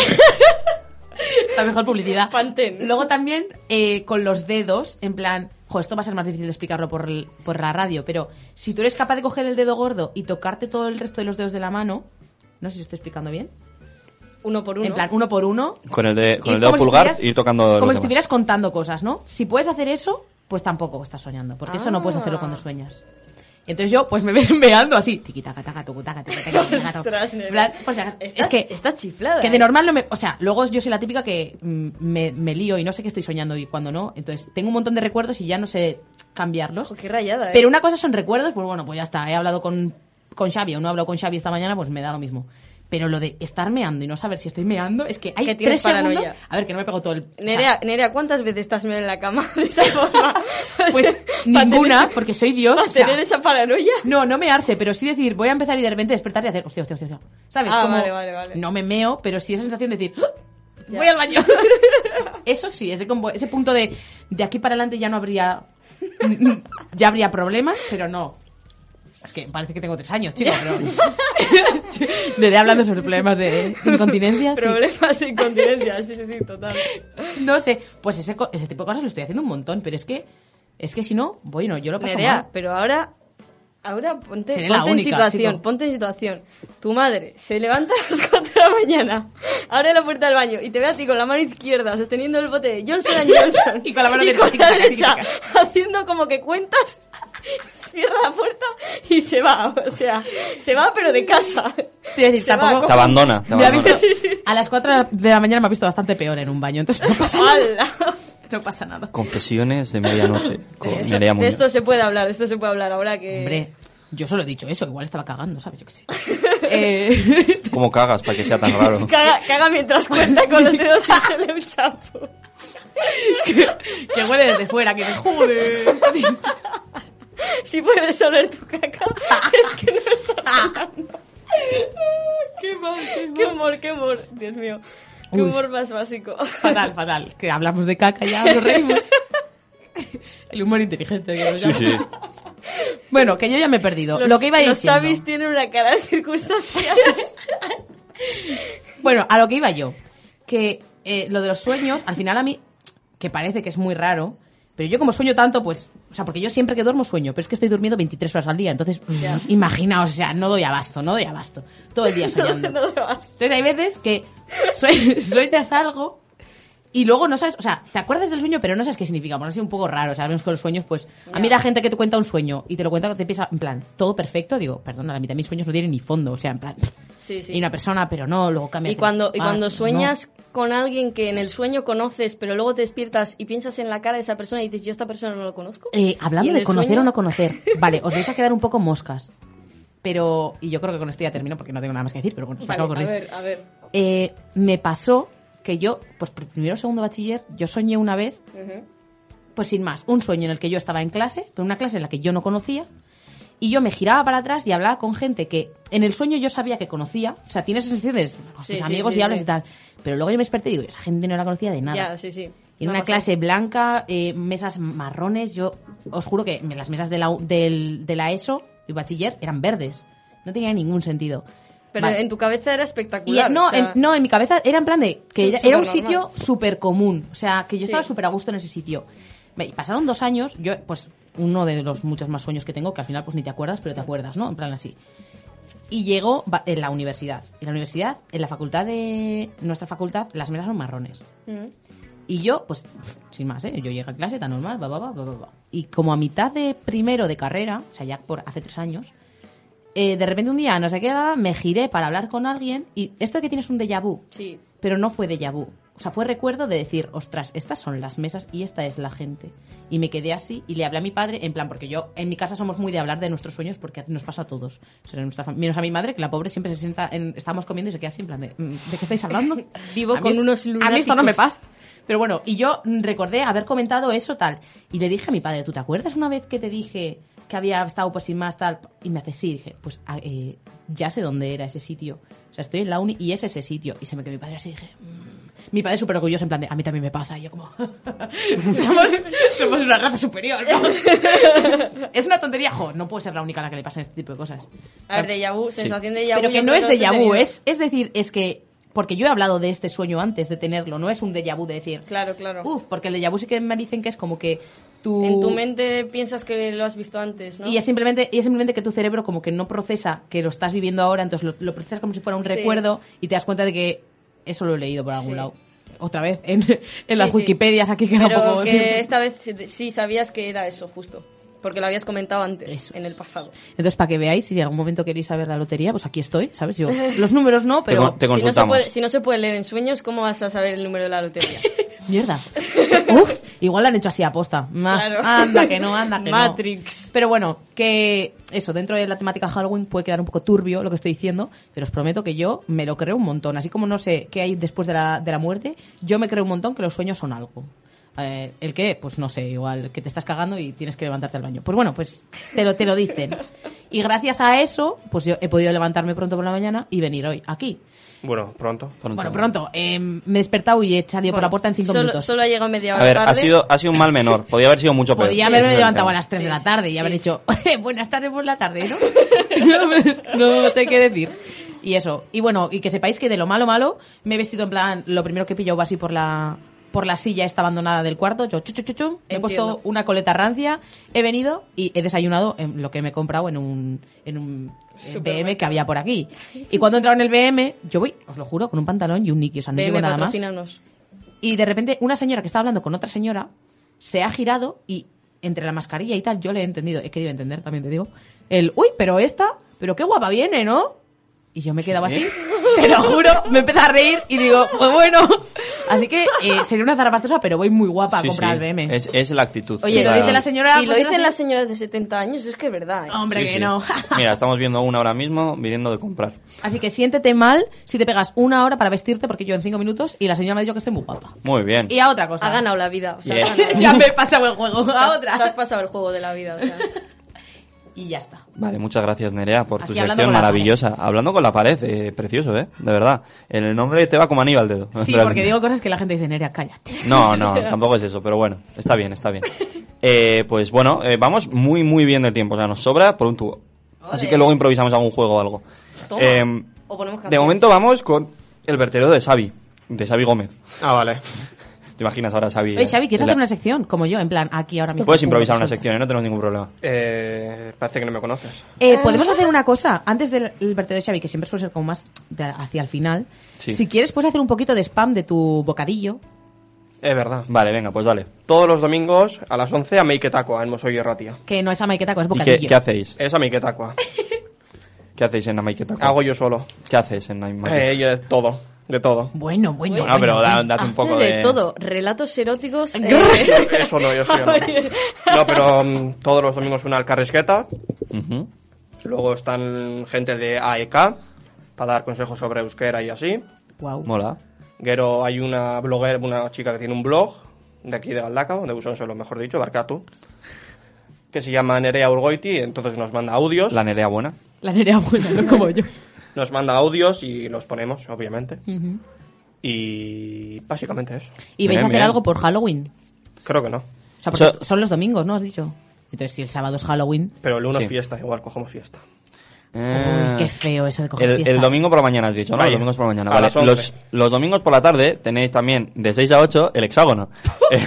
Speaker 3: la mejor publicidad.
Speaker 4: Pantene.
Speaker 3: Luego también eh, con los dedos, en plan, jo, esto va a ser más difícil de explicarlo por, el- por la radio, pero si tú eres capaz de coger el dedo gordo y tocarte todo el resto de los dedos de la mano, no sé si estoy explicando bien,
Speaker 4: Uno por uno.
Speaker 3: en plan, uno por uno,
Speaker 2: Con el, de, con
Speaker 3: y
Speaker 2: el dedo
Speaker 3: como si
Speaker 2: pulgar
Speaker 3: estuvieras-
Speaker 2: ir tocando los
Speaker 3: Como si
Speaker 2: demás.
Speaker 3: estuvieras contando cosas, ¿no? Si puedes hacer eso, pues tampoco estás soñando, porque eso no puedes hacerlo
Speaker 4: Ah.
Speaker 3: cuando sueñas. Entonces yo, pues me ves enveando así, tiquitaca, taca, tucutaca, tiquitaca, taca, taca.
Speaker 4: Ostras,
Speaker 3: En
Speaker 4: nena.
Speaker 3: plan, o sea,
Speaker 4: Estás-
Speaker 3: es que
Speaker 4: estás chiflada,
Speaker 3: Que de
Speaker 4: ¿eh?
Speaker 3: normal no me, o sea, luego yo soy la típica que mm, me, me lío y no sé qué estoy soñando y cuándo no. Entonces tengo un montón de recuerdos y ya no sé cambiarlos.
Speaker 4: Jo, qué rayada, ¿eh?
Speaker 3: Pero una cosa son recuerdos, pues bueno, pues ya está. He hablado con, con Xavi o no he hablado con Xavi esta mañana, pues me da lo mismo. Pero lo de estar meando y no saber si estoy meando, es que hay
Speaker 4: Que tienes
Speaker 3: tres segundos.
Speaker 4: paranoia.
Speaker 3: A ver, que no me pego todo el. o sea,
Speaker 4: Nerea, Nerea, ¿cuántas veces estás meando en la cama de esa forma?
Speaker 3: pues
Speaker 4: Pa'
Speaker 3: ninguna,
Speaker 4: tener-
Speaker 3: porque soy Dios.
Speaker 4: pa'
Speaker 3: o sea,
Speaker 4: tener esa paranoia.
Speaker 3: no, no mearse, pero sí decir, voy a empezar y de repente despertar y hacer, hostia, hostia, hostia. hostia. ¿Sabes?
Speaker 4: Ah,
Speaker 3: Como,
Speaker 4: vale, vale, vale.
Speaker 3: No me meo, pero sí esa sensación de decir, "¡Ah!
Speaker 4: Ya.
Speaker 3: voy al baño. Eso sí, ese, como- ese punto de, de aquí para adelante ya no habría. ya habría problemas, pero no. Es que parece que tengo tres años, chico, pero. Nerea hablando sobre problemas de incontinencia. sí.
Speaker 4: Problemas de incontinencia, sí, sí, sí, total.
Speaker 3: No sé, pues ese, co- ese tipo de cosas lo estoy haciendo un montón, pero es que. Es que si no, bueno, yo lo paso mal.
Speaker 4: Nerea, pero ahora, ahora ponte,
Speaker 3: Seré la
Speaker 4: ponte en
Speaker 3: única,
Speaker 4: situación,
Speaker 3: chico.
Speaker 4: ponte en situación. Tu madre se levanta a las 4 de la mañana, abre la puerta del baño y te ve a ti con la mano izquierda sosteniendo el bote de Johnson and Johnson
Speaker 3: Y con la mano
Speaker 4: y
Speaker 3: derecha,
Speaker 4: con la
Speaker 3: tic-tac,
Speaker 4: derecha
Speaker 3: tic-tac.
Speaker 4: haciendo como que cuentas, cierra la puerta y se va, o sea, se va pero de casa.
Speaker 3: Te iba a decir,
Speaker 4: Se va
Speaker 3: tampoco-
Speaker 4: como-
Speaker 2: Te abandona, te
Speaker 3: Me ha
Speaker 2: abandona.
Speaker 3: visto,
Speaker 4: Sí, sí.
Speaker 3: A las 4 de la mañana me ha visto bastante peor en un baño, entonces no pasa nada.
Speaker 4: ¡Hala!
Speaker 3: No pasa nada.
Speaker 2: Confesiones de medianoche con
Speaker 4: De esto-
Speaker 2: Nerea
Speaker 4: de
Speaker 2: Muñoz.
Speaker 4: esto se puede hablar, de esto se puede hablar ahora que...
Speaker 3: Hombre, yo solo he dicho eso, igual estaba cagando, ¿sabes? Yo qué sé. Eh,
Speaker 2: ¿Cómo cagas para que sea tan raro?
Speaker 4: Caga, caga mientras cuenta con los dedos y se le un chapo.
Speaker 3: que huele desde fuera, que te jode.
Speaker 4: Si puedes oler tu caca, es que no estás cagando.
Speaker 3: Qué mal,
Speaker 4: Ah. Qué humor, qué humor. Dios mío. Qué
Speaker 3: Uy.
Speaker 4: humor más básico.
Speaker 3: Fatal, fatal. Que hablamos de caca ya, nos reímos. El humor inteligente. Que lo
Speaker 2: Sí,
Speaker 3: llaman.
Speaker 2: sí.
Speaker 3: Bueno, que yo ya me he perdido. lo que iba
Speaker 4: Los
Speaker 3: diciendo.
Speaker 4: Sabis tienen una cara de circunstancias.
Speaker 3: Bueno, a lo que iba yo. Que eh, lo de los sueños, al final a mí, que parece que es muy raro, pero yo como sueño tanto, pues, o sea, porque yo siempre que duermo sueño, pero es que estoy durmiendo 23 horas al día, entonces, mm, imaginaos, o sea, no doy abasto, no doy abasto. Todo el día soñando.
Speaker 4: No te vas.
Speaker 3: Entonces hay veces que sue- sueñas algo y luego no sabes, o sea, te acuerdas del sueño pero no sabes qué significa, por así un poco raro, o sea, sabemos que los sueños, pues, a mí la gente que te cuenta un sueño y te lo cuenta, te empieza, en plan, todo perfecto, digo, perdona, la mitad de mis sueños no tienen ni fondo, o sea, en plan,
Speaker 4: Sí, sí.
Speaker 3: y una persona, pero no, luego cambia.
Speaker 4: Y cuando, y
Speaker 3: Ah,
Speaker 4: cuando
Speaker 3: no.
Speaker 4: sueñas con alguien que en el sueño conoces, pero luego te despiertas y piensas en la cara de esa persona y dices, yo a esta persona no lo conozco.
Speaker 3: Eh,
Speaker 4: ¿Y
Speaker 3: hablando
Speaker 4: en
Speaker 3: de
Speaker 4: el
Speaker 3: conocer
Speaker 4: sueño?
Speaker 3: o no conocer, vale, os vais a quedar un poco moscas. Pero, y yo creo que con esto ya termino porque no tengo nada más que decir, pero bueno, se me acaba de
Speaker 4: Vale, a
Speaker 3: ocurrir.
Speaker 4: ver, a ver.
Speaker 3: Eh, me pasó que yo, pues pr- primero o segundo bachiller, yo soñé una vez, pues sin más, un sueño en el que yo estaba en clase, pero una clase en la que yo no conocía, y yo me giraba para atrás y hablaba con gente que en el sueño yo sabía que conocía, o sea, tienes sensaciones con tus
Speaker 4: Sí, sí,
Speaker 3: "Pues, amigos
Speaker 4: sí,
Speaker 3: y hablas
Speaker 4: sí.
Speaker 3: y tal, pero luego yo me desperté y digo, esa gente no la conocía de nada.
Speaker 4: Ya, sí, sí.
Speaker 3: En
Speaker 4: No
Speaker 3: una
Speaker 4: pasa
Speaker 3: clase blanca, eh, mesas marrones. Yo os juro que las mesas de la, U- del- de la ESO y bachiller eran verdes. No tenía ningún sentido.
Speaker 4: nada. Pero
Speaker 3: Vale.
Speaker 4: en tu cabeza era
Speaker 3: Y, eh,
Speaker 4: espectacular.
Speaker 3: no,
Speaker 4: o sea,
Speaker 3: en, no, en mi cabeza era en plan de que
Speaker 4: Sí,
Speaker 3: era, era un
Speaker 4: supernormal.
Speaker 3: sitio súper común. O sea, que yo estaba
Speaker 4: Sí.
Speaker 3: súper a gusto en ese sitio. Me- y pasaron dos años, yo, pues, uno de los muchos más sueños que tengo, que al final pues ni te acuerdas, pero te acuerdas, ¿no? En plan así. Y llegó va- en la universidad. En la universidad, en la facultad de... Nuestra facultad, las mesas son marrones.
Speaker 4: Ujú.
Speaker 3: Y yo, pues, pf, sin más, ¿eh? Yo llegué a clase tan normal, va, va, va, va, va, va. Y como a mitad de primero de carrera, o sea, ya por hace tres años, eh, de repente un día, no sé qué, me giré para hablar con alguien y esto de que tienes un déjà vu,
Speaker 4: Sí.
Speaker 3: pero no fue déjà vu. O sea, fue recuerdo de decir, ostras, estas son las mesas y esta es la gente. Y me quedé así y le hablé a mi padre, en plan, porque yo, en mi casa somos muy de hablar de nuestros sueños porque nos pasa a todos. O sea, en nuestra fam- menos a mi madre, que la pobre siempre se sienta, en, estamos comiendo y se queda así, en plan, de, "Mm, ¿de qué estáis hablando?
Speaker 4: Vivo con
Speaker 3: es-
Speaker 4: unos
Speaker 3: A mí esto no me
Speaker 4: lunáticos.
Speaker 3: pasa. Pero bueno, y yo recordé haber comentado eso tal. Y le dije a mi padre, ¿tú te acuerdas una vez que te dije que había estado por sin más tal? Y me hace sí. Dije, pues ah, eh, ya sé dónde era ese sitio. O sea, estoy en la uni y es ese sitio. Y se me quedó mi padre así. Dije, "Mm". mi padre súper orgulloso, en plan de, a mí también me pasa. Y yo como, somos, somos una raza superior, ¿no? es una tontería. Jo, no puedo ser la única a la que le pasan este tipo de cosas.
Speaker 4: A ver, déjà vu, sensación de déjà vu.
Speaker 3: Pero que
Speaker 4: yo
Speaker 3: no
Speaker 4: creo
Speaker 3: es
Speaker 4: que
Speaker 3: déjà
Speaker 4: todos
Speaker 3: vu,
Speaker 4: he
Speaker 3: es, es decir, es que... Porque yo he hablado de este sueño antes de tenerlo, no es un déjà vu de decir...
Speaker 4: Claro, claro.
Speaker 3: Uf, porque el déjà vu sí que me dicen que es como que tú...
Speaker 4: En tu mente piensas que lo has visto antes, ¿no?
Speaker 3: Y es, simplemente, y es simplemente que tu cerebro como que no procesa que lo estás viviendo ahora, entonces lo, lo procesas como si fuera un
Speaker 4: Sí.
Speaker 3: recuerdo y te das cuenta de que eso lo he leído por algún
Speaker 4: Sí.
Speaker 3: lado. Otra vez, en, en las
Speaker 4: sí.
Speaker 3: Wikipedias aquí que
Speaker 4: Pero
Speaker 3: tampoco...
Speaker 4: que esta vez sí- sí sabías que era eso, justo. Porque lo habías comentado antes, en el pasado.
Speaker 3: Entonces, para que veáis, si en algún momento queréis saber la lotería, pues aquí estoy, ¿sabes? Yo, los números no,
Speaker 2: Te
Speaker 3: pero...
Speaker 2: con- te
Speaker 4: Si no, se
Speaker 2: consultamos.
Speaker 4: puede, si no se puede leer en sueños, ¿cómo vas a saber el número de la lotería?
Speaker 3: Mierda. Uf, igual lo han hecho así aposta. Ma-
Speaker 4: Claro.
Speaker 3: Anda que no, anda que no.
Speaker 4: Matrix.
Speaker 3: Pero bueno, que eso, dentro de la temática Halloween puede quedar un poco turbio lo que estoy diciendo, pero os prometo que yo me lo creo un montón. Así como no sé qué hay después de la, de la muerte, yo me creo un montón que los sueños son algo. Eh, ¿El qué? Pues no sé, igual que te estás cagando y tienes que levantarte al baño. Pues bueno, pues te lo, te lo dicen. Y gracias a eso, pues yo he podido levantarme pronto por la mañana y venir hoy aquí.
Speaker 5: Bueno, pronto.
Speaker 3: Bueno, pronto. eh, me he despertado y he salido por la
Speaker 4: Bueno,
Speaker 3: puerta en cinco
Speaker 4: solo,
Speaker 3: minutos.
Speaker 4: Solo ha llegado media
Speaker 2: A
Speaker 4: hora
Speaker 2: ver,
Speaker 4: tarde.
Speaker 2: ha sido, ha sido un mal menor. Podía haber sido mucho peor.
Speaker 3: Podía
Speaker 2: Ese es
Speaker 3: haberme
Speaker 2: el
Speaker 3: levantado a
Speaker 2: tema.
Speaker 3: las 3 de la tarde y haber dicho, buenas tardes por la tarde, ¿no? no sé qué decir. Y eso. Y bueno, y que sepáis que de lo malo malo, me he vestido en plan, lo primero que he pillado va así por la por la silla esta abandonada del cuarto, yo chu, chu, chu, chu, me he
Speaker 4: Entiendo.
Speaker 3: puesto una coleta rancia, he venido y he desayunado en lo que me he comprado en un, en un eh, BM que había por aquí. Y cuando he entrado en el BM, yo voy, os lo juro, con un pantalón y un niqui, o sea, no
Speaker 4: Ve,
Speaker 3: llevo
Speaker 4: me
Speaker 3: nada más.
Speaker 4: patrocínanos.
Speaker 3: Y de repente una señora que estaba hablando con otra señora se ha girado y entre la mascarilla y tal, yo le he entendido, he querido entender, también te digo, el, uy, pero esta, pero qué guapa viene, ¿no? Y yo me quedaba así, te lo juro, me empezaba a reír y digo, pues bueno. Así que eh, sería una zarapastosa, pero voy muy guapa a
Speaker 2: Sí,
Speaker 3: comprar
Speaker 2: sí.
Speaker 3: el BM.
Speaker 2: Es, es la actitud.
Speaker 3: Oye,
Speaker 2: sí,
Speaker 3: lo
Speaker 2: la-
Speaker 3: dice la señora,
Speaker 4: Si lo
Speaker 3: pues,
Speaker 4: dicen
Speaker 3: gracias.
Speaker 4: las señoras de 70 años, es que es verdad. ¿eh?
Speaker 3: Hombre,
Speaker 2: Sí,
Speaker 3: que
Speaker 2: sí.
Speaker 3: no.
Speaker 2: Mira, estamos viendo una ahora mismo viniendo de comprar.
Speaker 3: Así que siéntete mal si te pegas una hora para vestirte, porque yo en cinco minutos y la señora me ha dicho que estoy muy guapa.
Speaker 2: Muy bien.
Speaker 3: Y a otra cosa.
Speaker 4: Ha ganado la vida. O sea,
Speaker 2: Yeah.
Speaker 4: ha ganado.
Speaker 3: ya me he pasado el juego. A
Speaker 4: Te has
Speaker 3: otra.
Speaker 4: pasado el juego de la vida. O sea.
Speaker 3: Y ya está.
Speaker 2: Vale, muchas gracias Nerea por tu
Speaker 3: Aquí hablando
Speaker 2: sección
Speaker 3: con la
Speaker 2: maravillosa. Hablando con la pared, eh, precioso, ¿eh? De verdad. El nombre te va como anillo al dedo.
Speaker 3: Sí, porque
Speaker 2: realmente.
Speaker 3: digo cosas que la gente dice, Nerea, cállate.
Speaker 2: No, no, tampoco es eso, pero bueno, está bien, está bien. Eh, pues bueno, eh, vamos muy, muy bien del tiempo, o sea, nos sobra por un tubo. Así que luego improvisamos algún juego o algo.
Speaker 4: Toma.
Speaker 2: Eh,
Speaker 4: O ponemos
Speaker 2: de
Speaker 4: canciones.
Speaker 2: momento vamos con el vertedero de Xavi, de Xavi Gómez.
Speaker 5: Ah, vale.
Speaker 2: ¿Te imaginas ahora Xavi?
Speaker 3: Oye, Xavi, ¿quieres
Speaker 2: en la-
Speaker 3: hacer una sección? Como yo, en plan, aquí ahora mismo.
Speaker 2: Puedes improvisar una sección, ¿eh? no tenemos ningún problema.
Speaker 5: Eh, parece que no me conoces.
Speaker 3: Eh, Podemos hacer una cosa. Antes del el vertedero de Xavi, que siempre suele ser como más de- hacia el final.
Speaker 2: Sí.
Speaker 3: Si quieres, puedes hacer un poquito de spam de tu bocadillo.
Speaker 5: Es verdad.
Speaker 2: Vale, venga, pues dale.
Speaker 5: Todos los domingos a las 11 a Make Tacua en Mosoy y Ratia.
Speaker 3: Que no es ama y que taco, es
Speaker 2: ¿Y qué,
Speaker 3: bocadillo.
Speaker 2: qué hacéis?
Speaker 5: Es a Make Tacua.
Speaker 2: ¿Qué hacéis en Namaiketa?
Speaker 5: Hago yo solo.
Speaker 2: ¿Qué haces en Namaiketa?
Speaker 5: Ah, Eh, yo de todo. De todo.
Speaker 3: Bueno, bueno.
Speaker 2: bueno, Ah, pero da- date
Speaker 3: Ah,
Speaker 2: un
Speaker 4: Hace
Speaker 2: poco de...
Speaker 4: de todo. Relatos eróticos. eh,
Speaker 5: Yo- Eso no, yo soy yo no. No, pero mm, todos los domingos una alcarrisqueta.
Speaker 2: Ujú.
Speaker 5: Luego están gente de AEK para dar consejos sobre euskera y así.
Speaker 3: Guau.
Speaker 2: Mola.
Speaker 5: Gero hay una blogger, una chica que tiene un blog de aquí de Galdaca, de Busonsolo, mejor dicho, Barcatu, que se llama Nerea Urgoiti, entonces nos manda audios,
Speaker 2: La Nerea buena.
Speaker 3: La nerea buena, no como yo.
Speaker 5: nos manda audios y los ponemos, obviamente. Y básicamente eso.
Speaker 3: Y vais
Speaker 2: Bien,
Speaker 3: a hacer
Speaker 2: bien.
Speaker 3: algo por Halloween.
Speaker 5: Creo que no.
Speaker 3: O sea, porque
Speaker 2: O sea-
Speaker 3: son los domingos, ¿no? Has dicho. Entonces, si el sábado es Halloween.
Speaker 5: Pero el lunes
Speaker 2: Sí.
Speaker 5: fiesta, igual cogemos fiesta.
Speaker 2: Eh,
Speaker 3: Uy, qué feo eso de coger
Speaker 2: el,
Speaker 3: fiesta.
Speaker 2: el domingo por la mañana has dicho, ¿no?
Speaker 5: Vaya.
Speaker 2: Los domingos por la mañana.
Speaker 5: A
Speaker 2: Vale,
Speaker 5: las 11.
Speaker 2: los, los domingos por la tarde tenéis también de 6 a 8 el hexágono. Eh,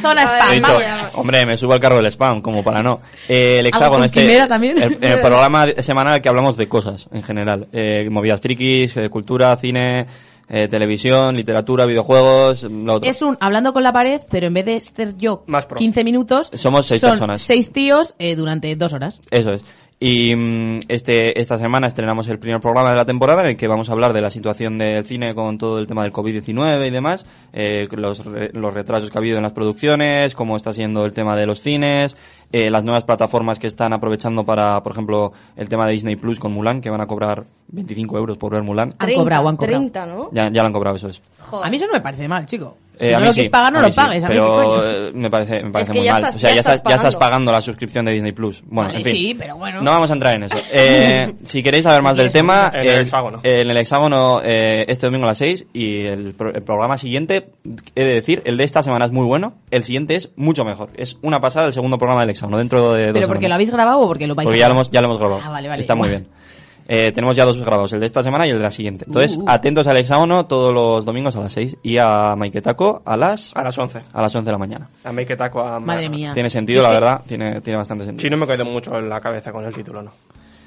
Speaker 3: Zona
Speaker 4: A ver,
Speaker 2: he
Speaker 3: spam,
Speaker 2: dicho,
Speaker 4: vámonos.
Speaker 2: hombre, me subo al carro del spam, como para no. Eh, el hexágono
Speaker 3: con
Speaker 2: este.
Speaker 3: quimera también?
Speaker 2: El, el programa de- semanal que hablamos de cosas en general. Eh, movidas frikis, eh, cultura, cine, eh, televisión, literatura, videojuegos, lo otro.
Speaker 3: Es un hablando con la pared, pero en vez de ser yo
Speaker 5: Más pro.
Speaker 3: 15 minutos,
Speaker 2: Somos seis
Speaker 3: son
Speaker 2: personas.
Speaker 3: Seis tíos eh, durante dos horas.
Speaker 2: Eso es. Y mm, este, esta semana estrenamos el primer programa de la temporada en el que vamos a hablar de la situación del cine con todo el tema del COVID-19 y demás, eh, los, re- los retrasos que ha habido en las producciones, cómo está siendo el tema de los cines, eh, las nuevas plataformas que están aprovechando para, por ejemplo, el tema de Disney Plus con Mulan, que van a cobrar 25 euros por ver Mulan.
Speaker 3: Han cobrado, han cobrado.
Speaker 4: 30, Ah, ¿no?
Speaker 2: Ya, ya lo han cobrado, eso es.
Speaker 3: A mí eso no me parece mal, chico. Si
Speaker 2: Eh, a
Speaker 3: no
Speaker 2: mí
Speaker 3: lo
Speaker 2: sí,
Speaker 3: quieres pagar, no
Speaker 2: a mí
Speaker 3: lo
Speaker 2: sí,
Speaker 3: pagues. A mí qué
Speaker 2: pero
Speaker 3: coño.
Speaker 2: eh, me parece, me parece
Speaker 4: que
Speaker 2: muy
Speaker 4: ya
Speaker 2: mal.
Speaker 4: estás-
Speaker 2: o sea,
Speaker 4: ya
Speaker 2: ya estás,
Speaker 4: estás
Speaker 2: ya estás
Speaker 4: pagando.
Speaker 2: pagando la suscripción de Disney Plus. Bueno,
Speaker 3: Vale,
Speaker 2: en fin.
Speaker 3: sí, pero bueno.
Speaker 2: No vamos a entrar en eso. Eh, si queréis saber más del tema, eh,
Speaker 5: En el Hexágono.
Speaker 2: en el hexágono eh, este domingo a las 6 y el, pro- el programa siguiente, he de decir, el de esta semana es muy bueno, el siguiente es mucho mejor. Es una pasada el segundo programa del hexágono dentro de dos
Speaker 3: ¿Pero porque
Speaker 2: semanas.
Speaker 3: lo habéis grabado o porque lo vais
Speaker 2: Porque
Speaker 3: a
Speaker 2: ya lo,
Speaker 3: grabar?
Speaker 2: hemos, ya lo hemos grabado.
Speaker 3: Ah, vale, vale.
Speaker 2: Está muy
Speaker 3: Bueno.
Speaker 2: bien. Eh, tenemos ya dos grabados, el de esta semana y el de la siguiente. Entonces,
Speaker 3: Uh.
Speaker 2: atentos al hexágono todos los domingos a las 6 y a Maiketaco a las,
Speaker 5: A las 11.
Speaker 2: a las 11 de la mañana.
Speaker 5: A Make It Taco, a
Speaker 3: Madre mía.
Speaker 2: Tiene sentido, la verdad, tiene, tiene bastante sentido.
Speaker 5: Sí, no me quedó mucho en la cabeza con el título, ¿no.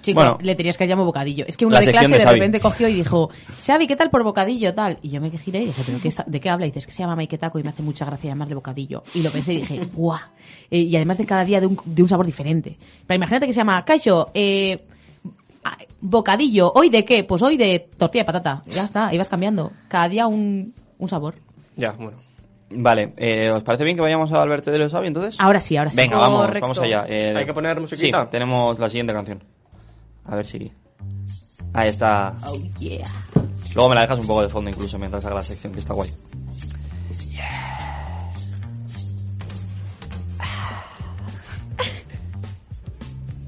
Speaker 3: Chico,
Speaker 2: Bueno.
Speaker 3: le tenías que llamar bocadillo. Es que uno
Speaker 2: La
Speaker 3: de
Speaker 2: sección
Speaker 3: clase
Speaker 2: de
Speaker 3: de,
Speaker 2: Xavi.
Speaker 3: repente cogió y dijo, Xavi, ¿qué tal por bocadillo tal? Y yo me giré y dije, ¿pero qué, está- de qué habla? Y dices, es que se llama Mike Taco y me hace mucha gracia llamarle bocadillo. Y lo pensé y dije, ¡guau! Eh, y además de cada día de un, de un sabor diferente. Pero imagínate que se llama, Caixo, eh, ah, bocadillo, ¿hoy de qué? Pues hoy de tortilla de patata. Ya está, ibas cambiando. Cada día un, un sabor.
Speaker 5: Ya, bueno.
Speaker 2: Vale, eh, ¿os parece bien que vayamos al vertedero de Xavi entonces?
Speaker 3: Ahora sí, ahora sí.
Speaker 2: Venga, vamos,
Speaker 4: Correcto.
Speaker 2: vamos allá. Eh,
Speaker 5: ¿Hay que poner musiquita?
Speaker 2: Sí, tenemos la siguiente canción. A ver si... Ahí está.
Speaker 3: Oh, yeah.
Speaker 2: Luego me la dejas un poco de fondo incluso mientras haga la sección, que está guay.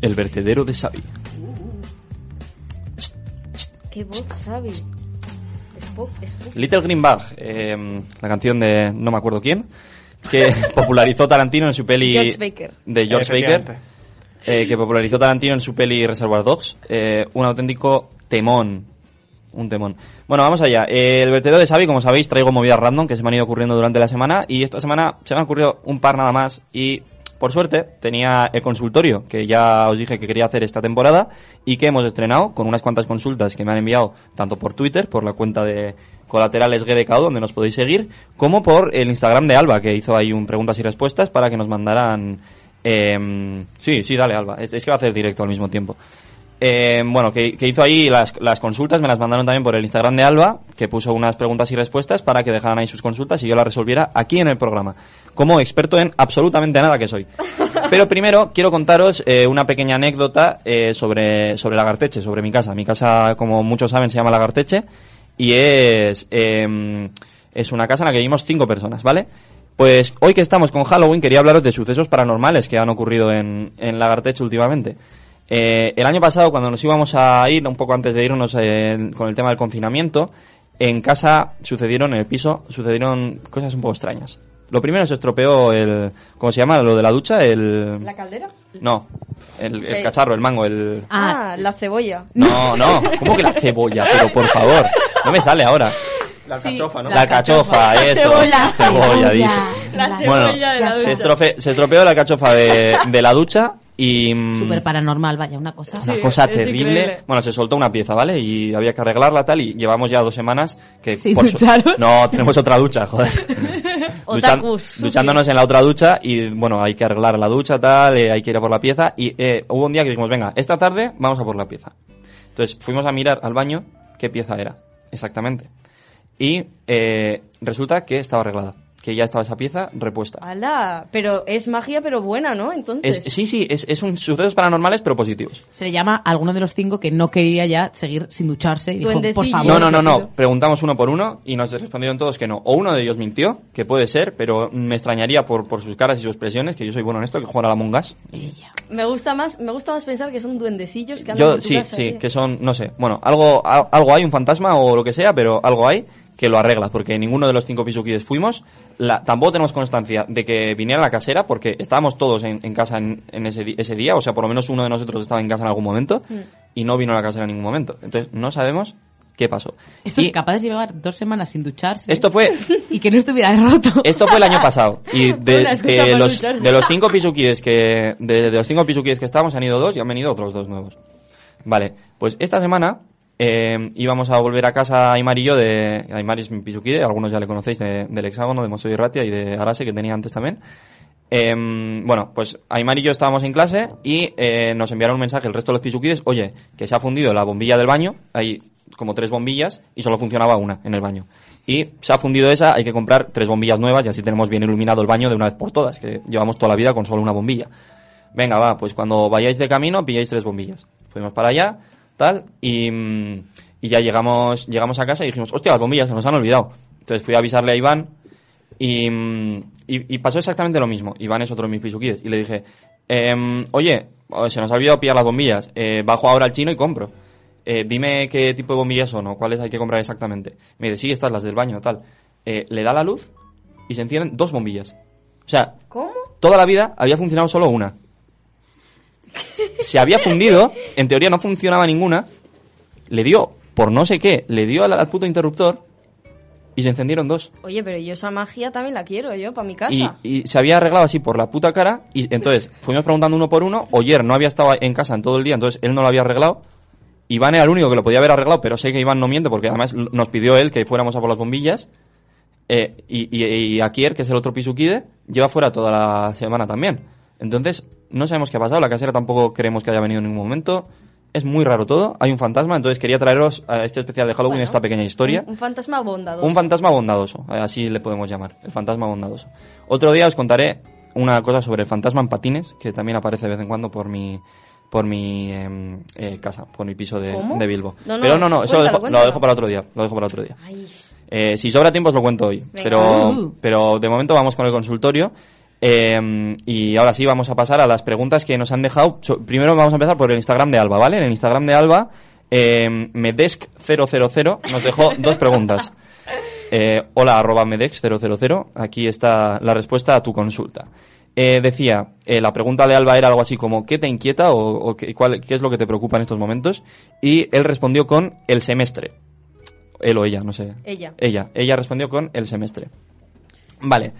Speaker 2: El vertedero de Xavi.
Speaker 4: Qué voz, Xavi. Spock, Spock.
Speaker 2: Little Green Bag, eh, la canción de no me acuerdo quién, que popularizó Tarantino en su peli
Speaker 4: George Baker.
Speaker 2: de George Baker,
Speaker 5: Efectivamente.
Speaker 2: eh, que popularizó Tarantino en su peli Reservoir Dogs, eh, un auténtico temón, un temón. Bueno, vamos allá. Eh, el vertedero de Xavi, como sabéis, traigo movidas random que se me han ido ocurriendo durante la semana y esta semana se me han ocurrido un par nada más y por suerte tenía el consultorio que ya os dije que quería hacer esta temporada y que hemos estrenado con unas cuantas consultas que me han enviado tanto por Twitter, por la cuenta de colaterales GDKO donde nos podéis seguir, como por el Instagram de Alba que hizo ahí un preguntas y respuestas para que nos mandaran... em, sí, sí, dale Alba. Es, es que va a hacer directo al mismo tiempo. Eh, bueno, que, que hizo ahí las, las consultas, me las mandaron también por el Instagram de Alba, que puso unas preguntas y respuestas para que dejaran ahí sus consultas y yo las resolviera aquí en el programa, como experto en absolutamente nada que soy. Pero primero quiero contaros eh, una pequeña anécdota eh, sobre, sobre Lagarteche, sobre mi casa. Mi casa, como muchos saben, se llama Lagarteche y es, eh, es una casa en la que vivimos cinco personas, ¿vale? Pues hoy que estamos con Halloween quería hablaros de sucesos paranormales que han ocurrido en, en Lagarteche últimamente. Eh, el año pasado, cuando nos íbamos a ir, un poco antes de irnos eh, con el tema del confinamiento, en casa sucedieron, en el piso, sucedieron cosas un poco extrañas. Lo primero se estropeó el... ¿Cómo se llama? Lo de la ducha, el...
Speaker 4: ¿La caldera?
Speaker 2: No, el, el
Speaker 4: Eh.
Speaker 2: cacharro, el mango, el...
Speaker 3: Ah.
Speaker 4: Ah, la cebolla.
Speaker 2: No, no, ¿cómo que la cebolla? Pero por favor, no me sale ahora.
Speaker 5: La cachofa, ¿no?
Speaker 2: La, cachofa, eso.
Speaker 3: Cebolla.
Speaker 2: Cebolla, di.
Speaker 4: La
Speaker 2: Bueno,
Speaker 4: cebolla de la
Speaker 2: se,
Speaker 4: ducha.
Speaker 2: estrofe- se estropeó la cachofa de, de la ducha y... mm,
Speaker 3: Súper paranormal, vaya, una cosa.
Speaker 2: una
Speaker 4: Sí,
Speaker 2: cosa
Speaker 4: es
Speaker 2: terrible.
Speaker 4: increíble.
Speaker 2: Bueno, se soltó una pieza, ¿vale? Y había que arreglarla tal y llevamos ya dos semanas que
Speaker 3: Sin
Speaker 2: su-
Speaker 3: ducharos.
Speaker 2: no tenemos otra ducha, joder.
Speaker 4: Otakus.
Speaker 2: duchándonos en la otra ducha y bueno, hay que arreglar la ducha tal, eh, hay que ir a por la pieza y eh, hubo un día que dijimos, venga, esta tarde vamos a por la pieza. Entonces fuimos a mirar al baño qué pieza era exactamente y eh, resulta que estaba arreglada, que ya estaba esa pieza repuesta.
Speaker 4: Ala, pero es magia, pero buena, ¿no? Ah, Entonces.
Speaker 2: Es- sí, sí, es, es un sucesos paranormales pero positivos.
Speaker 3: Se le llama a alguno de los cinco que no quería ya seguir sin ducharse y dijo,
Speaker 4: Duendecillo.
Speaker 3: por favor.
Speaker 2: No, no, no, no.
Speaker 4: Sentido.
Speaker 2: Preguntamos uno por uno y nos respondieron todos que no. O uno de ellos mintió, que puede ser, pero me extrañaría por, por sus caras y sus expresiones, que yo soy bueno en esto, que jugar a la mongas.
Speaker 3: Ella.
Speaker 4: Me gusta más, me gusta más pensar que son duendecillos que andan
Speaker 2: Yo
Speaker 4: por tu
Speaker 2: sí,
Speaker 4: casa, ¿eh?
Speaker 2: sí,
Speaker 4: tío.
Speaker 2: que son, no sé. Bueno, algo, al- algo hay, un fantasma o lo que sea, pero algo hay que lo arregla, porque ninguno de los cinco pisukides fuimos. La- tampoco tenemos constancia de que viniera la casera, porque estábamos todos en, en casa en, en ese, di- ese día, o sea, por lo menos uno de nosotros estaba en casa en algún momento,
Speaker 4: Mm.
Speaker 2: y no vino la casera en ningún momento. Entonces, no sabemos qué pasó.
Speaker 3: Esto
Speaker 2: Y
Speaker 3: es capaz de llevar dos semanas sin
Speaker 4: ¿eh?
Speaker 3: ducharse
Speaker 2: esto fue
Speaker 3: y que no estuviera roto.
Speaker 2: Esto fue el año pasado. Y de,
Speaker 4: Una excusa
Speaker 2: de
Speaker 4: para
Speaker 2: los,
Speaker 4: ducharse.
Speaker 2: de los cinco pisukides que. De, de los cinco pisukides que estábamos han ido dos y han venido otros dos nuevos. Vale, pues esta semana eh, íbamos a volver a casa Aymar y yo de. Aymar es mi pisukide, algunos ya le conocéis de- del hexágono, de Mosoy y Ratia y de Arase que tenía antes también. Em, bueno, pues Aymar y yo estábamos en clase y eh, nos enviaron un mensaje el resto de los pisuquides, oye, que se ha fundido la bombilla del baño, hay como tres bombillas y solo funcionaba una en el baño. Y se ha fundido esa, hay que comprar tres bombillas nuevas y así tenemos bien iluminado el baño de una vez por todas, que llevamos toda la vida con solo una bombilla. Venga, va, pues cuando vayáis de camino pilláis tres bombillas. Fuimos para allá, tal, y, mm, y ya llegamos, llegamos a casa y dijimos, hostia, las bombillas se nos han olvidado. Entonces fui a avisarle a Iván y, mm, y- y pasó exactamente lo mismo. Iván es otro de mis pisuquíes. Y le dije, em, oye, se nos ha olvidado pillar las bombillas. Eh, bajo ahora al chino y compro. Eh, dime qué tipo de bombillas son o cuáles hay que comprar exactamente. Me dice, sí, estas las del baño, tal. Eh, le da la luz y se encienden dos bombillas. O sea,
Speaker 4: ¿Cómo?
Speaker 2: toda la vida había funcionado solo una. Se había fundido, en teoría no funcionaba ninguna. Le dio, por no sé qué, le dio al, al puto interruptor y se encendieron dos.
Speaker 4: Oye, pero yo esa magia también la quiero yo, para mi casa.
Speaker 2: Y, y se había arreglado así por la puta cara. Y entonces fuimos preguntando uno por uno. Oyer no había estado en casa en todo el día, entonces él no lo había arreglado. Iván era el único que lo podía haber arreglado, pero sé que Iván no miente porque además l- nos pidió él que fuéramos a por las bombillas. Eh, y, y, y Akier, que es el otro pisuquide, lleva fuera toda la semana también. Entonces, no sabemos qué ha pasado. La casera tampoco creemos que haya venido en ningún momento. Es muy raro todo. Hay un fantasma, entonces quería traeros a este especial de Halloween
Speaker 4: Bueno,
Speaker 2: esta pequeña historia.
Speaker 4: Un, un fantasma bondadoso.
Speaker 2: Un fantasma bondadoso, eh, así le podemos llamar, el fantasma bondadoso. Otro día os contaré una cosa sobre el fantasma en patines, que también aparece de vez en cuando por mi por mi em, eh, casa, por mi piso de,
Speaker 4: ¿Cómo?
Speaker 2: de Bilbo.
Speaker 4: No, no,
Speaker 2: Pero no, no, eso lo
Speaker 4: cuéntalo,
Speaker 2: dejo, lo
Speaker 4: cuéntalo.
Speaker 2: dejo para otro día, lo dejo para otro día.
Speaker 4: Ay,
Speaker 2: Eh, si sobra tiempo os lo cuento hoy,
Speaker 4: Venga.
Speaker 2: pero,
Speaker 4: Uh.
Speaker 2: pero de momento vamos con el consultorio. Eh, y ahora sí vamos a pasar a las preguntas que nos han dejado. So- primero vamos a empezar por el Instagram de Alba, ¿vale? En el Instagram de Alba, eh, Medesk000 nos dejó dos preguntas. Eh, hola, arroba Medex000. Aquí está la respuesta a tu consulta. Eh, decía, eh, la pregunta de Alba era algo así como, ¿qué te inquieta o, o qué, cuál- qué es lo que te preocupa en estos momentos? Y él respondió con el semestre. Él o ella, no sé.
Speaker 4: Ella.
Speaker 2: Ella. Ella respondió con el semestre. Vale.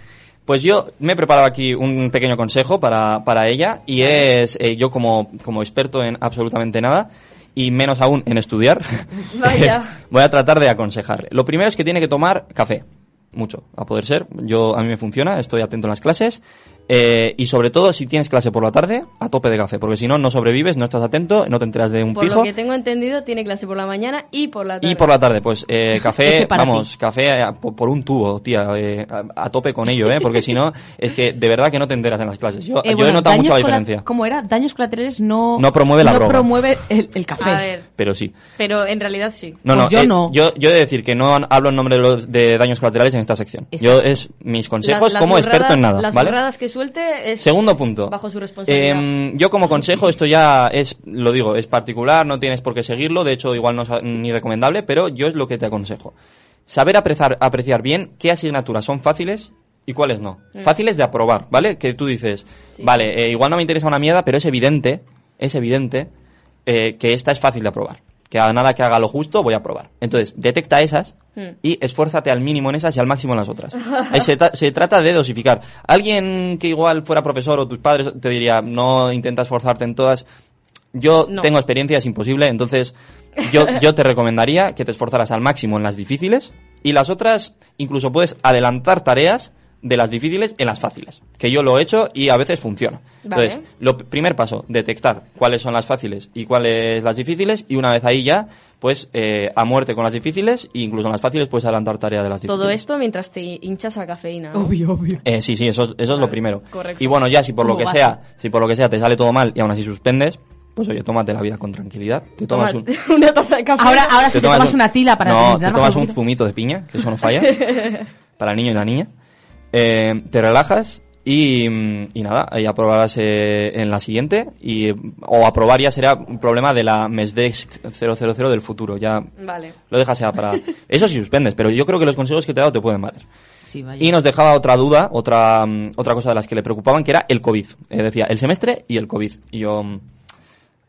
Speaker 2: Pues yo me he preparado aquí un pequeño consejo para, para ella y es eh, yo como, como experto en absolutamente nada y menos aún en estudiar,
Speaker 4: Vaya.
Speaker 2: voy a tratar de aconsejarle. Lo primero es que tiene que tomar café, mucho, a poder ser. Yo a mí me funciona, estoy atento en las clases eh, y sobre todo si tienes clase por la tarde, a tope de café, porque si no no sobrevives, no estás atento, no te enteras de un
Speaker 4: por
Speaker 2: pijo.
Speaker 4: lo que tengo entendido, tiene clase por la mañana y por la tarde.
Speaker 2: Y por la tarde, pues eh, café,
Speaker 4: Para
Speaker 2: vamos, café eh, por, por un tubo, tía, eh, a, a tope con ello, ¿eh? Porque si no, es que de verdad que no te enteras en las clases. Yo,
Speaker 3: Eh,
Speaker 2: yo
Speaker 3: bueno,
Speaker 2: he notado mucho la
Speaker 3: daños colater-
Speaker 2: diferencia,
Speaker 3: ¿Cómo era? Daños colaterales no...
Speaker 2: No promueve la droga.
Speaker 3: No promueve el, el café.
Speaker 4: A ver,
Speaker 2: pero sí.
Speaker 4: pero en realidad sí.
Speaker 2: No,
Speaker 3: Pues
Speaker 2: no,
Speaker 3: yo
Speaker 2: eh,
Speaker 3: no.
Speaker 2: Yo, yo he de decir que no han- hablo en nombre de, los, de daños colaterales en esta sección. Yo es mis consejos
Speaker 4: Las- las
Speaker 2: como experto en
Speaker 4: burradas-
Speaker 2: nada,
Speaker 4: Las
Speaker 2: ¿vale?
Speaker 4: burradas que suelte es
Speaker 2: Segundo punto.
Speaker 4: bajo su responsabilidad.
Speaker 2: Em, yo como consejo, esto ya es, lo digo, es particular, no tienes por qué seguirlo, de hecho igual no es a- ni recomendable, pero yo es lo que te aconsejo. Saber apreciar, apreciar bien qué asignaturas son fáciles y cuáles no.
Speaker 5: Mm.
Speaker 2: Fáciles de aprobar, ¿vale? Que tú dices, vale, eh, igual no me interesa una mierda, pero es evidente, es evidente eh, que esta es fácil de aprobar. Que a nada que haga lo justo voy a aprobar. Entonces, detecta esas y esfuérzate al mínimo en esas y al máximo en las otras. Eh, se, ta- se trata de dosificar. Alguien que igual fuera profesor o tus padres te diría, no intentas esforzarte en todas. Yo
Speaker 5: No.
Speaker 2: tengo experiencia, es imposible, entonces yo, yo te recomendaría que te esforzaras al máximo en las difíciles y las otras incluso puedes adelantar tareas de las difíciles en las fáciles, que yo lo he hecho y a veces funciona.
Speaker 5: Vale.
Speaker 2: Entonces, lo p- primer paso, detectar cuáles son las fáciles y cuáles las difíciles y una vez ahí ya, pues eh, a muerte con las difíciles e incluso en las fáciles puedes adelantar tarea de las difíciles.
Speaker 4: Todo esto mientras te hinchas a cafeína. ¿no?
Speaker 3: Obvio, obvio.
Speaker 2: Eh, sí, sí, eso, eso es lo primero.
Speaker 4: correcto.
Speaker 2: Y bueno, ya si por lo
Speaker 4: Como
Speaker 2: que
Speaker 4: base.
Speaker 2: sea, si por lo que sea te sale todo mal y aún así suspendes, pues oye, tómate la vida con tranquilidad. Te tomas un,
Speaker 4: Toma una taza de café.
Speaker 3: Ahora, ahora si te tomas
Speaker 2: un-
Speaker 3: una tila para...
Speaker 2: No, te
Speaker 3: dar
Speaker 2: tomas
Speaker 3: más
Speaker 2: un
Speaker 3: poquito.
Speaker 2: zumito de piña, que eso no falla, para el niño y la niña. Eh, te relajas y, mm, y nada, ahí aprobarás eh, en la siguiente. Y, eh, o aprobar ya será un problema de la Mesdesk 000 del futuro. Ya
Speaker 4: Vale.
Speaker 2: lo dejas ya para... Eso sí suspendes, pero yo creo que los consejos que te he dado te pueden valer.
Speaker 3: Sí, vaya.
Speaker 2: Y nos dejaba otra duda, otra, mm, otra cosa de las que le preocupaban, que era el COVID. Eh, decía, el semestre y el COVID. Y yo, mm,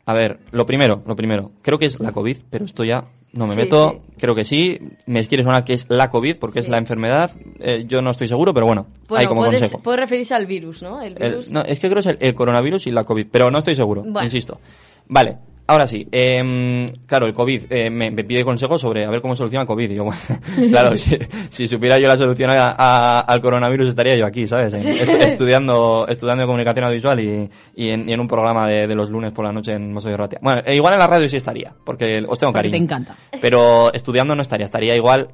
Speaker 2: a ver, lo primero, lo primero, creo que es la COVID, pero esto ya no me
Speaker 5: Sí,
Speaker 2: meto,
Speaker 5: sí.
Speaker 2: creo que sí, me quiere sonar que es la COVID porque es la enfermedad, eh, yo no estoy seguro, pero bueno,
Speaker 4: Bueno,
Speaker 2: hay como
Speaker 4: puedes,
Speaker 2: consejo.
Speaker 4: puedes referirse al virus, ¿no? El
Speaker 2: El-
Speaker 4: virus.
Speaker 2: no, es que creo que es el, el coronavirus y la COVID, pero no estoy seguro,
Speaker 4: Bueno.
Speaker 2: insisto. Vale, Ahora sí, em, claro, el COVID eh, me, me pide consejos sobre a ver cómo soluciona el COVID. Y yo, bueno, claro, si, si supiera yo la solución a- a- al coronavirus estaría yo aquí, ¿sabes? En- estu- estudiando, estudiando comunicación audiovisual y, y en, y en un programa de, de los lunes por la noche en Mosoy Ratia. Bueno, eh, igual en la radio sí estaría, porque os tengo
Speaker 3: Porque
Speaker 2: cariño.
Speaker 3: te encanta.
Speaker 2: Pero estudiando no estaría, estaría igual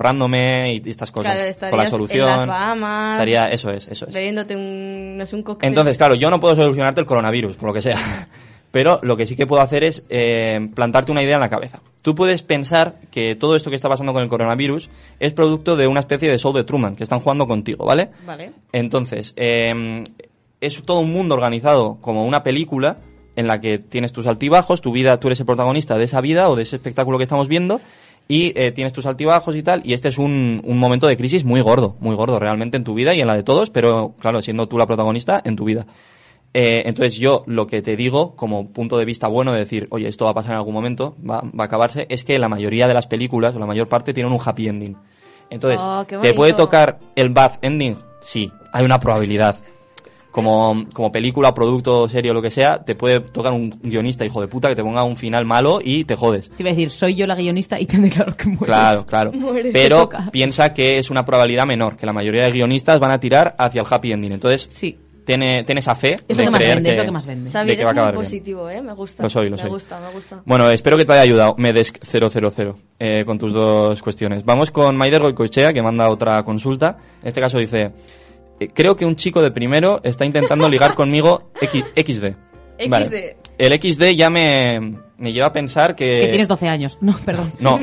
Speaker 2: forrándome y, y estas cosas.
Speaker 4: Claro,
Speaker 2: con la
Speaker 4: estarías
Speaker 2: solución.
Speaker 4: en las Bahamas.
Speaker 2: Estaría, eso es, eso es.
Speaker 4: Bebiéndote un, no sé, un cóctel.
Speaker 2: pues. Entonces, claro, yo no puedo solucionarte el coronavirus, por lo que sea. Pero lo que sí que puedo hacer es eh, plantarte una idea en la cabeza. Tú puedes pensar que todo esto que está pasando con el coronavirus es producto de una especie de show de Truman que están jugando contigo, ¿vale?
Speaker 4: Vale.
Speaker 2: Entonces, eh, es todo un mundo organizado como una película en la que tienes tus altibajos, tu vida, tú eres el protagonista de esa vida o de ese espectáculo que estamos viendo y eh, tienes tus altibajos y tal, y este es un, un momento de crisis muy gordo, muy gordo realmente en tu vida y en la de todos, pero claro, siendo tú la protagonista en tu vida. Eh, entonces yo lo que te digo como punto de vista bueno de decir, oye, esto va a pasar en algún momento, va, va a acabarse, es que la mayoría de las películas, o la mayor parte, tienen un happy ending. Entonces,
Speaker 4: Oh, qué
Speaker 2: ¿te puede
Speaker 4: bonito.
Speaker 2: tocar el bad ending? Sí, hay una probabilidad. Como, como película, producto, serio, lo que sea, te puede tocar un guionista hijo de puta que te ponga un final malo y te jodes.
Speaker 3: Te iba a decir, soy yo la guionista y te declaro que mueres.
Speaker 2: Claro, claro.
Speaker 3: Mueres, te
Speaker 2: Pero
Speaker 3: toca.
Speaker 2: piensa que es una probabilidad menor, que la mayoría de guionistas van a tirar hacia el happy ending. Entonces,
Speaker 3: Sí.
Speaker 2: tiene, tiene esa fe
Speaker 3: Es lo
Speaker 2: de
Speaker 3: que más
Speaker 2: creer
Speaker 3: vende,
Speaker 2: que,
Speaker 3: es lo que más vende.
Speaker 2: de
Speaker 4: Xavier
Speaker 2: que
Speaker 4: es
Speaker 2: va a
Speaker 4: muy
Speaker 2: acabar bien.
Speaker 4: positivo, ¿eh? Me gusta.
Speaker 2: Lo soy, lo
Speaker 4: me
Speaker 2: soy.
Speaker 4: gusta, me gusta.
Speaker 2: Bueno, espero que te haya ayudado, Medesc000, eh, con tus dos cuestiones. Vamos con Maider Goicoechea, que manda otra consulta. En este caso dice, eh, creo que un chico de primero está intentando ligar conmigo X- XD. Vale. El XD ya me, me lleva a pensar
Speaker 3: Que tienes 12 años. No, perdón.
Speaker 2: Eh, no,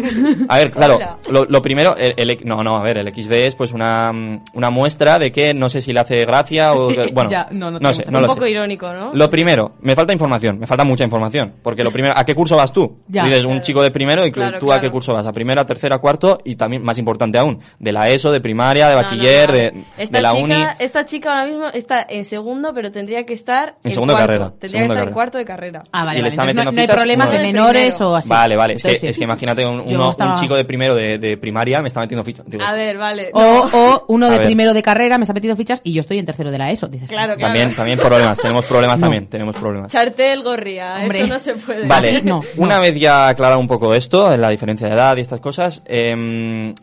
Speaker 2: a ver, claro,
Speaker 4: Hola.
Speaker 2: lo, lo primero, el, el- no, no, a ver, el XD es pues una, mm, una muestra de que no sé si le hace gracia o, que- bueno,
Speaker 3: Ya, no, no
Speaker 2: no
Speaker 3: tiene
Speaker 2: sé,
Speaker 3: mucha-
Speaker 2: no
Speaker 4: un
Speaker 2: lo
Speaker 4: poco
Speaker 2: sé.
Speaker 4: irónico, ¿no?
Speaker 2: Lo primero, me falta información, me falta mucha información, porque lo primero, ¿a qué curso vas tú?
Speaker 3: Ya.
Speaker 2: Dices un chico de primero y
Speaker 4: Claro,
Speaker 2: tú a
Speaker 4: claro.
Speaker 2: qué curso vas, a primero, a tercero, a cuarto y también, más importante aún, de la ESO, de primaria, de
Speaker 4: No, no,
Speaker 2: bachiller,
Speaker 4: no.
Speaker 2: de,
Speaker 4: Esta
Speaker 2: de la
Speaker 4: chica,
Speaker 2: uni.
Speaker 4: Esta chica ahora mismo está en segundo, pero tendría que estar
Speaker 2: En
Speaker 4: en
Speaker 2: segundo de
Speaker 4: cuarto.
Speaker 2: carrera,
Speaker 4: Tendría
Speaker 2: segundo de
Speaker 4: que estar
Speaker 2: carrera.
Speaker 4: en cuarto de carrera.
Speaker 2: Y
Speaker 3: Ah, vale,
Speaker 2: le
Speaker 3: vale.
Speaker 2: está
Speaker 3: Entonces,
Speaker 2: metiendo
Speaker 3: no, no hay
Speaker 2: fichas,
Speaker 3: problemas
Speaker 2: no,
Speaker 3: de
Speaker 2: no.
Speaker 3: menores o así.
Speaker 2: Vale, vale, es que,
Speaker 3: Entonces, sí.
Speaker 2: es que imagínate un,
Speaker 3: Yo
Speaker 2: uno- un
Speaker 3: estaba-
Speaker 2: chico de primero de, de primaria me está metiendo ficha. Digo,
Speaker 4: A ver, vale.
Speaker 3: O,
Speaker 4: no.
Speaker 3: o uno
Speaker 2: A
Speaker 3: de
Speaker 2: ver.
Speaker 3: primero de carrera me está metiendo fichas y yo estoy en tercero de la ESO. Dices,
Speaker 4: Claro, claro.
Speaker 2: También, también problemas, tenemos problemas
Speaker 3: No.
Speaker 2: también, tenemos problemas.
Speaker 4: Chartel Gorría,
Speaker 3: Hombre.
Speaker 4: eso no se puede.
Speaker 2: Vale,
Speaker 3: No, no.
Speaker 2: una vez ya aclarado un poco esto, la diferencia de edad y estas cosas, em,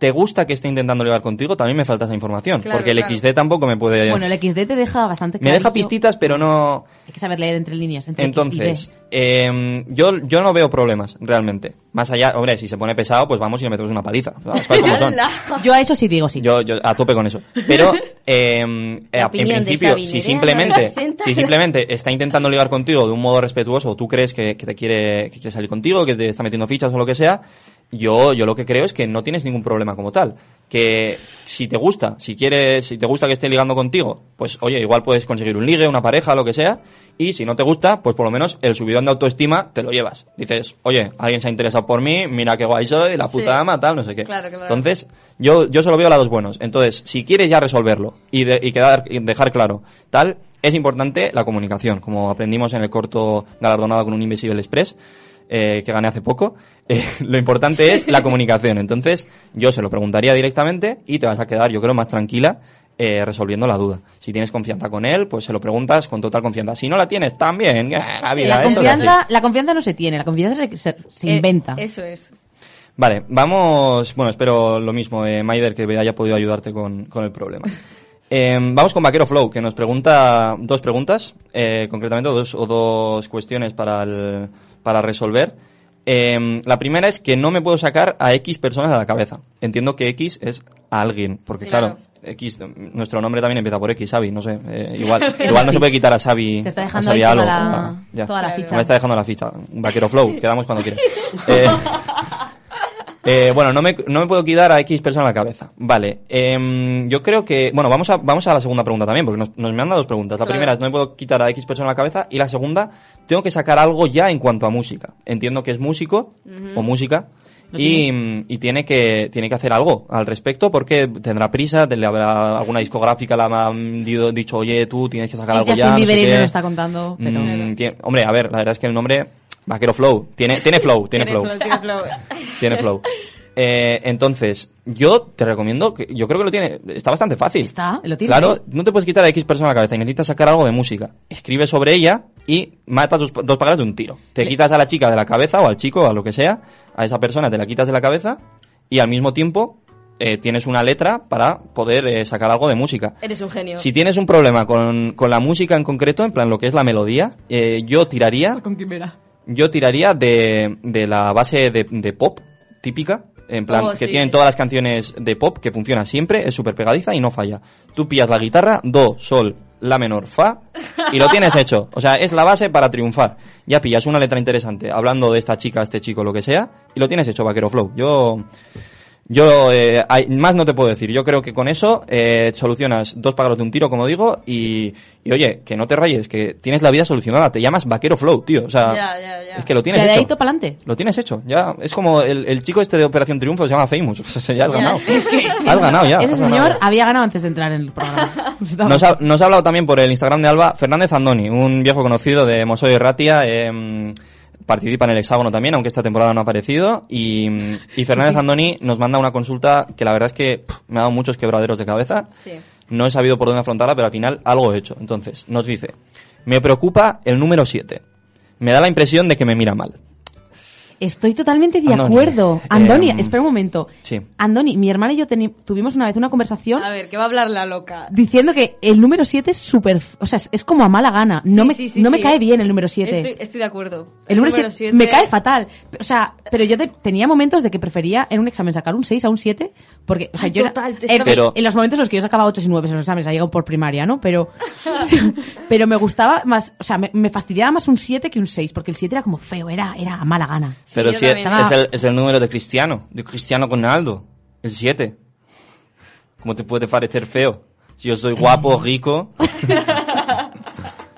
Speaker 2: ¿te gusta que esté intentando ligar contigo? También me falta esa información,
Speaker 4: Claro,
Speaker 2: porque el
Speaker 4: claro.
Speaker 2: XD tampoco me puede...
Speaker 3: Bueno, el XD te deja bastante
Speaker 2: me
Speaker 3: claro.
Speaker 2: deja pistitas, pero no...
Speaker 3: Hay que saber leer entre líneas. Entre
Speaker 2: Entonces,
Speaker 3: X y D.
Speaker 2: em, yo, yo no veo problemas, realmente. Más allá, hombre, si se pone pesado, pues vamos y le metemos una paliza. Las cosas como son.
Speaker 4: ¡Hala!
Speaker 3: Yo a eso sí digo sí.
Speaker 2: Yo, yo a tope con eso. Pero em, eh, en
Speaker 4: opinión de
Speaker 2: principio,
Speaker 4: Sabi
Speaker 2: si
Speaker 4: Nerea no
Speaker 2: simplemente,
Speaker 4: representa
Speaker 2: si
Speaker 4: la-
Speaker 2: simplemente está intentando ligar contigo de un modo respetuoso, o tú crees que, que te quiere, que quiere salir contigo, que te está metiendo fichas o lo que sea, yo, yo lo que creo es que no tienes ningún problema como tal. Que si te gusta, si quieres, si te gusta que esté ligando contigo, pues oye, igual puedes conseguir un ligue, una pareja, lo que sea, y si no te gusta, pues por lo menos el subidón de autoestima te lo llevas. Dices, oye, alguien se ha interesado por mí, mira qué guay soy, la puta
Speaker 4: Sí.
Speaker 2: ama, tal, no sé qué.
Speaker 4: Claro, claro.
Speaker 2: Entonces, entonces, yo, yo solo veo lados buenos. Entonces, si quieres ya resolverlo y, de- y quedar, y dejar claro tal, es importante la comunicación, como aprendimos en el corto galardonado con un Invisible Express. eh, que gané hace poco, eh, lo importante es la comunicación. Entonces, yo se lo preguntaría directamente y te vas a quedar, yo creo, más tranquila eh, resolviendo la duda. Si tienes confianza con él, pues se lo preguntas con total confianza. Si no la tienes, también. eh, la vida,
Speaker 3: la,
Speaker 2: esto es así.
Speaker 3: confianza, la confianza no se tiene, la confianza se, se- se
Speaker 4: Eh,
Speaker 3: inventa.
Speaker 4: Eso es.
Speaker 2: Vale, vamos. Bueno, espero lo mismo, eh, Maider, que haya podido ayudarte con, con el problema. Eh, vamos con Vaquero Flow, que nos pregunta dos preguntas, eh, concretamente dos o dos cuestiones para, el- para resolver. Eh, la primera es que no me puedo sacar a X personas de la cabeza. Entiendo que X es a alguien, porque claro,
Speaker 4: Claro.
Speaker 2: X, nuestro nombre también empieza por X, Xavi, no sé, eh, igual, igual no se puede quitar a Xavi.
Speaker 3: Te está
Speaker 2: a
Speaker 3: dejando
Speaker 2: Xavi
Speaker 3: ahí toda
Speaker 2: algo,
Speaker 3: la-
Speaker 2: a- ya.
Speaker 3: toda la
Speaker 4: Claro.
Speaker 3: ficha.
Speaker 2: Me está dejando la ficha. Un Vaquero Flow, quedamos cuando quieras. Eh, eh, bueno, no me, no me puedo quitar a X persona en la cabeza. Vale, em, yo creo que... Bueno, vamos a, vamos a la segunda pregunta también, porque nos, nos me han dado dos preguntas. La
Speaker 4: Claro.
Speaker 2: primera es, no me puedo quitar a X persona en la cabeza. Y la segunda, tengo que sacar algo ya en cuanto a música. Entiendo que es músico o música.
Speaker 3: Lo
Speaker 2: Y, mm, y tiene que tiene que hacer algo al respecto porque tendrá prisa, te- le habrá alguna discográfica le habrá mm, dido- dicho, oye, tú tienes que sacar
Speaker 3: Es
Speaker 2: algo
Speaker 3: Justin
Speaker 2: ya. no sé
Speaker 3: Bieber y no
Speaker 2: qué".
Speaker 3: lo está contando, pero-
Speaker 2: Mm, tiene- hombre, a ver, la verdad es que el nombre Vaquero Flow tiene tiene flow, tiene flow,
Speaker 4: Tiene flow, tiene flow.
Speaker 2: tiene flow. Eh, entonces, yo te recomiendo, que, yo creo que lo tiene, está bastante fácil.
Speaker 3: Está, ¿eh? lo tiene.
Speaker 2: Claro,
Speaker 3: ahí.
Speaker 2: no te puedes quitar a X persona la cabeza y necesitas sacar algo de música. Escribe sobre ella y matas dos, dos pájaros de un tiro. Te
Speaker 3: Le-
Speaker 2: quitas a la chica de la cabeza o al chico o a lo que sea, a esa persona te la quitas de la cabeza y al mismo tiempo eh, tienes una letra para poder eh, sacar algo de música.
Speaker 4: Eres un genio.
Speaker 2: Si tienes un problema con, con la música en concreto, en plan lo que es la melodía, eh, yo tiraría
Speaker 3: Con Quimera.
Speaker 2: yo tiraría de, de la base de, de pop típica, en plan,
Speaker 4: Oh,
Speaker 2: que
Speaker 4: sí.
Speaker 2: tienen todas las canciones de pop, que funciona siempre, es súper pegadiza y no falla. Tú pillas la guitarra, do, sol, la menor, fa, y lo tienes hecho. O sea, es la base para triunfar. Ya pillas una letra interesante, hablando de esta chica, este chico, lo que sea, y lo tienes hecho, vaquero flow. Yo... Yo, eh, hay- más no te puedo decir. Yo creo que con eso eh, solucionas dos pájaros de un tiro, como digo, y, y oye, que no te rayes, que tienes la vida solucionada. Te llamas Vaquero Flow, tío. O sea,
Speaker 4: Ya, ya, ya.
Speaker 2: es que lo
Speaker 3: Y
Speaker 2: tienes
Speaker 3: de ahí
Speaker 2: hecho.
Speaker 3: todo para adelante.
Speaker 2: Lo tienes hecho, ya. Es como el, el chico este de Operación Triunfo se llama Famous. O sea, ya has ganado.
Speaker 3: Es que
Speaker 2: Has ganado ya.
Speaker 3: ese
Speaker 2: has ganado.
Speaker 3: señor había ganado antes de entrar en el programa. Estaba-
Speaker 2: Nos ha, nos ha hablado también por el Instagram de Alba Fernández Andoni, un viejo conocido de Mosoy y Ratia. em, participa en el hexágono también, aunque esta temporada no ha aparecido. Y, y Fernández Andoni nos manda una consulta que la verdad es que pff, me ha dado muchos quebraderos de cabeza.
Speaker 4: Sí.
Speaker 2: No he sabido por dónde afrontarla, pero al final algo he hecho. Entonces, nos dice, me preocupa el número 7. Me da la impresión de que me mira mal.
Speaker 3: Estoy totalmente de
Speaker 2: Andoni.
Speaker 3: acuerdo. Andoni,
Speaker 2: Em,
Speaker 3: espera un momento.
Speaker 2: sí.
Speaker 3: Andoni, mi hermana y yo teni- tuvimos una vez una conversación
Speaker 8: A ver, ¿qué va a hablar la loca?
Speaker 3: diciendo que el número 7 es súper... O sea, es- es como a mala gana. No,
Speaker 4: Sí,
Speaker 3: me,
Speaker 4: sí, sí,
Speaker 3: no me
Speaker 4: sí.
Speaker 3: cae bien el número 7.
Speaker 4: Estoy, estoy de acuerdo.
Speaker 3: El número 7
Speaker 4: siete-
Speaker 3: me cae fatal. O sea, pero yo te- tenía momentos de que prefería en un examen sacar un 6 a un 7. Porque, o sea,
Speaker 4: Ay,
Speaker 3: yo. era-
Speaker 4: total, te
Speaker 3: en,
Speaker 4: estaba-
Speaker 2: Pero-
Speaker 3: en los momentos en los que yo sacaba 8 y 9 en los exámenes, ha llegado por primaria, ¿no? Pero, sí, pero me gustaba más. O sea, me, me fastidiaba más un 7 que un 6. Porque el 7 era como feo, era, era a mala gana.
Speaker 2: Pero
Speaker 4: yo
Speaker 2: si es,
Speaker 4: también.
Speaker 2: es
Speaker 3: Ah.
Speaker 2: el, es el número de Cristiano, de Cristiano Ronaldo, el 7. ¿Cómo te puede parecer feo? Si yo soy guapo, rico,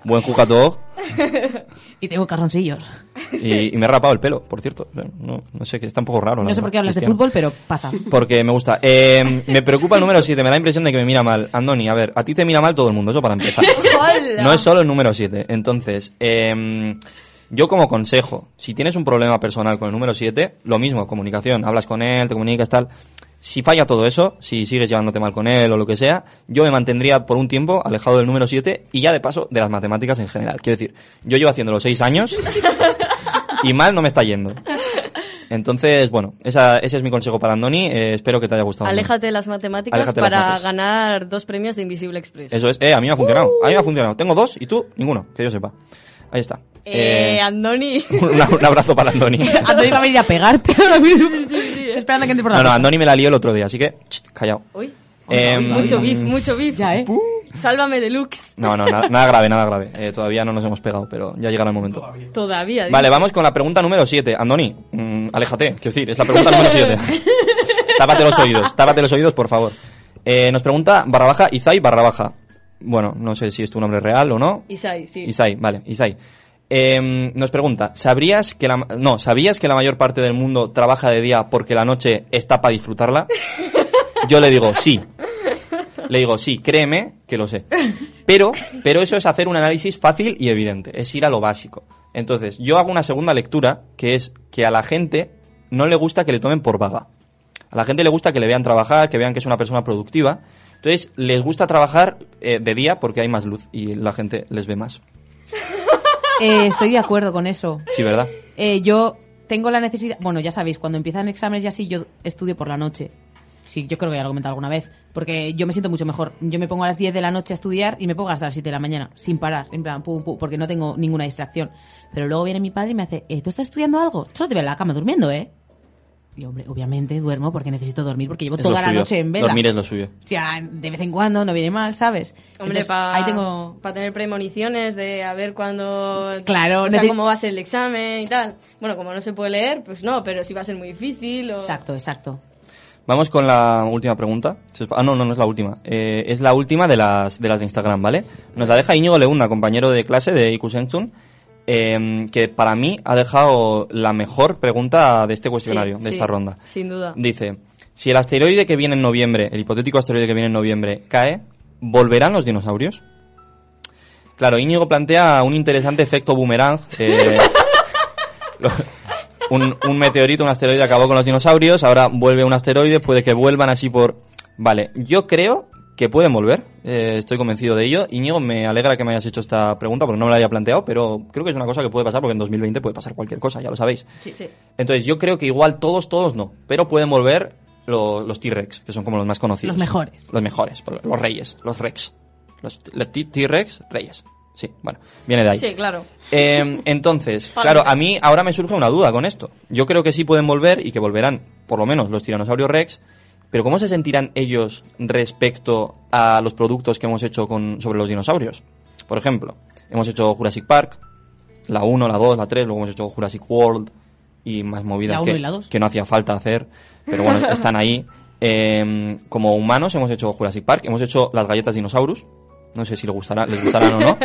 Speaker 2: buen jugador
Speaker 3: Y tengo calzoncillos.
Speaker 2: y, y me he rapado el pelo, por cierto. No, no sé, que está un poco raro. la
Speaker 3: No sé
Speaker 2: verdad,
Speaker 3: por qué hablas de
Speaker 2: Cristiano.
Speaker 3: fútbol, pero pasa.
Speaker 2: Porque me gusta. Eh, me preocupa el número 7, me da la impresión de que me mira mal. Andoni, a ver, a ti te mira mal todo el mundo, eso para empezar.
Speaker 4: Hola.
Speaker 2: No es solo el número 7. Entonces, eh, yo como consejo, si tienes un problema personal con el número 7, lo mismo, comunicación, hablas con él, te comunicas, tal. Si falla todo eso, si sigues llevándote mal con él o lo que sea, yo me mantendría por un tiempo alejado del número 7 y ya de paso de las matemáticas en general. Quiero decir, yo llevo haciendo los 6 años y mal no me está yendo. Entonces, bueno, esa- ese es mi consejo para Andoni. eh, espero que te haya gustado. Andoni.
Speaker 4: Aléjate de las matemáticas
Speaker 2: Aléjate de las
Speaker 4: para
Speaker 2: mates.
Speaker 4: ganar dos premios de Invisible Express.
Speaker 2: Eso es. Eh, a mí me ha funcionado. A mí me ha funcionado. Tengo dos y tú ninguno, que yo sepa. Ahí está.
Speaker 4: Eh,
Speaker 2: Eh,
Speaker 4: Andoni.
Speaker 2: un, un abrazo para Andoni.
Speaker 3: Andoni va Ah, a venir a pegarte ahora mismo. Estoy esperando a que entre por la
Speaker 2: No, no,
Speaker 3: puerta.
Speaker 2: Andoni me la lió el otro día, así que chst, callado.
Speaker 4: Uy. Em,
Speaker 2: Eh,
Speaker 4: mucho beef, mucho beef.
Speaker 3: Ya, ¿eh?
Speaker 4: Sálvame deluxe.
Speaker 2: No, no, nada, nada grave, nada grave. Eh, todavía no nos hemos pegado, pero ya llegará el momento.
Speaker 4: Todavía. digo.
Speaker 2: Vale, vamos con la pregunta número 7. Andoni, mm, aléjate, quiero decir, es la pregunta número 7. tápate los oídos, tápate los oídos, por favor. Eh, nos pregunta barra baja Izai barra baja. Bueno, no sé si es tu nombre real o no.
Speaker 4: Isai, sí.
Speaker 2: Isai, vale, Isai. Em, nos pregunta, ¿sabrías que la, ma- no, ¿sabías que la mayor parte del mundo trabaja de día porque la noche está para disfrutarla? Yo le digo, sí. Le digo, sí, créeme que lo sé. Pero, pero eso es hacer un análisis fácil y evidente, es ir a lo básico. Entonces, yo hago una segunda lectura, que es que a la gente no le gusta que le tomen por vaga. A la gente le gusta que le vean trabajar, que vean que es una persona productiva. Entonces, les gusta trabajar eh, de día porque hay más luz y la gente les ve más.
Speaker 3: Eh, estoy de acuerdo con eso.
Speaker 2: Sí, ¿verdad?
Speaker 3: Eh, yo tengo la necesidad. Bueno, ya sabéis, cuando empiezan exámenes y así, yo estudio por la noche. Sí, yo creo que ya lo he comentado alguna vez. Porque yo me siento mucho mejor. Yo me pongo a las 10 de la noche a estudiar y me pongo hasta las 7 de la mañana, sin parar. En plan, pum, pum, porque no tengo ninguna distracción. Pero luego viene mi padre y me hace, eh, ¿tú estás estudiando algo? Solo te veo en la cama durmiendo, ¿eh? Y hombre, obviamente duermo porque necesito dormir, porque llevo
Speaker 2: Es
Speaker 3: toda
Speaker 2: lo
Speaker 3: la
Speaker 2: suyo.
Speaker 3: noche en vela.
Speaker 2: Dormir es lo suyo.
Speaker 3: O sea, de vez en cuando no viene mal, ¿sabes?
Speaker 4: Hombre,
Speaker 3: Entonces,
Speaker 4: para
Speaker 3: ahí tengo...
Speaker 4: tener premoniciones de a ver cuándo.
Speaker 3: Claro,
Speaker 4: o sea,
Speaker 3: necesi-
Speaker 4: cómo va a ser el examen y tal. Bueno, como no se puede leer, pues no, pero si va a ser muy difícil. O...
Speaker 3: Exacto, exacto.
Speaker 2: Vamos con la última pregunta. Se os- Ah, no, no, no es la última. Eh, es la última de las, de las de Instagram, ¿vale? Nos la deja Íñigo Leunda, compañero de clase de IQ Sengtun, eh, que para mí ha dejado la mejor pregunta de este
Speaker 4: Sí,
Speaker 2: cuestionario, de
Speaker 4: sí,
Speaker 2: esta ronda.
Speaker 4: Sin duda.
Speaker 2: Dice, si el asteroide que viene en noviembre, el hipotético asteroide que viene en noviembre, cae, ¿volverán los dinosaurios? Claro, Íñigo plantea un interesante efecto boomerang. eh, lo- un, un meteorito, un asteroide acabó con los dinosaurios, ahora vuelve un asteroide, puede que vuelvan así por... Vale, yo creo que pueden volver, eh, estoy convencido de ello. Iñigo, me alegra que me hayas hecho esta pregunta porque no me la había planteado, pero creo que es una cosa que puede pasar porque en 2020 puede pasar cualquier cosa, ya lo sabéis.
Speaker 4: Sí, sí.
Speaker 2: Entonces yo creo que igual todos, todos no, pero pueden volver lo- los, T-Rex, que son como los más conocidos.
Speaker 3: Los mejores.
Speaker 2: Los mejores, los reyes, los Rex. Los t- los T- T-Rex, reyes. Sí, bueno, viene de ahí.
Speaker 4: Sí, claro.
Speaker 2: Eh, entonces,
Speaker 4: Para
Speaker 2: claro,
Speaker 4: mí.
Speaker 2: a mí ahora me surge una duda con esto. Yo creo que sí pueden volver y que volverán, por lo menos, los tiranosaurios rex, pero ¿cómo se sentirán ellos respecto a los productos que hemos hecho con, sobre los dinosaurios? Por ejemplo, hemos hecho Jurassic Park, la 1, la 2, la 3, luego hemos hecho Jurassic World y más movidas
Speaker 3: La uno
Speaker 2: que,
Speaker 3: y la dos.
Speaker 2: que no hacía falta hacer, pero bueno, están ahí. Eh, como humanos hemos hecho Jurassic Park, hemos hecho las galletas dinosaurus, no sé si les gustará- les gustarán o no,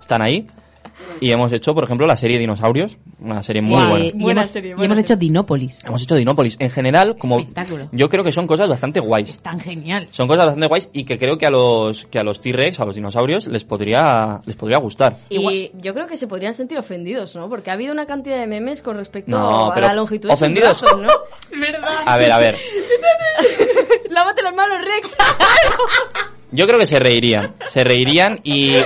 Speaker 2: están ahí. Y hemos hecho, por ejemplo, la serie Dinosaurios, una serie muy
Speaker 3: Eh,
Speaker 2: buena.
Speaker 3: Y
Speaker 4: Buena
Speaker 3: hemos,
Speaker 4: serie,
Speaker 3: y
Speaker 4: buena
Speaker 3: hemos
Speaker 4: serie.
Speaker 3: hecho Dinópolis.
Speaker 2: Hemos hecho Dinópolis. En general, como
Speaker 3: Espectáculo.
Speaker 2: yo creo que son cosas bastante guays.
Speaker 3: Tan genial.
Speaker 2: Son cosas bastante guays y que creo que a los que a los T-Rex, a los dinosaurios les podría les podría gustar.
Speaker 4: Y yo creo que se podrían sentir ofendidos, ¿no? Porque ha habido una cantidad de memes con respecto
Speaker 2: No,
Speaker 4: a
Speaker 2: pero
Speaker 4: la longitud de sus
Speaker 2: ofendidos.
Speaker 4: brazos, ¿no? ¿Verdad?
Speaker 2: A ver, a ver.
Speaker 4: Lávate las manos, Rex.
Speaker 2: Yo creo que se reirían, se reirían y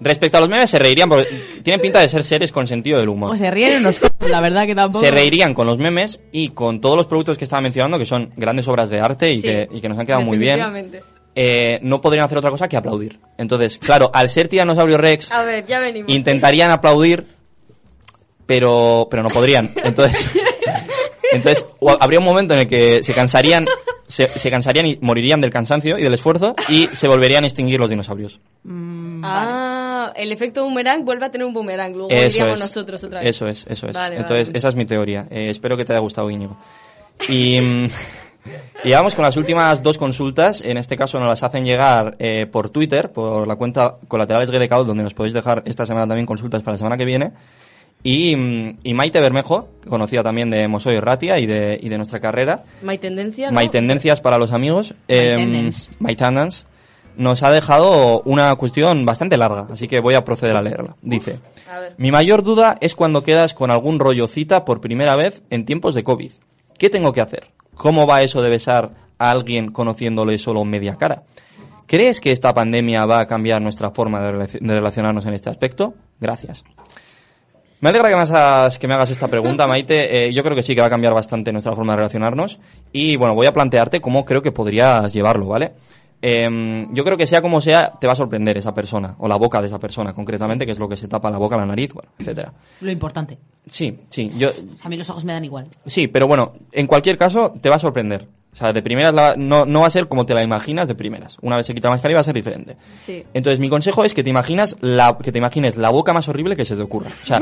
Speaker 2: respecto a los memes se reirían porque tienen pinta de ser seres con sentido del humor.
Speaker 3: O Pues se ríen unos c- la verdad que tampoco.
Speaker 2: se reirían con los memes y con todos los productos que estaba mencionando, que son grandes obras de arte y,
Speaker 4: Sí,
Speaker 2: que, y que nos han quedado muy bien,
Speaker 4: definitivamente.
Speaker 2: eh, no podrían hacer otra cosa que aplaudir. Entonces, claro, al ser Tiranosaurio Rex,
Speaker 4: A ver, ya venimos.
Speaker 2: intentarían aplaudir, pero, pero no podrían. Entonces, entonces o habría un momento en el que se cansarían, se, se cansarían y morirían del cansancio y del esfuerzo y se volverían a extinguir los dinosaurios.
Speaker 4: Ah, el efecto boomerang vuelve a tener un boomerang. Luego
Speaker 2: Eso
Speaker 4: diríamos
Speaker 2: es.
Speaker 4: nosotros otra vez.
Speaker 2: Eso es, eso es.
Speaker 4: Vale,
Speaker 2: Entonces,
Speaker 4: vale.
Speaker 2: esa es mi teoría. Eh, espero que te haya gustado, Íñigo. Y, mm, y vamos con las últimas dos consultas. En este caso nos las hacen llegar eh, por Twitter, por la cuenta Colaterales GDCAO, donde nos podéis dejar esta semana también consultas para la semana que viene. Y, mm, y Maite Bermejo, conocida también de Mosoy Ratia y de, y de nuestra carrera,
Speaker 4: My tendencia, ¿no?
Speaker 2: My Tendencias para los amigos.
Speaker 3: My
Speaker 2: em,
Speaker 3: Tendence.
Speaker 2: My Tendence, Nos ha dejado una cuestión bastante larga, así que voy a proceder a leerla. Dice,
Speaker 4: A ver.
Speaker 2: mi mayor duda es cuando quedas con algún rollo cita por primera vez en tiempos de COVID. ¿Qué tengo que hacer? ¿Cómo va eso de besar a alguien conociéndole solo media cara? ¿Crees que esta pandemia va a cambiar nuestra forma de relaci- de relacionarnos en este aspecto? Gracias. Me alegra que me, hagas, que me hagas esta pregunta, Maite. Eh, yo creo que sí que va a cambiar bastante nuestra forma de relacionarnos. Y bueno, voy a plantearte cómo creo que podrías llevarlo, ¿vale? Em, yo creo que sea como sea, te va a sorprender esa persona, o la boca de esa persona, concretamente, que es lo que se tapa la boca, la nariz, bueno, etcétera.
Speaker 3: Lo importante.
Speaker 2: Sí, sí, yo,
Speaker 3: O sea, a mí los ojos me dan igual.
Speaker 2: sí, pero bueno, en cualquier caso, te va a sorprender. O sea, de primeras la- no, no va a ser como te la imaginas de primeras. Una vez se quita la mascarilla va a ser diferente.
Speaker 4: Sí.
Speaker 2: Entonces, mi consejo es que te imaginas la, que te imagines la boca más horrible que se te ocurra. O sea,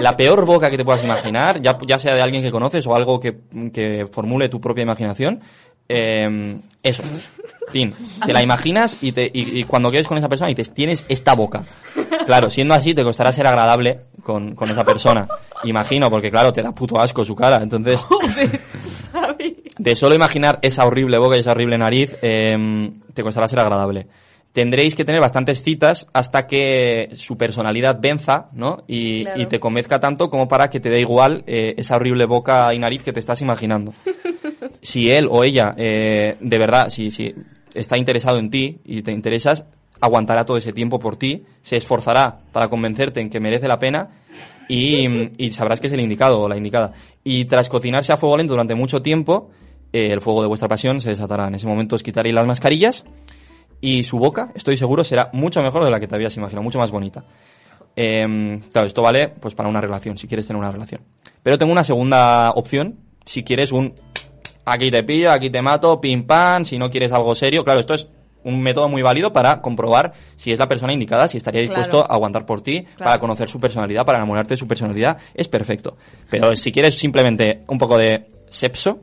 Speaker 2: la peor boca que te puedas imaginar, ya, ya sea de alguien que conoces o algo que, que formule tu propia imaginación. eh, eso. Fin. Te la imaginas y, te, y, y cuando quedes con esa persona y te tienes esta boca. Claro, siendo así, te costará ser agradable con, con esa persona. Imagino, porque claro, te da puto asco su cara. Entonces, de solo imaginar esa horrible boca y esa horrible nariz, eh, te costará ser agradable. Tendréis que tener bastantes citas hasta que su personalidad venza, ¿no? Y,
Speaker 4: Claro.
Speaker 2: y te convenzca tanto como para que te dé igual eh, esa horrible boca y nariz que te estás imaginando. si él o ella, eh, de verdad, si, si está interesado en ti y te interesas, aguantará todo ese tiempo por ti, se esforzará para convencerte en que merece la pena y, y sabrás que es el indicado o la indicada. Y tras cocinarse a fuego lento durante mucho tiempo, eh, el fuego de vuestra pasión se desatará. En ese momento os quitaréis las mascarillas y su boca, estoy seguro, será mucho mejor de la que te habías imaginado, mucho más bonita. Em, claro, esto vale pues para una relación, si quieres tener una relación. Pero tengo una segunda opción, si quieres un aquí te pillo, aquí te mato, pim pam, si no quieres algo serio. Claro, esto es un método muy válido para comprobar si es la persona indicada, si estaría dispuesto
Speaker 4: Claro.
Speaker 2: a aguantar por ti, para conocer su personalidad, para enamorarte de su personalidad, es perfecto. Pero si quieres simplemente un poco de sepso,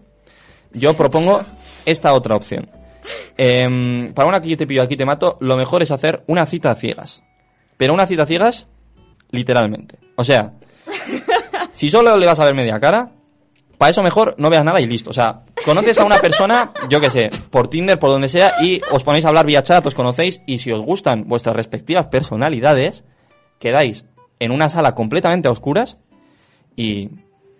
Speaker 2: yo propongo esta otra opción. Em, para una que te pillo, aquí te mato, lo mejor es hacer una cita a ciegas. Pero una cita a ciegas, literalmente. O sea, si solo le vas a ver media cara, para eso mejor no veas nada y listo. O sea, conoces a una persona, yo qué sé, por Tinder, por donde sea, y os ponéis a hablar vía chat, os conocéis, y si os gustan vuestras respectivas personalidades, quedáis en una sala completamente a oscuras y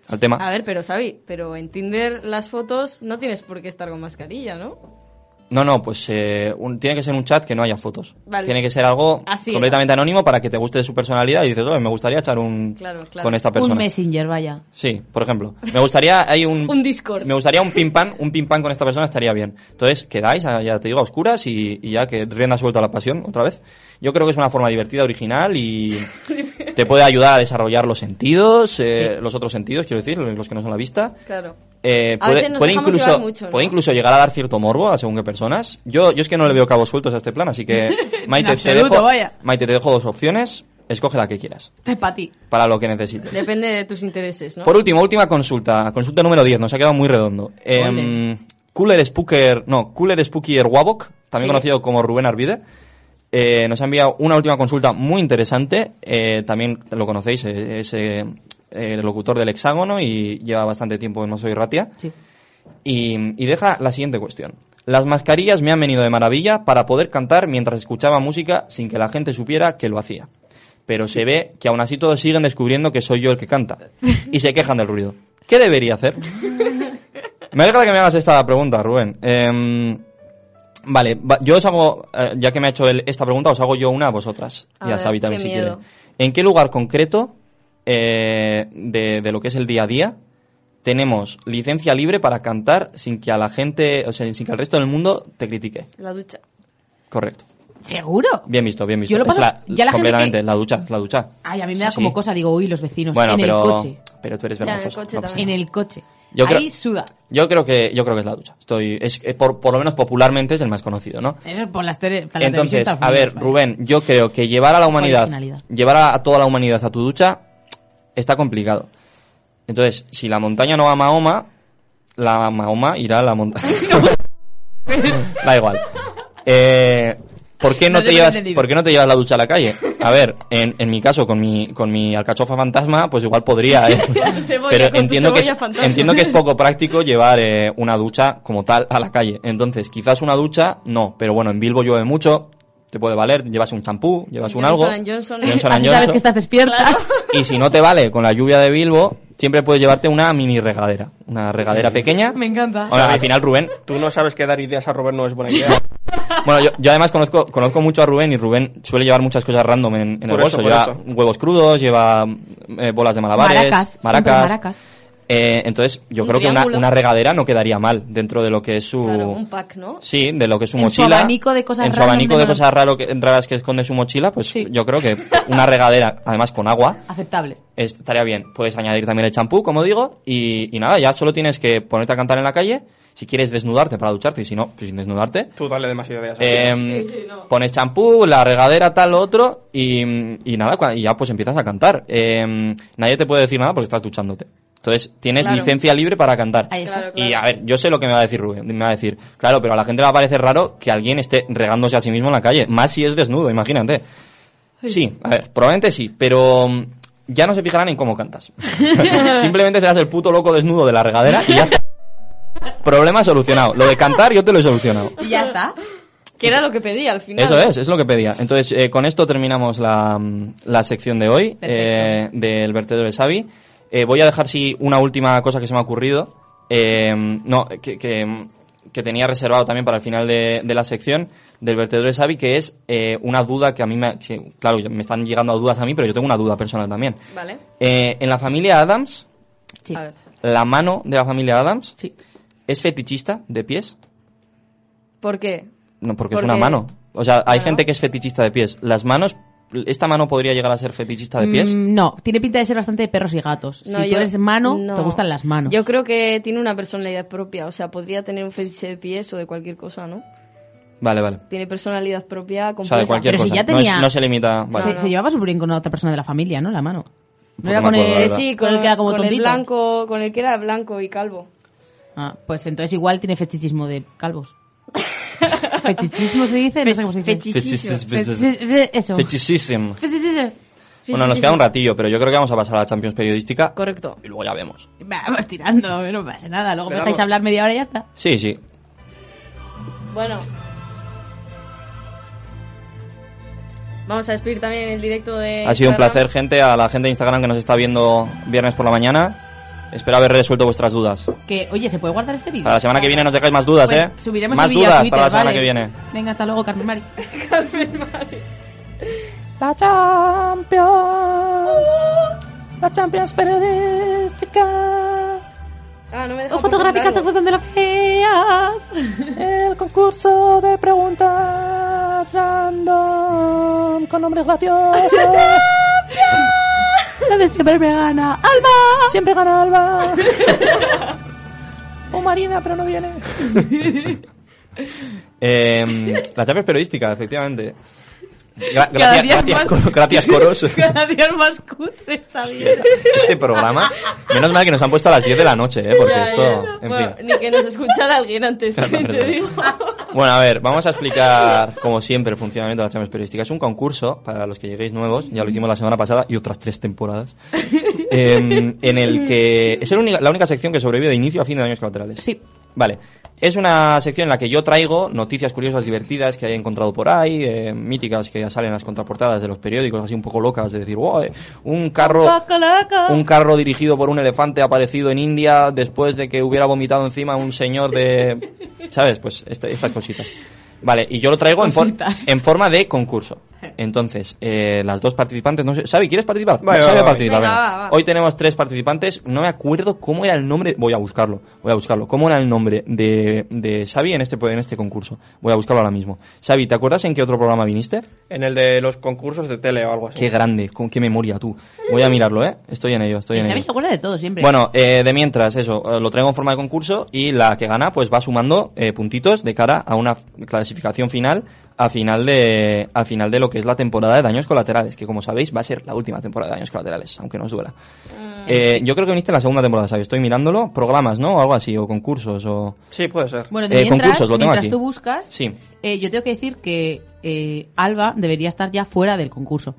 Speaker 2: al tema.
Speaker 4: A ver, pero Xavi, pero en Tinder las fotos no tienes por qué estar con mascarilla, ¿no?
Speaker 2: No, no, pues eh, un- tiene que ser un chat que no haya fotos.
Speaker 4: Vale. Ah,
Speaker 2: Tiene que ser algo
Speaker 4: A ciegas.
Speaker 2: completamente anónimo para que te guste su personalidad y dices, "Oye, me gustaría echar un
Speaker 4: Claro, claro.
Speaker 2: con esta
Speaker 3: Un
Speaker 2: persona.
Speaker 3: messenger, vaya.
Speaker 2: Sí, por ejemplo. Me gustaría, hay un,
Speaker 4: Un Discord.
Speaker 2: me gustaría un pim pam, un pim pam con esta persona estaría bien. Entonces, quedáis, a- ya te digo, a oscuras y, y ya que rienda suelta a la pasión otra vez. Yo creo que es una forma divertida, original y te puede ayudar a desarrollar los sentidos, eh, los otros sentidos, quiero decir, los que no son la vista.
Speaker 4: Claro.
Speaker 2: Eh,
Speaker 4: A
Speaker 2: puede,
Speaker 4: veces nos
Speaker 2: puede
Speaker 4: dejamos
Speaker 2: incluso,
Speaker 4: llevar mucho, ¿no?
Speaker 2: puede incluso llegar a dar cierto morbo a según qué personas. Yo, yo es que no le veo cabos sueltos a este plan, así que Maite,
Speaker 3: En
Speaker 2: te,
Speaker 3: absoluto,
Speaker 2: dejo,
Speaker 3: vaya.
Speaker 2: Maite, te dejo dos opciones. Escoge la que quieras,
Speaker 3: Es para ti.
Speaker 2: para lo que necesites.
Speaker 4: Depende de tus intereses, ¿no?
Speaker 2: Por último, última consulta. Consulta número 10, nos ha quedado muy redondo. Em, Cooler Spooker, no, Cooler Spooky Erwabok, también
Speaker 4: Sí.
Speaker 2: conocido como Rubén Arvide, eh, nos ha enviado una última consulta muy interesante. Eh, también lo conocéis, eh, es eh, el locutor del Hexágono y lleva bastante tiempo en No Soy Ratia.
Speaker 3: Sí.
Speaker 2: Y, y deja la siguiente cuestión. Las mascarillas me han venido de maravilla para poder cantar mientras escuchaba música sin que la gente supiera que lo hacía. Pero se ve que aún así todos siguen descubriendo que soy yo el que canta y se quejan del ruido. ¿Qué debería hacer? Me alegra que me hagas esta pregunta, Rubén. Em, vale, va- yo os hago, eh, ya que me ha hecho él esta pregunta, os hago yo una a vosotras.
Speaker 4: A
Speaker 2: y a
Speaker 4: ver,
Speaker 2: Sabi también,
Speaker 4: qué
Speaker 2: si
Speaker 4: miedo.
Speaker 2: quiere. ¿En qué lugar concreto eh, de, de lo que es el día a día tenemos licencia libre para cantar sin que a la gente, o sea, sin que el resto del mundo te critique?
Speaker 4: La ducha.
Speaker 2: Correcto.
Speaker 3: ¿Seguro?
Speaker 2: Bien visto, bien visto.
Speaker 3: Yo lo
Speaker 2: Es
Speaker 3: paso-
Speaker 2: la-
Speaker 3: ya la gente
Speaker 2: completamente,
Speaker 3: que-
Speaker 2: la ducha, es la ducha.
Speaker 3: Ay, a mí me
Speaker 2: Sí,
Speaker 3: da
Speaker 2: sí.
Speaker 3: como cosa, digo, uy, los vecinos.
Speaker 2: Bueno,
Speaker 3: en
Speaker 2: pero,
Speaker 3: el coche.
Speaker 2: pero tú eres
Speaker 4: Ya, en el
Speaker 2: vergonzosa.
Speaker 4: coche
Speaker 2: no pasa
Speaker 4: también.
Speaker 3: En el coche.
Speaker 2: Yo
Speaker 3: Ahí
Speaker 2: creo-
Speaker 3: suda.
Speaker 2: Yo creo que yo creo que es la ducha. Estoy es, es por, por lo menos popularmente es el más conocido, ¿no?
Speaker 3: Eso es por las tele. para la televisión
Speaker 2: Entonces,
Speaker 3: Estados
Speaker 2: a ver,
Speaker 3: Unidos, vale.
Speaker 2: Rubén, yo creo que llevar a la humanidad,
Speaker 3: Originalidad.
Speaker 2: llevar a, a toda la humanidad a tu ducha está complicado. Entonces, si la montaña no va a Mahoma, la Mahoma irá a la montaña. da igual. Eh, ¿por, qué no
Speaker 3: No te
Speaker 2: te
Speaker 3: lo he
Speaker 2: llevas,
Speaker 3: entendido.
Speaker 2: ¿Por qué no te llevas la ducha a la calle? A ver, en, en mi caso, con mi, con mi alcachofa fantasma, pues igual podría. ¿eh?
Speaker 4: Cebolla,
Speaker 2: Pero
Speaker 4: con tu
Speaker 2: entiendo que, es,
Speaker 4: cebolla fantasma.
Speaker 2: entiendo que es poco práctico llevar eh, una ducha como tal a la calle. Entonces, quizás una ducha, no. Pero bueno, en Bilbo llueve mucho, te puede valer. Llevas un champú, llevas un algo.
Speaker 4: Johnson and Johnson.
Speaker 2: Johnson and
Speaker 3: Así sabes
Speaker 2: Johnson.
Speaker 3: que estás despierta.
Speaker 2: Y si no te vale con la lluvia de Bilbo, siempre puedes llevarte una mini regadera. Una regadera pequeña.
Speaker 3: Me encanta.
Speaker 2: Ahora, al final, Rubén,
Speaker 5: Tú no sabes que dar ideas a Rubén no es buena idea.
Speaker 2: Bueno, yo, yo además conozco, conozco mucho a Rubén y Rubén suele llevar muchas cosas random en, en el
Speaker 5: Por
Speaker 2: bolso.
Speaker 5: eso, por
Speaker 2: lleva
Speaker 5: eso.
Speaker 2: huevos crudos, lleva eh, bolas de malabares,
Speaker 3: Maracas, siempre
Speaker 2: maracas.
Speaker 3: maracas.
Speaker 2: Eh, entonces, yo
Speaker 4: Un
Speaker 2: creo que una,
Speaker 4: triángulo.
Speaker 2: una regadera no quedaría mal dentro de lo que es su.
Speaker 4: Claro, un pack, ¿no?
Speaker 2: Uh. Sí, de lo que es su
Speaker 3: En su
Speaker 2: mochila.
Speaker 3: abanico de cosas
Speaker 2: En su
Speaker 3: random
Speaker 2: abanico
Speaker 3: de
Speaker 2: de
Speaker 3: mar-
Speaker 2: cosas raro que- raras que esconde su mochila, pues
Speaker 3: Sí.
Speaker 2: yo creo que una regadera, además con agua,
Speaker 3: Aceptable.
Speaker 2: estaría bien. Puedes añadir también el champú, como digo, y, y nada, ya solo tienes que ponerte a cantar en la calle. Si quieres desnudarte para ducharte, y si no, pues sin desnudarte.
Speaker 5: Tú dale demasiadas ideas. a Rubén.
Speaker 2: Eh, Pones champú, la regadera, tal, lo otro, y, y nada, cua- y ya pues empiezas a cantar. Eh, nadie te puede decir nada porque estás duchándote. Entonces, tienes
Speaker 4: Claro.
Speaker 2: licencia libre para cantar.
Speaker 3: Ahí estás.
Speaker 4: Claro,
Speaker 2: Y a ver, yo sé lo que me va a decir Rubén. Me va a decir, claro, pero a la gente le va a parecer raro que alguien esté regándose a sí mismo en la calle. Más si es desnudo, imagínate. Sí, a ver, probablemente sí, pero mm, ya no se fijarán en cómo cantas. Simplemente serás el puto loco desnudo de la regadera y ya está. Problema solucionado. Lo de cantar yo te lo he solucionado.
Speaker 3: Y ya está.
Speaker 4: Que era lo que pedía al final.
Speaker 2: Eso es, es lo que pedía. Entonces, eh, con esto terminamos la, mm, la sección de hoy eh, del vertedero de Xavi. Eh, voy a dejar, sí, una última cosa que se me ha ocurrido. eh, no, que, que- que tenía reservado también para el final de, de la sección del vertedero de Xavi, que es eh, una duda que a mí me... que, claro, me están llegando dudas a mí, pero yo tengo una duda personal también.
Speaker 4: Vale.
Speaker 2: Eh, en la familia Adams,
Speaker 3: Sí.
Speaker 4: A ver.
Speaker 2: la mano de la familia Adams
Speaker 3: Sí.
Speaker 2: es fetichista de pies.
Speaker 4: ¿Por qué?
Speaker 2: No, porque, es
Speaker 4: Porque-
Speaker 2: una mano. O sea, hay
Speaker 4: Claro.
Speaker 2: gente que es fetichista de pies. Las manos, esta mano podría llegar a ser fetichista de pies.
Speaker 3: Mm, no, tiene pinta de ser bastante de perros y gatos.
Speaker 4: No,
Speaker 3: si tú
Speaker 4: yo-
Speaker 3: eres mano,
Speaker 4: no.
Speaker 3: te gustan las manos.
Speaker 4: Yo creo que tiene una personalidad propia, o sea, podría tener un fetiche de pies o de cualquier cosa, ¿no?
Speaker 2: Vale, vale.
Speaker 4: Tiene personalidad propia,
Speaker 2: O
Speaker 4: completa.
Speaker 2: sea, de cualquier
Speaker 3: Pero si
Speaker 2: cosa.
Speaker 3: Pues ya
Speaker 2: No es-
Speaker 3: tenía-
Speaker 2: no, se limita. Vale.
Speaker 3: se,
Speaker 4: no.
Speaker 3: se llevaba su brinco con otra persona de la familia, ¿no? La mano.
Speaker 2: Porque
Speaker 3: era
Speaker 2: no me
Speaker 3: con
Speaker 2: acuerdo, la
Speaker 4: Eh,
Speaker 2: verdad.
Speaker 4: sí, con,
Speaker 3: Con el que era como
Speaker 4: con el
Speaker 3: tontito.
Speaker 4: blanco, con el que era blanco y calvo.
Speaker 3: Ah, pues entonces igual tiene fetichismo de calvos. ¿Fetichismo se dice? No sé cómo se dice.
Speaker 2: Fetichis- fetichis-
Speaker 3: Fetichis- Eso.
Speaker 2: Fetichisísimo.
Speaker 3: Fetichismo.
Speaker 2: Bueno, nos queda un ratillo, pero yo creo que vamos a pasar a la Champions Periodística.
Speaker 4: Correcto.
Speaker 2: Y luego ya vemos.
Speaker 3: Vamos tirando, no pasa nada. Luego me
Speaker 5: Pero
Speaker 3: dejáis
Speaker 5: vamos.
Speaker 3: hablar media hora y ya está.
Speaker 2: Sí, sí.
Speaker 3: Eh,
Speaker 4: Bueno. Vamos a despedir también el directo de
Speaker 2: Ha sido un
Speaker 4: Instagram.
Speaker 2: placer, gente. A la gente de Instagram que nos está viendo viernes por la mañana. Espero haber resuelto vuestras dudas.
Speaker 3: Que, oye, ¿se puede guardar este vídeo?
Speaker 2: Para la semana que viene nos dejáis más dudas,
Speaker 3: Pues,
Speaker 2: ¿eh?
Speaker 3: Subiremos
Speaker 2: más
Speaker 3: el vídeo a
Speaker 2: dudas
Speaker 3: Twitter,
Speaker 2: para la semana
Speaker 3: vale.
Speaker 2: que viene.
Speaker 3: Venga, hasta luego, Carmen Mari.
Speaker 10: La Champions. La Champions periodística.
Speaker 4: Ah, no me deja
Speaker 10: O fotográficas
Speaker 4: apuntarlo.
Speaker 10: de las feas. El concurso de preguntas random con nombres graciosos. La vez siempre me gana Alba. Siempre gana Alba. o Marina, pero no viene.
Speaker 2: Eh, la chapa es periodística, efectivamente. Gra-
Speaker 3: Cada
Speaker 2: gracias,
Speaker 3: día
Speaker 2: gracias,
Speaker 3: más-
Speaker 2: coro- gracias, coros.
Speaker 3: Cada día es más cutre, está bien.
Speaker 2: Este programa, menos mal que nos han puesto a las 10 de la noche, ¿eh? Porque
Speaker 4: Ya,
Speaker 2: esto,
Speaker 4: ya.
Speaker 2: en
Speaker 4: Bueno,
Speaker 2: fin.
Speaker 4: Ni que nos escuchara alguien antes,
Speaker 2: Claro,
Speaker 4: también te
Speaker 2: verdad.
Speaker 4: digo.
Speaker 2: Bueno, a ver, vamos a explicar, como siempre, el funcionamiento de la Champions Periodística. Es un concurso, para los que lleguéis nuevos, ya lo hicimos la semana pasada y otras tres temporadas, em, en el que es el única- la única sección que sobrevive de inicio a fin de daños colaterales.
Speaker 3: Sí.
Speaker 2: Vale. Es una sección en la que yo traigo noticias curiosas, divertidas que haya encontrado por ahí, eh, míticas que ya salen en las contraportadas de los periódicos, así un poco locas, de decir, wow, eh, un carro... Un carro dirigido por un elefante ha aparecido en India después de que hubiera vomitado encima un señor de... ¿Sabes? Pues este- estas cositas. Vale, y yo lo traigo en, for-
Speaker 5: Cositas.
Speaker 2: en forma de concurso. Entonces, eh, las dos participantes, no sé, Xavi, ¿quieres participar?
Speaker 5: Vale,
Speaker 2: Xavi
Speaker 5: vale,
Speaker 2: a
Speaker 5: vale.
Speaker 2: participar,
Speaker 5: Venga,
Speaker 2: venga.
Speaker 5: va, va.
Speaker 2: Hoy tenemos tres participantes, no me acuerdo cómo era el nombre, voy a buscarlo, voy a buscarlo, cómo era el nombre de, de Xavi en este, en este concurso. Voy a buscarlo ahora mismo. Xavi, ¿te acuerdas en qué otro programa viniste?
Speaker 5: En el de los concursos de tele o algo así.
Speaker 2: Qué grande, con qué memoria tú. Voy a mirarlo, ¿eh? Estoy en ello, estoy en ello.
Speaker 3: ¿Sabéis? Se acuerda de todo siempre.
Speaker 2: Bueno, eh, de mientras, eso, eh, lo traigo en forma de concurso y la que gana pues va sumando eh, puntitos de cara a una clasificación final a final de a final de lo que es la temporada de daños colaterales, que como sabéis va a ser la última temporada de daños colaterales, aunque no os duela. Eh, yo creo que viniste en la segunda temporada, ¿sabes? Estoy mirándolo, programas, ¿no? O algo así, o concursos, o...
Speaker 5: Sí, puede ser.
Speaker 3: Bueno, de
Speaker 2: Eh,
Speaker 3: mientras,
Speaker 2: concursos, lo tengo
Speaker 3: mientras
Speaker 2: aquí.
Speaker 3: tú buscas,
Speaker 2: Sí.
Speaker 3: eh, yo tengo que decir que eh, Alba debería estar ya fuera del concurso.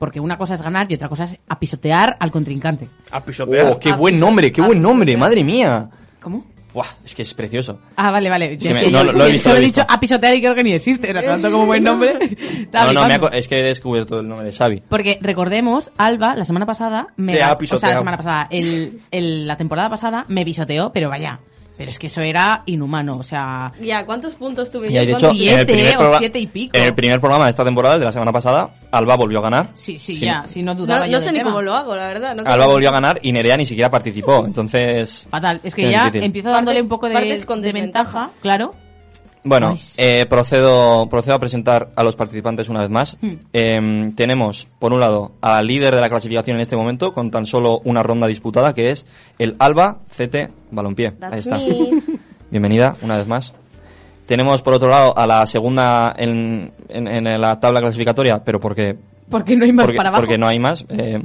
Speaker 3: Porque una cosa es ganar y otra cosa es apisotear al contrincante.
Speaker 5: A pisotear.
Speaker 2: ¡Oh, qué buen nombre, qué buen nombre! ¡Madre mía!
Speaker 3: ¿Cómo?
Speaker 2: Buah, es que es precioso.
Speaker 3: Ah, vale, vale.
Speaker 2: Sí,
Speaker 3: Es
Speaker 2: me-
Speaker 3: que
Speaker 2: no,
Speaker 3: yo-
Speaker 2: lo he
Speaker 3: yo
Speaker 2: visto,
Speaker 3: solo
Speaker 2: lo he
Speaker 3: he dicho apisotear y creo que ni existe. Era tanto como buen nombre. Estaba
Speaker 2: No, no, me
Speaker 3: flipando.
Speaker 2: aco- es que he descubierto el nombre de Xavi.
Speaker 3: Porque recordemos, Alba, la semana pasada, me
Speaker 2: Te ha
Speaker 3: o sea,
Speaker 2: pisoteado.
Speaker 3: la semana pasada, el, el- la temporada pasada me pisoteó, pero vaya. Pero es que eso era inhumano, o sea.
Speaker 4: Ya, ¿cuántos puntos tuvimos?
Speaker 2: Y ahí, de hecho, en el,
Speaker 3: Siete
Speaker 2: primer
Speaker 3: o
Speaker 2: progra-
Speaker 3: siete y pico.
Speaker 2: en el primer programa de esta temporada, el de la semana pasada, Alba volvió a ganar.
Speaker 3: Sí, sí,
Speaker 2: Sí.
Speaker 3: ya, si no dudaba.
Speaker 4: No,
Speaker 3: yo
Speaker 4: no
Speaker 3: del
Speaker 4: sé ni
Speaker 3: tema.
Speaker 4: cómo lo hago, la verdad. no
Speaker 2: Alba
Speaker 4: tengo-
Speaker 2: volvió a ganar y Nerea ni siquiera participó. Entonces.
Speaker 3: Fatal. Es que
Speaker 2: sí,
Speaker 3: ya
Speaker 2: difícil.
Speaker 3: empiezo dándole un poco de,
Speaker 4: partes con
Speaker 3: de ventaja, claro.
Speaker 2: Bueno, eh, procedo, procedo a presentar a los participantes una vez más.
Speaker 3: Hmm.
Speaker 2: Eh, tenemos, por un lado, al líder de la clasificación en este momento, con tan solo una ronda disputada, que es el Alba CT Balompié. Ahí está. Bienvenida, una vez más. Tenemos, por otro lado, a la segunda en, en- en la tabla clasificatoria, pero porque
Speaker 3: Porque no hay más
Speaker 2: porque,
Speaker 3: para abajo.
Speaker 2: porque no hay más, eh,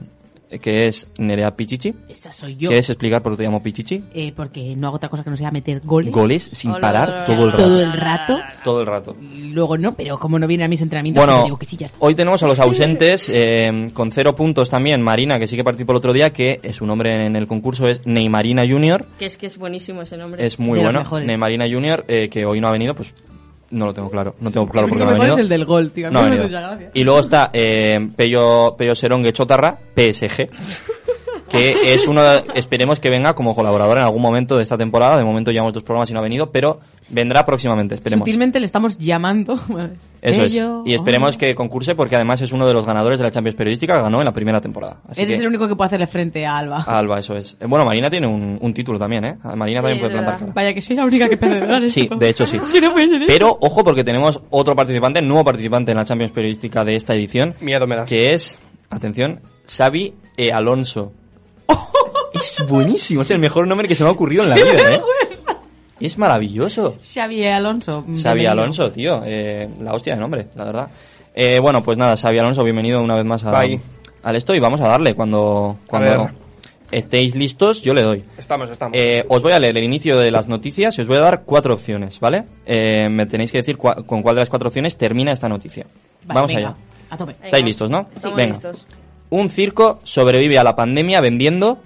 Speaker 2: que es Nerea Pichichi.
Speaker 3: Esa soy yo.
Speaker 2: ¿Quieres explicar por qué te llamo Pichichi?
Speaker 3: Eh, porque no hago otra cosa que no sea meter goles.
Speaker 2: Goles sin
Speaker 3: Hola,
Speaker 2: parar
Speaker 3: hola,
Speaker 2: todo el rato.
Speaker 3: Todo el rato.
Speaker 2: Todo el rato.
Speaker 3: Y luego no, pero como no viene a mis entrenamientos,
Speaker 2: Bueno,
Speaker 3: pues digo que sí, ya está.
Speaker 2: hoy tenemos a los ausentes, eh, con cero puntos también, Marina, que sí que participó el otro día, que es su nombre en el concurso, es Neymarina Junior.
Speaker 4: Que es que es buenísimo ese nombre.
Speaker 2: Es muy bueno. Neymarina Junior, eh, que hoy no ha venido, pues no lo tengo claro. No tengo claro por qué no ha venido.
Speaker 3: del gol, tío.
Speaker 2: No ha venido. Y luego está eh, Pello, Pello Serongue Chotarra, PSG, que es uno, de- esperemos que venga como colaborador en algún momento de esta temporada. De momento llevamos dos programas y no ha venido, pero vendrá próximamente, esperemos.
Speaker 3: Sutilmente le estamos llamando.
Speaker 2: Eso
Speaker 3: Ello, oh.
Speaker 2: es. Y esperemos que concurse porque además es uno de los ganadores de la Champions Periodística que ganó en la primera temporada.
Speaker 3: oh,
Speaker 2: Así
Speaker 3: Eres
Speaker 2: que,
Speaker 3: el único que puede hacerle frente a Alba.
Speaker 2: a Alba, eso es. Eh, Bueno, Marina tiene un, un título también, ¿eh? Marina también puede plantar cara.
Speaker 3: Vaya, que soy la única que puede ganar
Speaker 2: Sí,
Speaker 3: esto.
Speaker 2: de hecho sí.
Speaker 3: Que no puede ser esto.
Speaker 2: Pero ojo porque tenemos otro participante, nuevo participante en la Champions Periodística de esta edición.
Speaker 5: Miedo me da.
Speaker 2: Que es, atención, Xavi E. Alonso. es buenísimo, es el mejor nombre que se me ha ocurrido en la vida, ¿eh? Es maravilloso.
Speaker 3: Xavi Alonso.
Speaker 2: Xavi
Speaker 3: bienvenido.
Speaker 2: Alonso, tío. eh, la hostia de nombre, la verdad. Eh, bueno, pues nada, Xavi Alonso, bienvenido una vez más a-
Speaker 5: Bye.
Speaker 2: al esto y vamos a darle cuando, cuando
Speaker 5: ver.
Speaker 2: estéis listos, yo le doy.
Speaker 5: Estamos, estamos.
Speaker 2: Eh, os voy a leer el inicio de las noticias y os voy a dar cuatro opciones, ¿vale? Eh, me tenéis que decir cua- con cuál de las cuatro opciones termina esta noticia.
Speaker 3: Vale,
Speaker 2: Vamos
Speaker 3: venga,
Speaker 2: allá.
Speaker 3: A tope.
Speaker 2: ¿Estáis listos, no?
Speaker 4: Estamos
Speaker 2: Venga.
Speaker 4: listos.
Speaker 2: Un circo sobrevive a la pandemia vendiendo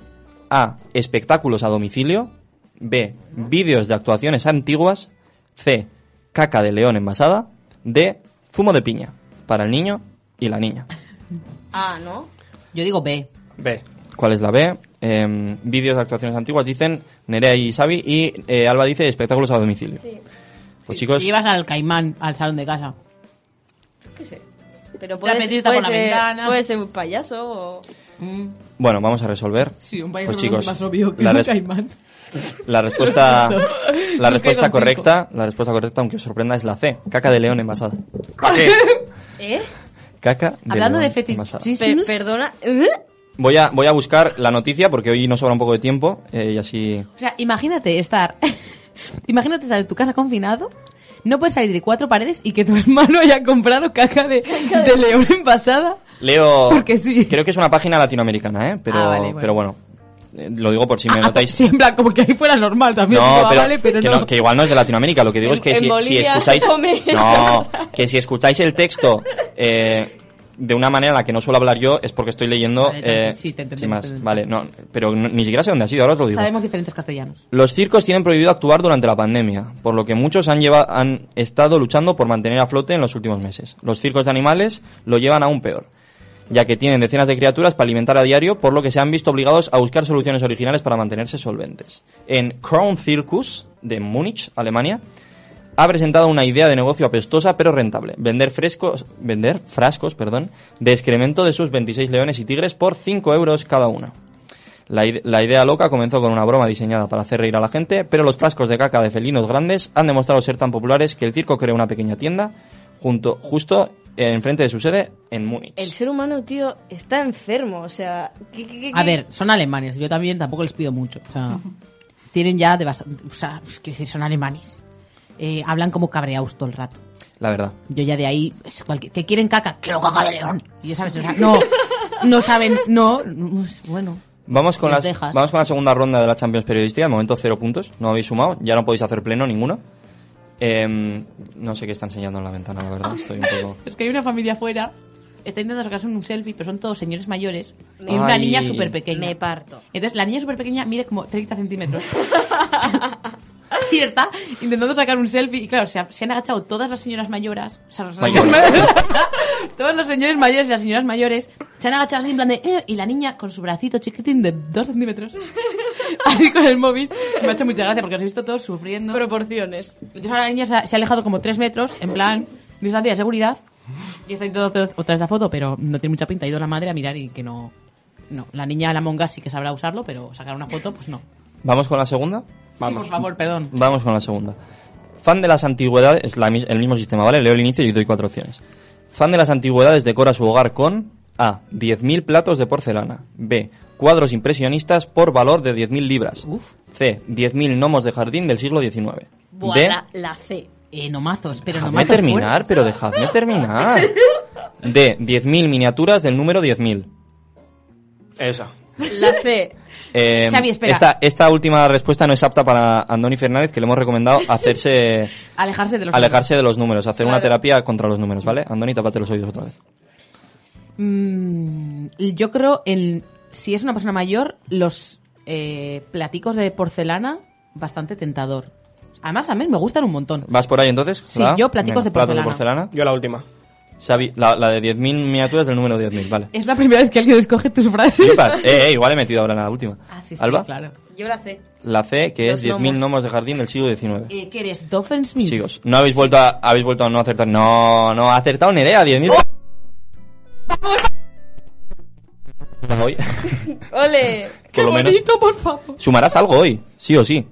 Speaker 2: A. Espectáculos a domicilio. B. Vídeos de actuaciones antiguas. C. Caca de león envasada. D. Zumo de piña. Para el niño y la niña.
Speaker 4: Ah, ¿no?
Speaker 3: Yo digo B.
Speaker 5: B.
Speaker 2: ¿Cuál es la B? em, vídeos de actuaciones antiguas, dicen Nerea y Xavi, y eh, Alba dice espectáculos a domicilio. Pues chicos,
Speaker 3: Y ibas al caimán, al salón de casa.
Speaker 4: ¿Qué sé? Pero
Speaker 3: La
Speaker 4: puede, ser-
Speaker 3: metrita
Speaker 4: puede
Speaker 3: por la
Speaker 4: ser,
Speaker 3: ventana.
Speaker 4: puede ser un payaso o...
Speaker 2: bueno, vamos a resolver.
Speaker 3: Sí, un país
Speaker 2: pues
Speaker 3: romano
Speaker 2: chicos,
Speaker 3: es más obvio que
Speaker 2: la,
Speaker 3: un
Speaker 2: res-
Speaker 3: caimán.
Speaker 2: la respuesta,
Speaker 3: Lo siento.
Speaker 2: la
Speaker 3: Me quedo
Speaker 2: respuesta
Speaker 3: en
Speaker 2: correcta, la respuesta correcta, aunque os sorprenda, es la C, caca de león envasada.
Speaker 4: ¿Eh?
Speaker 2: Caca de
Speaker 4: Hablando
Speaker 2: león
Speaker 4: de fetichismos.
Speaker 2: envasada.
Speaker 4: Pe- perdona. ¿eh?
Speaker 2: Voy a, voy a buscar la noticia porque hoy nos sobra un poco de tiempo eh, y así.
Speaker 3: O sea, imagínate estar. imagínate estar en tu casa confinado. No puedes salir de cuatro paredes y que tu hermano haya comprado caca de, de león envasada.
Speaker 2: Leo. Creo que es una página latinoamericana, ¿eh? Pero,
Speaker 3: Ah, vale, bueno. Ah,
Speaker 2: pero bueno. eh, Lo digo por si me notáis.
Speaker 3: Sí, en plan, como que ahí fuera normal también.
Speaker 2: No,
Speaker 3: Digo, ah,
Speaker 2: pero,
Speaker 3: vale, pero
Speaker 2: que,
Speaker 3: no.
Speaker 2: no- que igual no es de Latinoamérica. Lo que digo
Speaker 3: En-
Speaker 2: es que
Speaker 3: en
Speaker 2: si, si
Speaker 3: Bolivia
Speaker 2: escucháis.
Speaker 3: come
Speaker 2: No, que si escucháis el texto eh, de una manera en la que no suelo hablar yo es porque estoy leyendo.
Speaker 3: Vale, tranqui,
Speaker 2: eh,
Speaker 3: sí, te entendemos,
Speaker 2: sin más.
Speaker 3: te entendemos.
Speaker 2: Vale, no, pero no- ni siquiera sé dónde ha sido, ahora os lo digo.
Speaker 3: Sabemos diferentes castellanos.
Speaker 2: Los circos tienen prohibido actuar durante la pandemia, por lo que muchos han, lleva- han estado luchando por mantener a flote en los últimos meses. Los circos de animales lo llevan aún peor, ya que tienen decenas de criaturas para alimentar a diario, por lo que se han visto obligados a buscar soluciones originales para mantenerse solventes. En Crown Circus, de Múnich, Alemania, ha presentado una idea de negocio apestosa pero rentable. Vender frescos, vender frascos, perdón, de excremento de sus 26 leones y tigres por 5 euros cada uno. La, ide- la idea loca comenzó con una broma diseñada para hacer reír a la gente, pero los frascos de caca de felinos grandes han demostrado ser tan populares que el circo creó una pequeña tienda junto, justo enfrente de su sede en Múnich.
Speaker 4: El ser humano, tío, está enfermo. O sea... ¿qué- qué- qué-
Speaker 3: A
Speaker 4: qué?
Speaker 3: ver, son alemanes. Yo también tampoco les pido mucho. O sea, tienen ya de bastante. O sea, es que sí, son alemanes. Eh, hablan como cabreados todo el rato.
Speaker 2: La verdad.
Speaker 3: Yo ya de ahí, es cualquier- que quieren caca, quiero caca de león. Y ya sabes, o sea, no, no saben, no, pues, bueno.
Speaker 2: Vamos con,
Speaker 3: Les
Speaker 2: las-
Speaker 3: dejas.
Speaker 2: vamos con la segunda ronda de la Champions Periodística. De momento cero puntos. No habéis sumado. Ya no podéis hacer pleno ninguno. Em, no sé qué está enseñando en la ventana, la verdad. Estoy un poco...
Speaker 3: Es que hay una familia afuera, está intentando sacarse un selfie, pero son todos señores mayores y
Speaker 2: Ay.
Speaker 3: una niña súper pequeña.
Speaker 4: Me parto.
Speaker 3: Entonces la niña súper pequeña mide como 30 centímetros. y está intentando sacar un selfie y claro, se, ha- se han agachado todas las señoras mayoras, o sea, las- todos los señores mayores y las señoras mayores se han agachado así en plan de... "Eh", y la niña con su bracito chiquitín de 2 centímetros, así con el móvil, me ha hecho mucha gracia porque os he visto todos sufriendo.
Speaker 4: Proporciones.
Speaker 3: Entonces ahora la niña se ha, se ha alejado como 3 metros, en plan, distancia de seguridad. Y está intentando otra vez la foto, pero no tiene mucha pinta. Ha ido la madre a mirar y que no... No, la niña la monga sí que sabrá usarlo, pero sacar una foto, pues no.
Speaker 2: ¿Vamos con la segunda?
Speaker 3: Por favor, perdón.
Speaker 2: Vamos con la segunda. Fan de las antigüedades, es la mis- el mismo sistema, ¿vale? Leo el inicio y doy cuatro opciones. Fan de las antigüedades decora su hogar con A. 10.000 platos de porcelana. B. Cuadros impresionistas por valor de 10.000 libras. C. 10.000 gnomos de jardín del siglo XIX.
Speaker 4: Buah,
Speaker 2: D.
Speaker 4: la, la C.
Speaker 3: Eh, nomazos, pero
Speaker 2: Dejadme terminar, pero dejadme terminar. D. 10.000 miniaturas del número 10.000.
Speaker 5: Esa.
Speaker 4: La C.
Speaker 2: Eh,
Speaker 3: Xavi, espera.
Speaker 2: Esta, esta última respuesta no es apta para Andoni Fernández, que le hemos recomendado hacerse
Speaker 3: Alejarse de los...
Speaker 2: alejarse de los números, hacer una
Speaker 3: Claro.
Speaker 2: terapia contra los números, ¿vale? Andoni, tapate los oídos otra vez.
Speaker 3: Mm, yo creo en... Si es una persona mayor, los eh, platicos de porcelana, bastante tentador. Además, a mí me gustan un montón.
Speaker 2: ¿Vas por ahí entonces?
Speaker 3: Sí, yo platicos de
Speaker 2: platos
Speaker 3: porcelana.
Speaker 2: Yo la última. Xavi, la, la de 10.000 miniaturas del número 10.000, vale.
Speaker 3: Es la primera vez que alguien escoge tus frases.
Speaker 2: Flipas. Eh, eh, igual he metido ahora en la última.
Speaker 3: Ah, sí, sí,
Speaker 2: Alba,
Speaker 3: claro.
Speaker 4: Yo la C.
Speaker 2: la C, que
Speaker 3: Los
Speaker 2: es 10.000
Speaker 3: gnomos.
Speaker 2: gnomos de jardín del siglo XIX.
Speaker 3: Eh, ¿Qué eres? ¿Doffensmith?
Speaker 2: Chicos, no habéis vuelto a, habéis vuelto a no acertar. No, no, ha acertado Nerea, 10.000. Hoy,
Speaker 4: ¡Ole!
Speaker 2: por lo menos,
Speaker 3: por favor!
Speaker 2: sumarás algo hoy, sí o sí.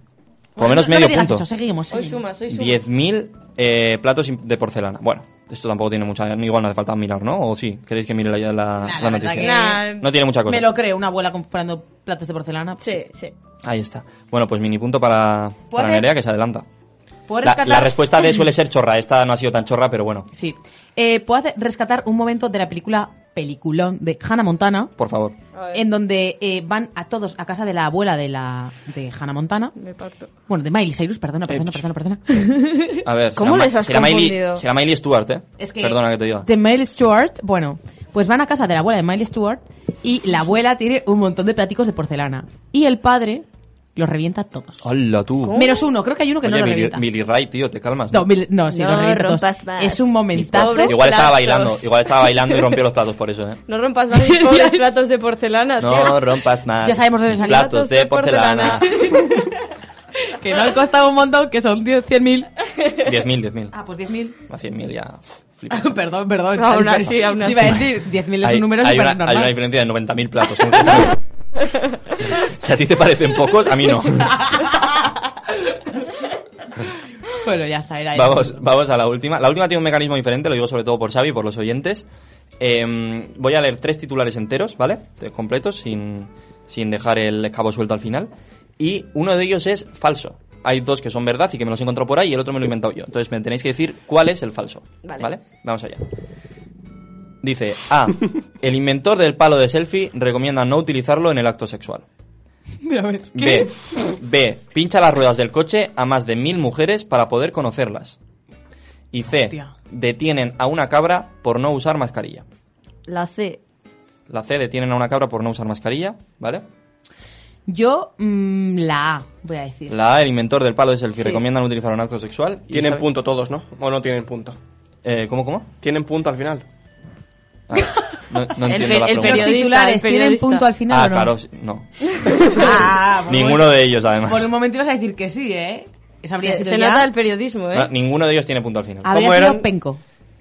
Speaker 2: Por lo menos
Speaker 3: no,
Speaker 2: medio
Speaker 3: no me digas
Speaker 2: punto.
Speaker 3: Eso, seguimos,
Speaker 4: Hoy
Speaker 3: seguimos.
Speaker 4: suma, soy suma.
Speaker 2: 10.000 eh, platos de porcelana. Bueno, esto tampoco tiene mucha... Igual no hace falta mirar, ¿no? ¿O sí? ¿Queréis que mire la, la- la
Speaker 3: la verdad
Speaker 2: noticia?
Speaker 3: que-
Speaker 4: Nah.
Speaker 2: No tiene mucha cosa.
Speaker 3: Me lo creo, una abuela comprando platos de porcelana. pues
Speaker 4: Sí, sí.
Speaker 2: Ahí está. Bueno, pues mini punto para,
Speaker 3: ¿Puedo
Speaker 2: para
Speaker 3: hacer-
Speaker 2: Nerea, que se adelanta.
Speaker 3: ¿Puedo
Speaker 2: La,
Speaker 3: rescatar?
Speaker 2: la respuesta de suele ser chorra. Esta no ha sido tan chorra, pero bueno.
Speaker 3: Sí. Eh, Puedo hacer- rescatar un momento de la película Peliculón de Hannah Montana,
Speaker 2: Por favor.
Speaker 4: A ver,
Speaker 3: en donde eh, van a todos a casa de la abuela de la de Hannah Montana.
Speaker 4: me parto.
Speaker 3: Bueno, de Miley Cyrus, perdona, perdona,
Speaker 2: Eh,
Speaker 3: perdona, perdona.
Speaker 2: A ver,
Speaker 4: ¿Cómo
Speaker 2: será
Speaker 4: les
Speaker 2: Ma-
Speaker 4: has
Speaker 2: será Miley,
Speaker 4: confundido?
Speaker 2: será Miley Stewart, ¿eh?
Speaker 3: Es que-
Speaker 2: Perdona que te diga.
Speaker 3: De Miley Stewart, bueno, pues van a casa de la abuela de Miley Stewart y la abuela tiene un montón de platicos de porcelana. Y el padre Los revienta a todos.
Speaker 2: Hola, tú.
Speaker 4: Oh.
Speaker 3: Menos uno, creo que hay uno que no
Speaker 2: Oye,
Speaker 3: lo
Speaker 2: Mili-
Speaker 3: revienta.
Speaker 2: Mili Ray, tío, te calmas.
Speaker 3: No, mil- no, sí,
Speaker 4: No
Speaker 3: los revienta a todos.
Speaker 4: rompas más.
Speaker 3: Es un momentazo.
Speaker 4: Mis pobres
Speaker 2: Igual estaba
Speaker 4: platos.
Speaker 2: bailando, igual estaba bailando y rompió los platos por eso, ¿eh?
Speaker 4: No rompas más mis pobres platos de porcelana.
Speaker 2: No rompas más.
Speaker 3: Ya sabemos dónde
Speaker 2: Mis
Speaker 3: salió.
Speaker 2: Platos de porcelana.
Speaker 3: que no han costado un montón, que son 10, 100.000.
Speaker 2: 10.000, 10.000.
Speaker 3: Ah, pues 10.000.
Speaker 2: A 100.000 ya.
Speaker 3: perdón, perdón.
Speaker 4: Aún así, aún
Speaker 3: Te Iba a
Speaker 4: así.
Speaker 3: decir 10.000 es
Speaker 2: Hay-
Speaker 3: un número
Speaker 2: hay,
Speaker 3: súper
Speaker 2: una, hay una
Speaker 3: normal.
Speaker 2: diferencia de 90.000 platos. si a ti te parecen pocos, a mí no.
Speaker 3: Bueno, ya está, era
Speaker 2: Vamos, vamos a la última. La última tiene un mecanismo diferente, lo digo sobre todo por Xavi y por los oyentes. Eh, voy a leer tres titulares enteros, ¿vale? Tres Completos, sin, sin dejar el cabo suelto al final. Y uno de ellos es falso. Hay dos que son verdad y que me los he encontrado por ahí y el otro me lo he inventado yo. Entonces me tenéis que decir cuál es el falso.
Speaker 4: Vale.
Speaker 2: ¿Vale? Vamos allá. Dice, A. El inventor del palo de selfie recomienda no utilizarlo en el acto sexual.
Speaker 3: Mira, a ver.
Speaker 2: B. B. Pincha las ruedas del coche a más de mil mujeres para poder conocerlas. Y C.
Speaker 3: Hostia.
Speaker 2: Detienen a una cabra por no usar mascarilla.
Speaker 4: La C.
Speaker 2: La C. Detienen a una cabra por no usar mascarilla, ¿vale?
Speaker 3: Yo, mm, la A, voy a decir.
Speaker 2: La A. El inventor del palo de selfie
Speaker 3: Sí.
Speaker 2: recomienda no utilizar un acto sexual. ¿Y
Speaker 5: Tienen
Speaker 2: sabe-
Speaker 5: punto todos, ¿no? O no tienen punto.
Speaker 2: Eh, ¿Cómo, cómo?
Speaker 5: Tienen punto al final.
Speaker 2: Ah, no no entiendo
Speaker 4: pe-
Speaker 2: la
Speaker 4: el
Speaker 2: pregunta.
Speaker 3: Los
Speaker 4: periodista,
Speaker 3: titulares
Speaker 4: el
Speaker 3: tienen
Speaker 4: periodista.
Speaker 3: punto al final.
Speaker 2: ah,
Speaker 3: o no?
Speaker 2: claro, sí, no.
Speaker 3: Ah, por
Speaker 2: Ninguno
Speaker 3: un-
Speaker 2: de ellos, además.
Speaker 3: Por un momento ibas a decir que sí, ¿eh? Esa habría
Speaker 4: Se,
Speaker 3: sido
Speaker 4: se
Speaker 3: ya-
Speaker 4: nota el periodismo, ¿eh?
Speaker 2: No, ninguno de ellos tiene punto al final.
Speaker 3: Habría
Speaker 5: ¿Cómo
Speaker 3: sido
Speaker 5: eran?
Speaker 3: penco.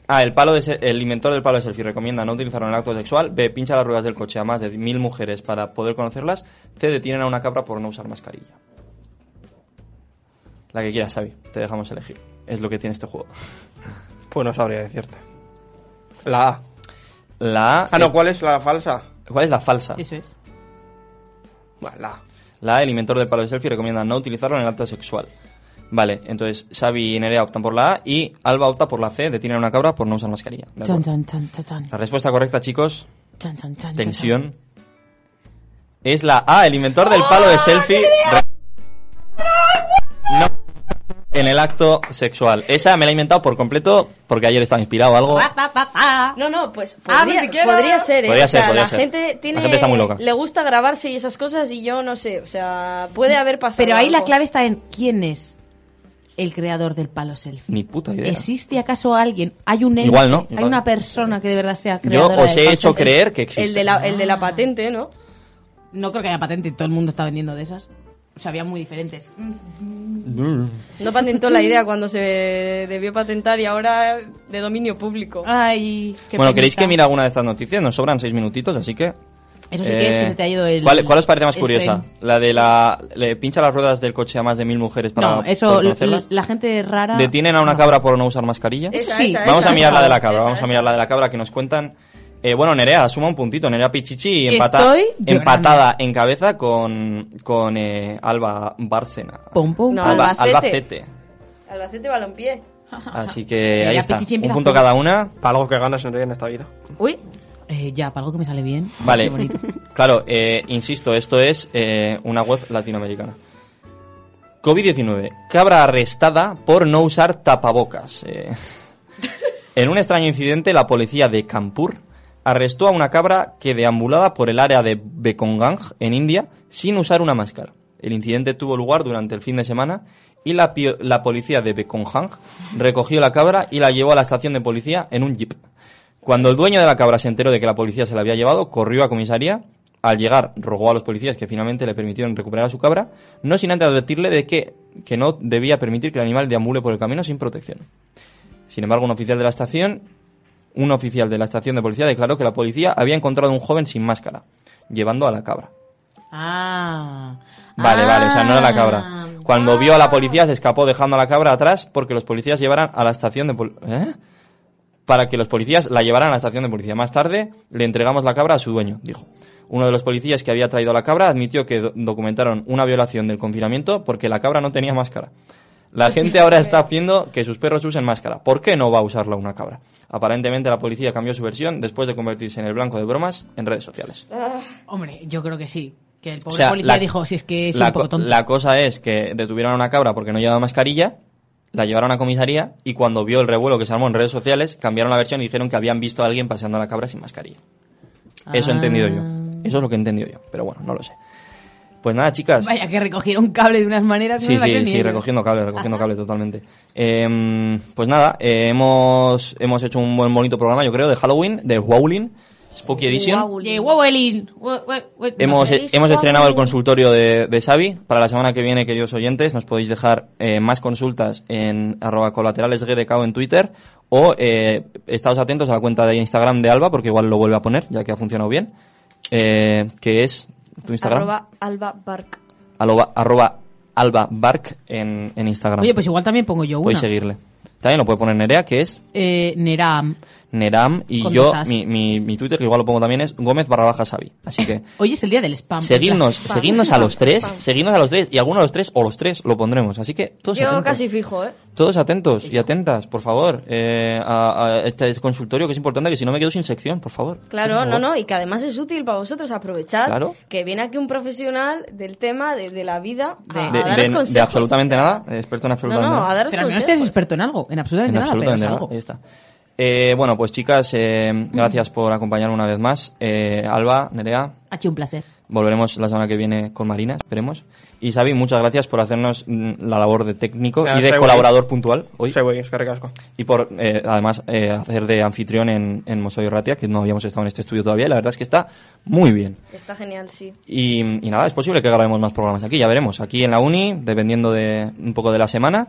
Speaker 2: A, Ah, el, palo de se- el inventor del palo de selfie recomienda no utilizarlo en el acto sexual. B, pincha las ruedas del coche a más de mil mujeres para poder conocerlas. C, detienen a una cabra por no usar mascarilla. La que quieras, Xavi. Te dejamos elegir. Es lo que tiene este juego.
Speaker 5: Pues no sabría decirte. La A.
Speaker 2: La A...
Speaker 5: Ah, no, ¿cuál es la falsa?
Speaker 2: ¿Cuál es la falsa?
Speaker 3: Ah, Eso es.
Speaker 5: Bueno, la A.
Speaker 2: La A, el inventor del palo de selfie recomienda no utilizarlo en el acto sexual. Vale, entonces Xavi y Nerea optan por la A y Alba opta por la C, detienen a una cabra por no usar mascarilla. De
Speaker 3: Chan,
Speaker 2: acuerdo.
Speaker 3: chan, chan, chan, chan.
Speaker 2: La respuesta correcta, chicos,
Speaker 3: Chan, chan, chan, chan,
Speaker 2: Tensión. Es la A, el inventor del palo
Speaker 3: ¡Ah,
Speaker 2: de selfie. No. En el acto sexual. Esa me la he inventado por completo porque ayer estaba inspirado o algo.
Speaker 3: chan. Pa, pa, pa, pa.
Speaker 4: No, no, pues
Speaker 3: Ah,
Speaker 4: podría,
Speaker 3: ni siquiera.
Speaker 4: podría ser, ¿eh?
Speaker 2: Podría
Speaker 4: O sea,
Speaker 2: ser, podría
Speaker 4: la
Speaker 2: ser.
Speaker 4: gente
Speaker 2: La
Speaker 4: tiene...
Speaker 2: gente está muy loca.
Speaker 4: Le gusta grabarse y esas cosas y yo no sé, o sea, puede haber pasado
Speaker 3: Pero ahí la
Speaker 4: algo.
Speaker 3: clave está en quién es el creador del palo selfie.
Speaker 2: Ni puta idea.
Speaker 3: ¿Existe acaso alguien? ¿Hay un ente?
Speaker 2: Igual no,
Speaker 3: ¿Hay
Speaker 2: igual.
Speaker 3: una persona que de verdad sea
Speaker 2: Yo
Speaker 3: creadora
Speaker 2: os
Speaker 3: del
Speaker 2: he
Speaker 3: palo
Speaker 2: hecho
Speaker 3: selfie?
Speaker 2: creer que
Speaker 4: El
Speaker 2: existe.
Speaker 4: de, la, el
Speaker 3: Ah.
Speaker 4: de la patente, ¿no?
Speaker 3: No creo que haya patente, todo el mundo está vendiendo de esas. O sea, había muy diferentes. Mm.
Speaker 4: No patentó la idea cuando se debió patentar y ahora de dominio público.
Speaker 3: Ah, Ay, qué
Speaker 2: Bueno,
Speaker 3: penita.
Speaker 2: ¿queréis que mire alguna de estas noticias? Nos sobran seis minutitos, así que.
Speaker 3: Eso sí que es que se te ha ido el-
Speaker 2: eh, ¿Cuál, cuál os parece más
Speaker 3: el
Speaker 2: curiosa?
Speaker 3: tren.
Speaker 2: ¿La de la. le pincha las ruedas del coche a más de mil mujeres para.
Speaker 3: No, eso,
Speaker 2: poder
Speaker 3: l-
Speaker 2: conocerlas?
Speaker 3: la gente rara.
Speaker 2: ¿Detienen a una
Speaker 3: No.
Speaker 2: cabra por no usar mascarilla?
Speaker 4: Esa,
Speaker 3: Sí.
Speaker 4: esa,
Speaker 2: Vamos
Speaker 4: esa,
Speaker 2: a mirar
Speaker 4: esa.
Speaker 2: la de la cabra,
Speaker 4: Esa,
Speaker 2: vamos a
Speaker 4: esa.
Speaker 2: mirar la de la cabra que nos cuentan. Eh, bueno, Nerea, suma un puntito, Nerea Pichichi y empata-
Speaker 3: Estoy llorando.
Speaker 2: empatada en cabeza con, con eh, Alba Bárcena.
Speaker 3: Pum, pum,
Speaker 4: No,
Speaker 3: pum.
Speaker 2: Alba,
Speaker 4: Albacete.
Speaker 2: Albacete.
Speaker 4: Albacete Balompié.
Speaker 2: Así que
Speaker 3: Nerea
Speaker 2: ahí está,
Speaker 3: Pichichi
Speaker 2: un
Speaker 3: empieza
Speaker 2: punto
Speaker 3: por-
Speaker 2: cada una.
Speaker 5: Para algo que ganas en realidad en esta vida.
Speaker 4: Uy,
Speaker 3: Eh, ya, para algo que me sale bien. Qué
Speaker 2: Vale,
Speaker 3: bonito.
Speaker 2: claro, eh, insisto, esto es eh, una web latinoamericana. COVID-19, cabra arrestada por no usar tapabocas. eh. En un extraño incidente, la policía de Kanpur arrestó a una cabra que deambulaba por el área de Bekongang, en India, sin usar una máscara. El incidente tuvo lugar durante el fin de semana y la, pio- la policía de Bekongang recogió la cabra y la llevó a la estación de policía en un jeep. Cuando el dueño de la cabra se enteró de que la policía se la había llevado, corrió a comisaría. Al llegar, rogó a los policías que finalmente le permitieron recuperar a su cabra, no sin antes advertirle de que, que no debía permitir que el animal deambule por el camino sin protección. Sin embargo, un oficial de la estación, un oficial de la estación de policía declaró que la policía había encontrado a un joven sin máscara, llevando a la cabra.
Speaker 3: Ah.
Speaker 2: Vale,
Speaker 3: Ah.
Speaker 2: vale, o sea, no era la cabra. Cuando vio a la policía se escapó dejando a la cabra atrás porque los policías llevaran a la estación de pol- ¿Eh? Para que los policías la llevaran a la estación de policía. Más tarde le entregamos la cabra a su dueño, dijo. Uno de los policías que había traído a la cabra admitió que do- documentaron una violación del confinamiento porque la cabra no tenía máscara. La gente ahora está pidiendo que sus perros usen máscara. ¿Por qué no va a usarla una cabra? Aparentemente la policía cambió su versión después de convertirse en el blanco de bromas en redes sociales.
Speaker 3: Hombre, yo creo que sí. Que el pobre
Speaker 2: O sea,
Speaker 3: policía
Speaker 2: la-
Speaker 3: dijo, si es que es
Speaker 2: la,
Speaker 3: un poco
Speaker 2: co-
Speaker 3: tonto.
Speaker 2: la cosa es que detuvieron a una cabra porque no llevaba mascarilla, la llevaron a comisaría y cuando vio el revuelo que se armó en redes sociales, cambiaron la versión y dijeron que habían visto a alguien paseando a
Speaker 3: Ah.
Speaker 2: la cabra sin mascarilla. Eso he entendido yo. Eso es lo que he entendido yo, pero bueno, no lo sé. Pues nada, chicas.
Speaker 3: Vaya, que recogieron cable de unas maneras.
Speaker 2: Sí,
Speaker 3: no me la creo
Speaker 2: sí,
Speaker 3: ni
Speaker 2: sí,
Speaker 3: ellos.
Speaker 2: recogiendo cable, recogiendo cable totalmente. Eh, pues nada, eh, hemos, hemos hecho un buen bonito programa, yo creo, de Halloween, de Howling, Spooky Edition.
Speaker 3: Yeah, Wowelin. Wo- wo- wo-
Speaker 2: Hemos, e-,
Speaker 3: ¿No sabéis?
Speaker 2: hemos estrenado el consultorio de, de Xavi. Para la semana que viene, queridos oyentes, nos podéis dejar eh, más consultas en arroba colaterales GDK en Twitter o eh, estaos atentos a la cuenta de Instagram de Alba, porque igual lo vuelve a poner, ya que ha funcionado bien, eh, que es tu Instagram,
Speaker 4: Arroba Alba Bark.
Speaker 2: arroba, arroba Alba Bark en, en Instagram.
Speaker 3: Oye, pues igual también pongo yo una.
Speaker 2: Podéis seguirle. También lo puede poner Nerea, que es
Speaker 3: Eh, Neram.
Speaker 2: Neram, y
Speaker 3: Con
Speaker 2: yo,
Speaker 3: dos as.
Speaker 2: mi, mi, mi Twitter, que igual lo pongo también, es Gómez barra baja Xavi. Así que...
Speaker 3: Hoy es el día del spam.
Speaker 2: Seguidnos,
Speaker 3: Spam,
Speaker 2: seguidnos a
Speaker 3: spam,
Speaker 2: los tres,
Speaker 3: spam.
Speaker 2: seguidnos a los tres, y alguno de los tres o los tres lo pondremos. Así que todos
Speaker 4: Yo
Speaker 2: atentos.
Speaker 4: casi fijo, ¿eh?
Speaker 2: Todos atentos y atentas, por favor, eh, a, a este consultorio que es importante, que si no me quedo sin sección, por favor.
Speaker 4: Claro,
Speaker 2: Por
Speaker 4: no,
Speaker 2: favor.
Speaker 4: no, y que además es útil para vosotros aprovechar
Speaker 2: Claro.
Speaker 4: que viene aquí un profesional del tema de, de la vida a, a
Speaker 2: De,
Speaker 4: daros
Speaker 2: de- de
Speaker 4: consejos.
Speaker 2: absolutamente nada, experto en absolutamente
Speaker 4: No, no,
Speaker 2: nada.
Speaker 4: a daros
Speaker 3: Pero al menos
Speaker 4: consejos.
Speaker 3: eres experto en algo. En absolutamente
Speaker 2: En
Speaker 3: nada,
Speaker 2: absolutamente
Speaker 3: pero es
Speaker 2: nada,
Speaker 3: algo.
Speaker 2: ahí está. Eh, bueno, pues chicas, eh, gracias por acompañarme una vez más. Eh, Alba, Nerea,
Speaker 3: Ha sido un placer.
Speaker 2: volveremos la semana que viene con Marina, esperemos. Y Xavi, muchas gracias por hacernos mm, la labor de técnico
Speaker 5: Nada,
Speaker 2: y de
Speaker 5: soy
Speaker 2: colaborador
Speaker 5: guay.
Speaker 2: puntual hoy.
Speaker 5: Sí, güey, es que ricasco.
Speaker 2: Y por, eh, además, eh, hacer de anfitrión en, en Mosoy Ratia, que no habíamos estado en este estudio todavía, y la verdad es que está muy bien.
Speaker 4: Está genial, sí.
Speaker 2: Y, y nada, es posible que grabemos más programas aquí, ya veremos, aquí en la uni, dependiendo de un poco de la semana.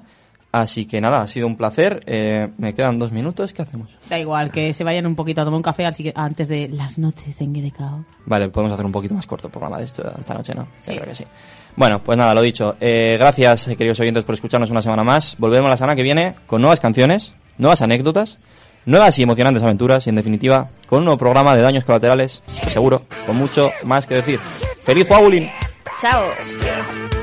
Speaker 2: Así que nada, ha sido un placer. eh, me quedan dos minutos, ¿qué hacemos?
Speaker 3: Da igual, que se vayan un poquito a tomar un café así que- antes de las noches de Enguedecao.
Speaker 2: Vale, podemos hacer un poquito más corto el programa de esto, esta noche, ¿no? Yo creo que sí. Bueno, pues nada, lo dicho. Eh, gracias, eh, queridos oyentes, por escucharnos una semana más. Volvemos la semana que viene con nuevas canciones, nuevas anécdotas, nuevas y emocionantes aventuras y, en definitiva, con un nuevo programa de daños colaterales, que seguro, con mucho más que decir. ¡Feliz Huabulín!
Speaker 4: Chao.